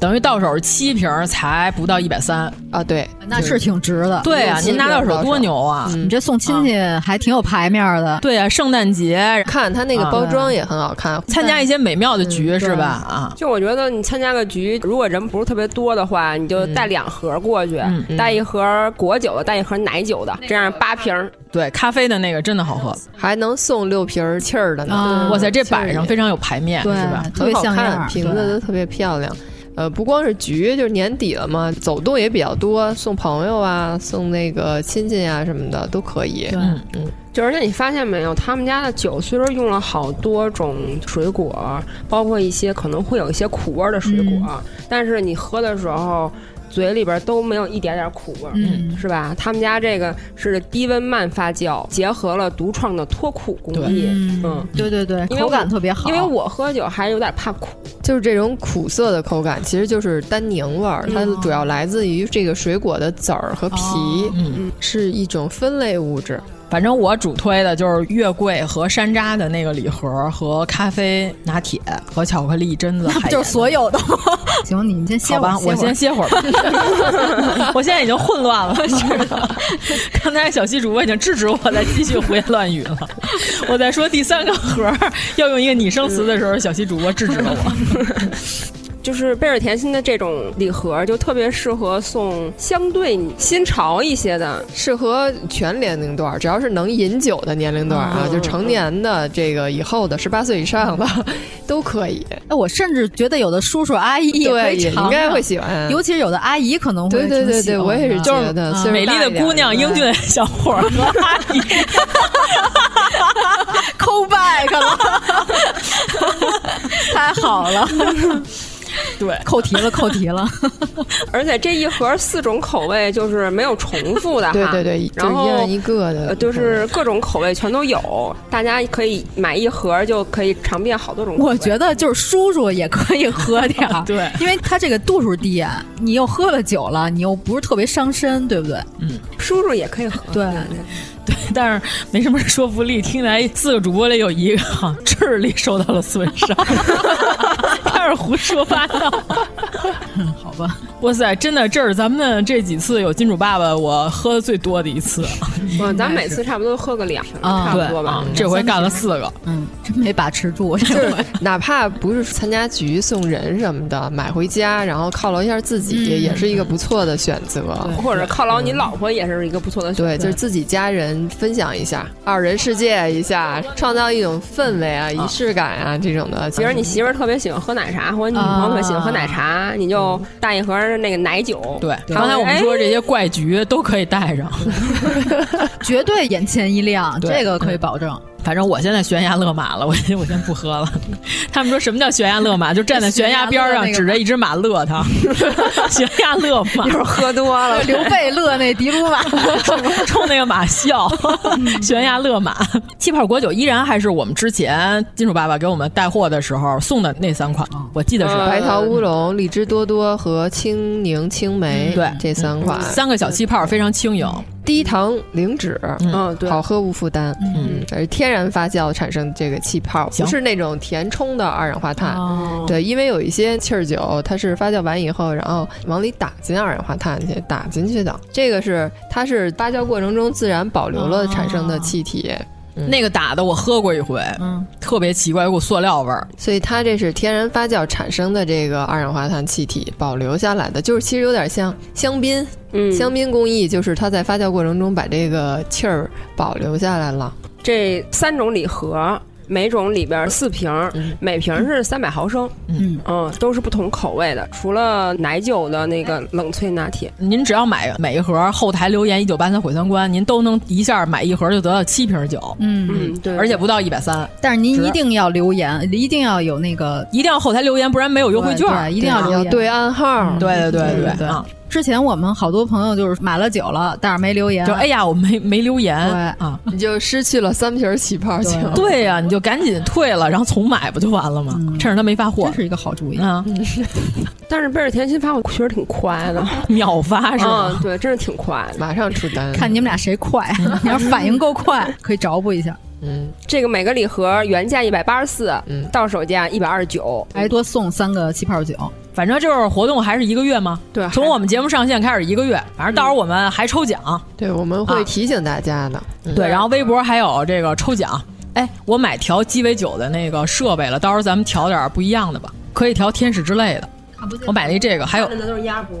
L: 等于到手七瓶儿才不到一百三，
N: 啊，对，
K: 那是挺值的。嗯
L: 对啊，您拿到手多牛啊！
K: 你这送亲戚还挺有排面的。
L: 对啊，圣诞节
N: 看它那
L: 啊
N: 个包装也很好看，
L: 参加一些美妙的
K: 嗯
L: 局是吧？啊，
M: 就我觉得你参加个局，如果人不是特别多的话，你就
N: 嗯
M: 带两盒过去，
L: 嗯
M: 带一盒果酒的，带一盒奶酒的，这样八瓶儿。
L: 对，咖啡的那个真的好喝。
N: 还能送六瓶儿气儿的
M: 嗯
N: 呢。
L: 啊哇塞，这摆上非常有排面，是吧？
N: 很好看，瓶子都特别漂亮。呃，不光是局，就是年底了嘛，走动也比较多，送朋友啊，送那个亲戚啊什么的都可以。
K: 嗯
N: 嗯，
M: 就而且你发现没有，他们家的酒虽然用了好多种水果，包括一些可能会有一些苦味儿的水果，但是你喝的时候。嘴里边都没有一点点苦味儿，
K: 嗯
M: 是吧？他们家这个是低温慢发酵，结合了独创的脱苦工艺，嗯，
K: 对对对，
M: 因为
K: 口感特别好。
M: 因为我喝酒还有点怕苦，
N: 就是这种苦涩的口感，其实就是单宁味儿，
M: 嗯
N: 它主要来自于这个水果的籽儿和皮，
M: 哦
L: 嗯，
N: 是一种分类物质。
L: 反正我主推的就是月桂和山楂的那个礼盒，和咖啡拿铁和巧克力榛子，
K: 就是所有的。行，你们先歇
L: 好
K: 会儿
L: 吧，我先歇会 儿。吧。 我现在已经混乱了，是的。刚才小西主播已经制止我再继续胡言乱语了。我在说第三个盒儿要用一个拟声词的时候，小西主播制止了我。
M: 就是贝尔甜心的这种礼盒，就特别适合送相对新潮一些的，嗯
N: 适合全年龄段儿，只要是能饮酒的年龄段儿啊，就成年的这个以后的十八岁以 上的都可以。
K: 哎，我甚至觉得有的叔叔阿姨也
N: 对
K: 可以
N: 也
K: 尝
M: 啊
N: 应该
K: 尝
N: 会喜欢
K: 尤其是有的阿姨可能会
N: 对对
K: 挺
N: 对
K: 喜
N: 对，
K: 欢
N: 我也是
K: 的
M: 啊
N: 觉得
K: 嗯
N: 岁数
L: 美丽
N: 大
L: 的
N: 一点
L: 姑娘、英俊的小伙儿和阿姨
K: ，call back 了，太好了，
L: 对，
K: 扣题了，扣题了，
M: 而且这一盒四种口味就是没有重复的啊哈，
N: 对对对，就
M: 然
N: 是
M: 后
N: 一样一个的，
M: 呃就是各种口味全都有，大家可以买一盒就可以尝遍好多种口味。
K: 我觉得就是叔叔也可以喝点儿，
L: 对，
K: 因为他这个度数低啊，你又喝了酒了，你又不是特别伤身，对不对？
L: 嗯，
M: 叔叔也可以喝，
K: 对，
L: 对，但是没什么说服力。听来四个主播里有一个哈智力受到了损伤， 开始胡说八道。
K: 好吧，
L: 哇塞，真的，这是咱们这几次有金主爸爸我喝的最多的一次，
M: 哇咱每次差不多喝个两瓶，
L: 啊
M: 差不多
L: 对
M: 吧嗯
L: 啊。这回干了四个，
K: 嗯，真没把持住， 就
N: 就是哪怕不是参加局送人什么的，买回家然后犒劳一下自己，
M: 嗯
N: 也是一个不错的选择。
M: 或者犒劳你老婆也是一个不错的选择。
N: 对，就是自己家人分享一下，二人世界一下，创造一种氛围
M: 嗯
N: 啊、仪式感啊这种的。
M: 比如嗯你媳妇儿特别喜欢喝奶茶，或者你女朋友特
K: 啊
M: 别喜欢喝奶茶，你就带一盒那个奶酒。
L: 对，刚才我
K: 哎
L: 们说这些怪局都可以带上，
K: 绝对眼前一亮，
L: 对
K: 这个可以保证。
L: 反正我现在悬崖勒马了，我我先 不喝了。他们说什么叫悬崖勒马？就站在悬崖边儿上，指着一只马勒他， 悬崖勒马，
M: 一会儿喝多了
K: 刘备乐那迪卢 马，
L: 冲那个马笑，悬崖勒马。气泡果酒依然还是我们之前金主爸爸给我们带货的时候送的那三款，我记得是
N: 呃
M: 呃
N: 白桃乌龙、荔枝多多和青柠青梅，
L: 对
M: 嗯
N: 这三款。
L: 三个小气泡非常轻盈，
N: 低糖零脂，
M: 嗯，对，
N: 好喝无负担，嗯，而天然发酵产生这个气泡，不是那种填充的二氧化碳。对，因为有一些气儿酒，它是发酵完以后，然后往里打进二氧化碳去，打进去的。这个是它是发酵过程中自然保留了产生的气体。
L: 那个打的我喝过一回，嗯，特别奇怪，有股塑料味儿。
N: 所以它这是天然发酵产生的这个二氧化碳气体保留下来的，就是其实有点像香槟，嗯，香槟工艺就是它在发酵过程中把这个气儿保留下来了。
M: 这三种礼盒。每种里边四瓶，
L: 嗯
M: 每瓶是三百毫升，嗯嗯，都是不同口味的，除了奶酒的那个冷萃拿铁。
L: 您只要买每一盒，后台留言“一九八三毁三观”，您都能一下买一盒就得到七瓶酒，
M: 嗯嗯，对，
L: 而且不到一百三。
K: 但是您一定要留言，一定要有那个，呃
L: 一定要后台留言，不然没有优惠券，啊
K: 一定要留言
N: 对暗号。
M: 嗯
L: 对对对对啊！
K: 之前我们好多朋友就是买了酒了，但是没留言，
L: 就哎呀，我没没留言，
K: 对嗯
L: 啊，
N: 你就失去了三瓶起泡酒。
L: 对呀、啊，你就赶紧退了，然后重买不就完了吗？嗯、趁着它没发货，
K: 这是一个好主意
L: 啊。嗯、
M: 但是贝尔甜心发货确实挺快的，
L: 秒发是吗、
M: 嗯？对，真是挺快的，
N: 马上出单。
K: 看你们俩谁快，
L: 嗯
K: 你要反应够快，可以着补一下。
N: 嗯，
M: 这个每个礼盒原价一百八十四，到手价一百二十九，
K: 还多送三个气泡酒。
L: 反正就是活动还是一个月吗？
M: 对，
L: 从我们节目上线开始一个月，反正到时候我们还抽奖。嗯、
N: 对，我们会提醒大家的。啊
L: 嗯、对，然后微博还有这个抽奖。哎，我买调鸡尾酒的那个设备了，到时候咱们调点不一样的吧，可以调天使之类的。我买了一这个，还有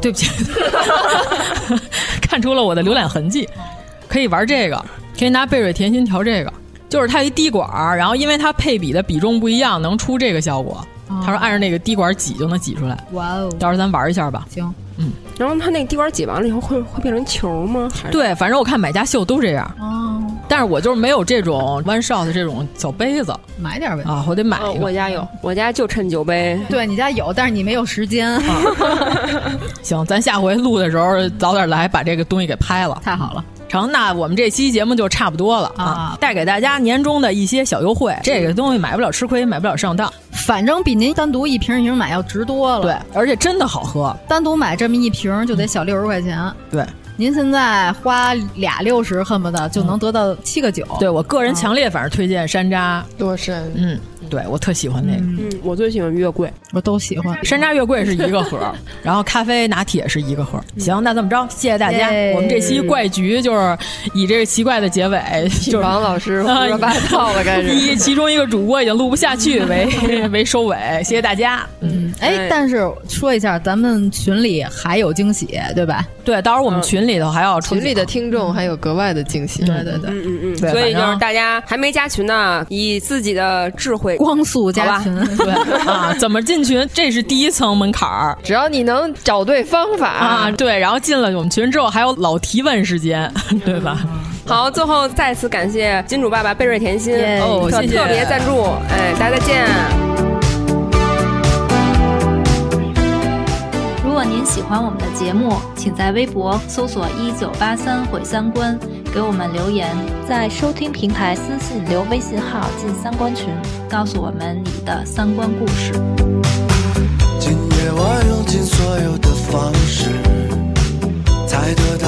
L: 对不起， 看出了我的浏览痕迹。可以玩这个，可以拿贝瑞甜心调这个，就是它一滴管儿，然后因为它配比的比重不一样，能出这个效果。他说按着那个滴管挤就能挤出来。
K: 哇哦！
L: 到时候咱玩一下吧。
K: 行，
L: 嗯。
M: 然后他那个滴管挤完了以后会会变成球吗？
L: 对，反正我看买家秀都这样。哦。但是我就是没有这种 one shot 这种小杯子，
K: 买点呗。
L: 啊，我得买一个。
M: 我家有，我家就趁酒杯。
K: 对你家有，但是你没有时间。
L: 啊行，咱下回录的时候早点来，把这个东西给拍了。
K: 太好了。
L: 成，那我们这期节目就差不多了啊！嗯带给大家年终的一些小优惠，这个东西买不了吃亏，买不了上当，
K: 反正比您单独一瓶一瓶买要值多了。
L: 对，而且真的好喝，
K: 单独买这么一瓶就得小六十块钱。嗯、
L: 对。
K: 您现在花俩六十，恨不得就能得到七个九。
L: 嗯对我个人强烈，反正推荐山楂、
N: 洛神。
L: 嗯，对我特喜欢那个。
M: 嗯，我最喜欢月桂，
K: 我都喜欢。
L: 山楂月桂是一个盒， 然后咖啡拿铁是一个盒。行，那这么着，谢谢大家。
M: 嗯
L: 我们这期怪局就是以这个奇怪的结尾，就是
N: 王 老师胡说八道了，开始
L: 以其中一个主播已经录不下去 为为收尾，谢谢大家。
K: 嗯，哎，但是说一下，咱们群里还有惊喜，对吧？
L: 对，到时候
M: 嗯
L: 我们群。里头还要
N: 群里的听众还有格外的惊喜，
K: 对对对，
M: 嗯嗯嗯，所以就是大家还没加群呢，以自己的智慧
K: 光速加群，
L: 对啊，怎么进群？这是第一层门槛儿，
N: 只要你能找对方法
L: 啊，对，然后进了我们群之后还有老提问时间，对吧？
M: 好，最后再次感谢金主爸爸贝瑞甜心
L: 哦，谢谢
M: 特别赞助，哎，大家再见。
S: 如果您喜欢我们的节目，请在微博搜索“一九八三毁三观”，给我们留言；在收听平台私信留微信号进三观群，告诉我们你的三观故事。
J: 今夜我用尽所有的方式，才得到。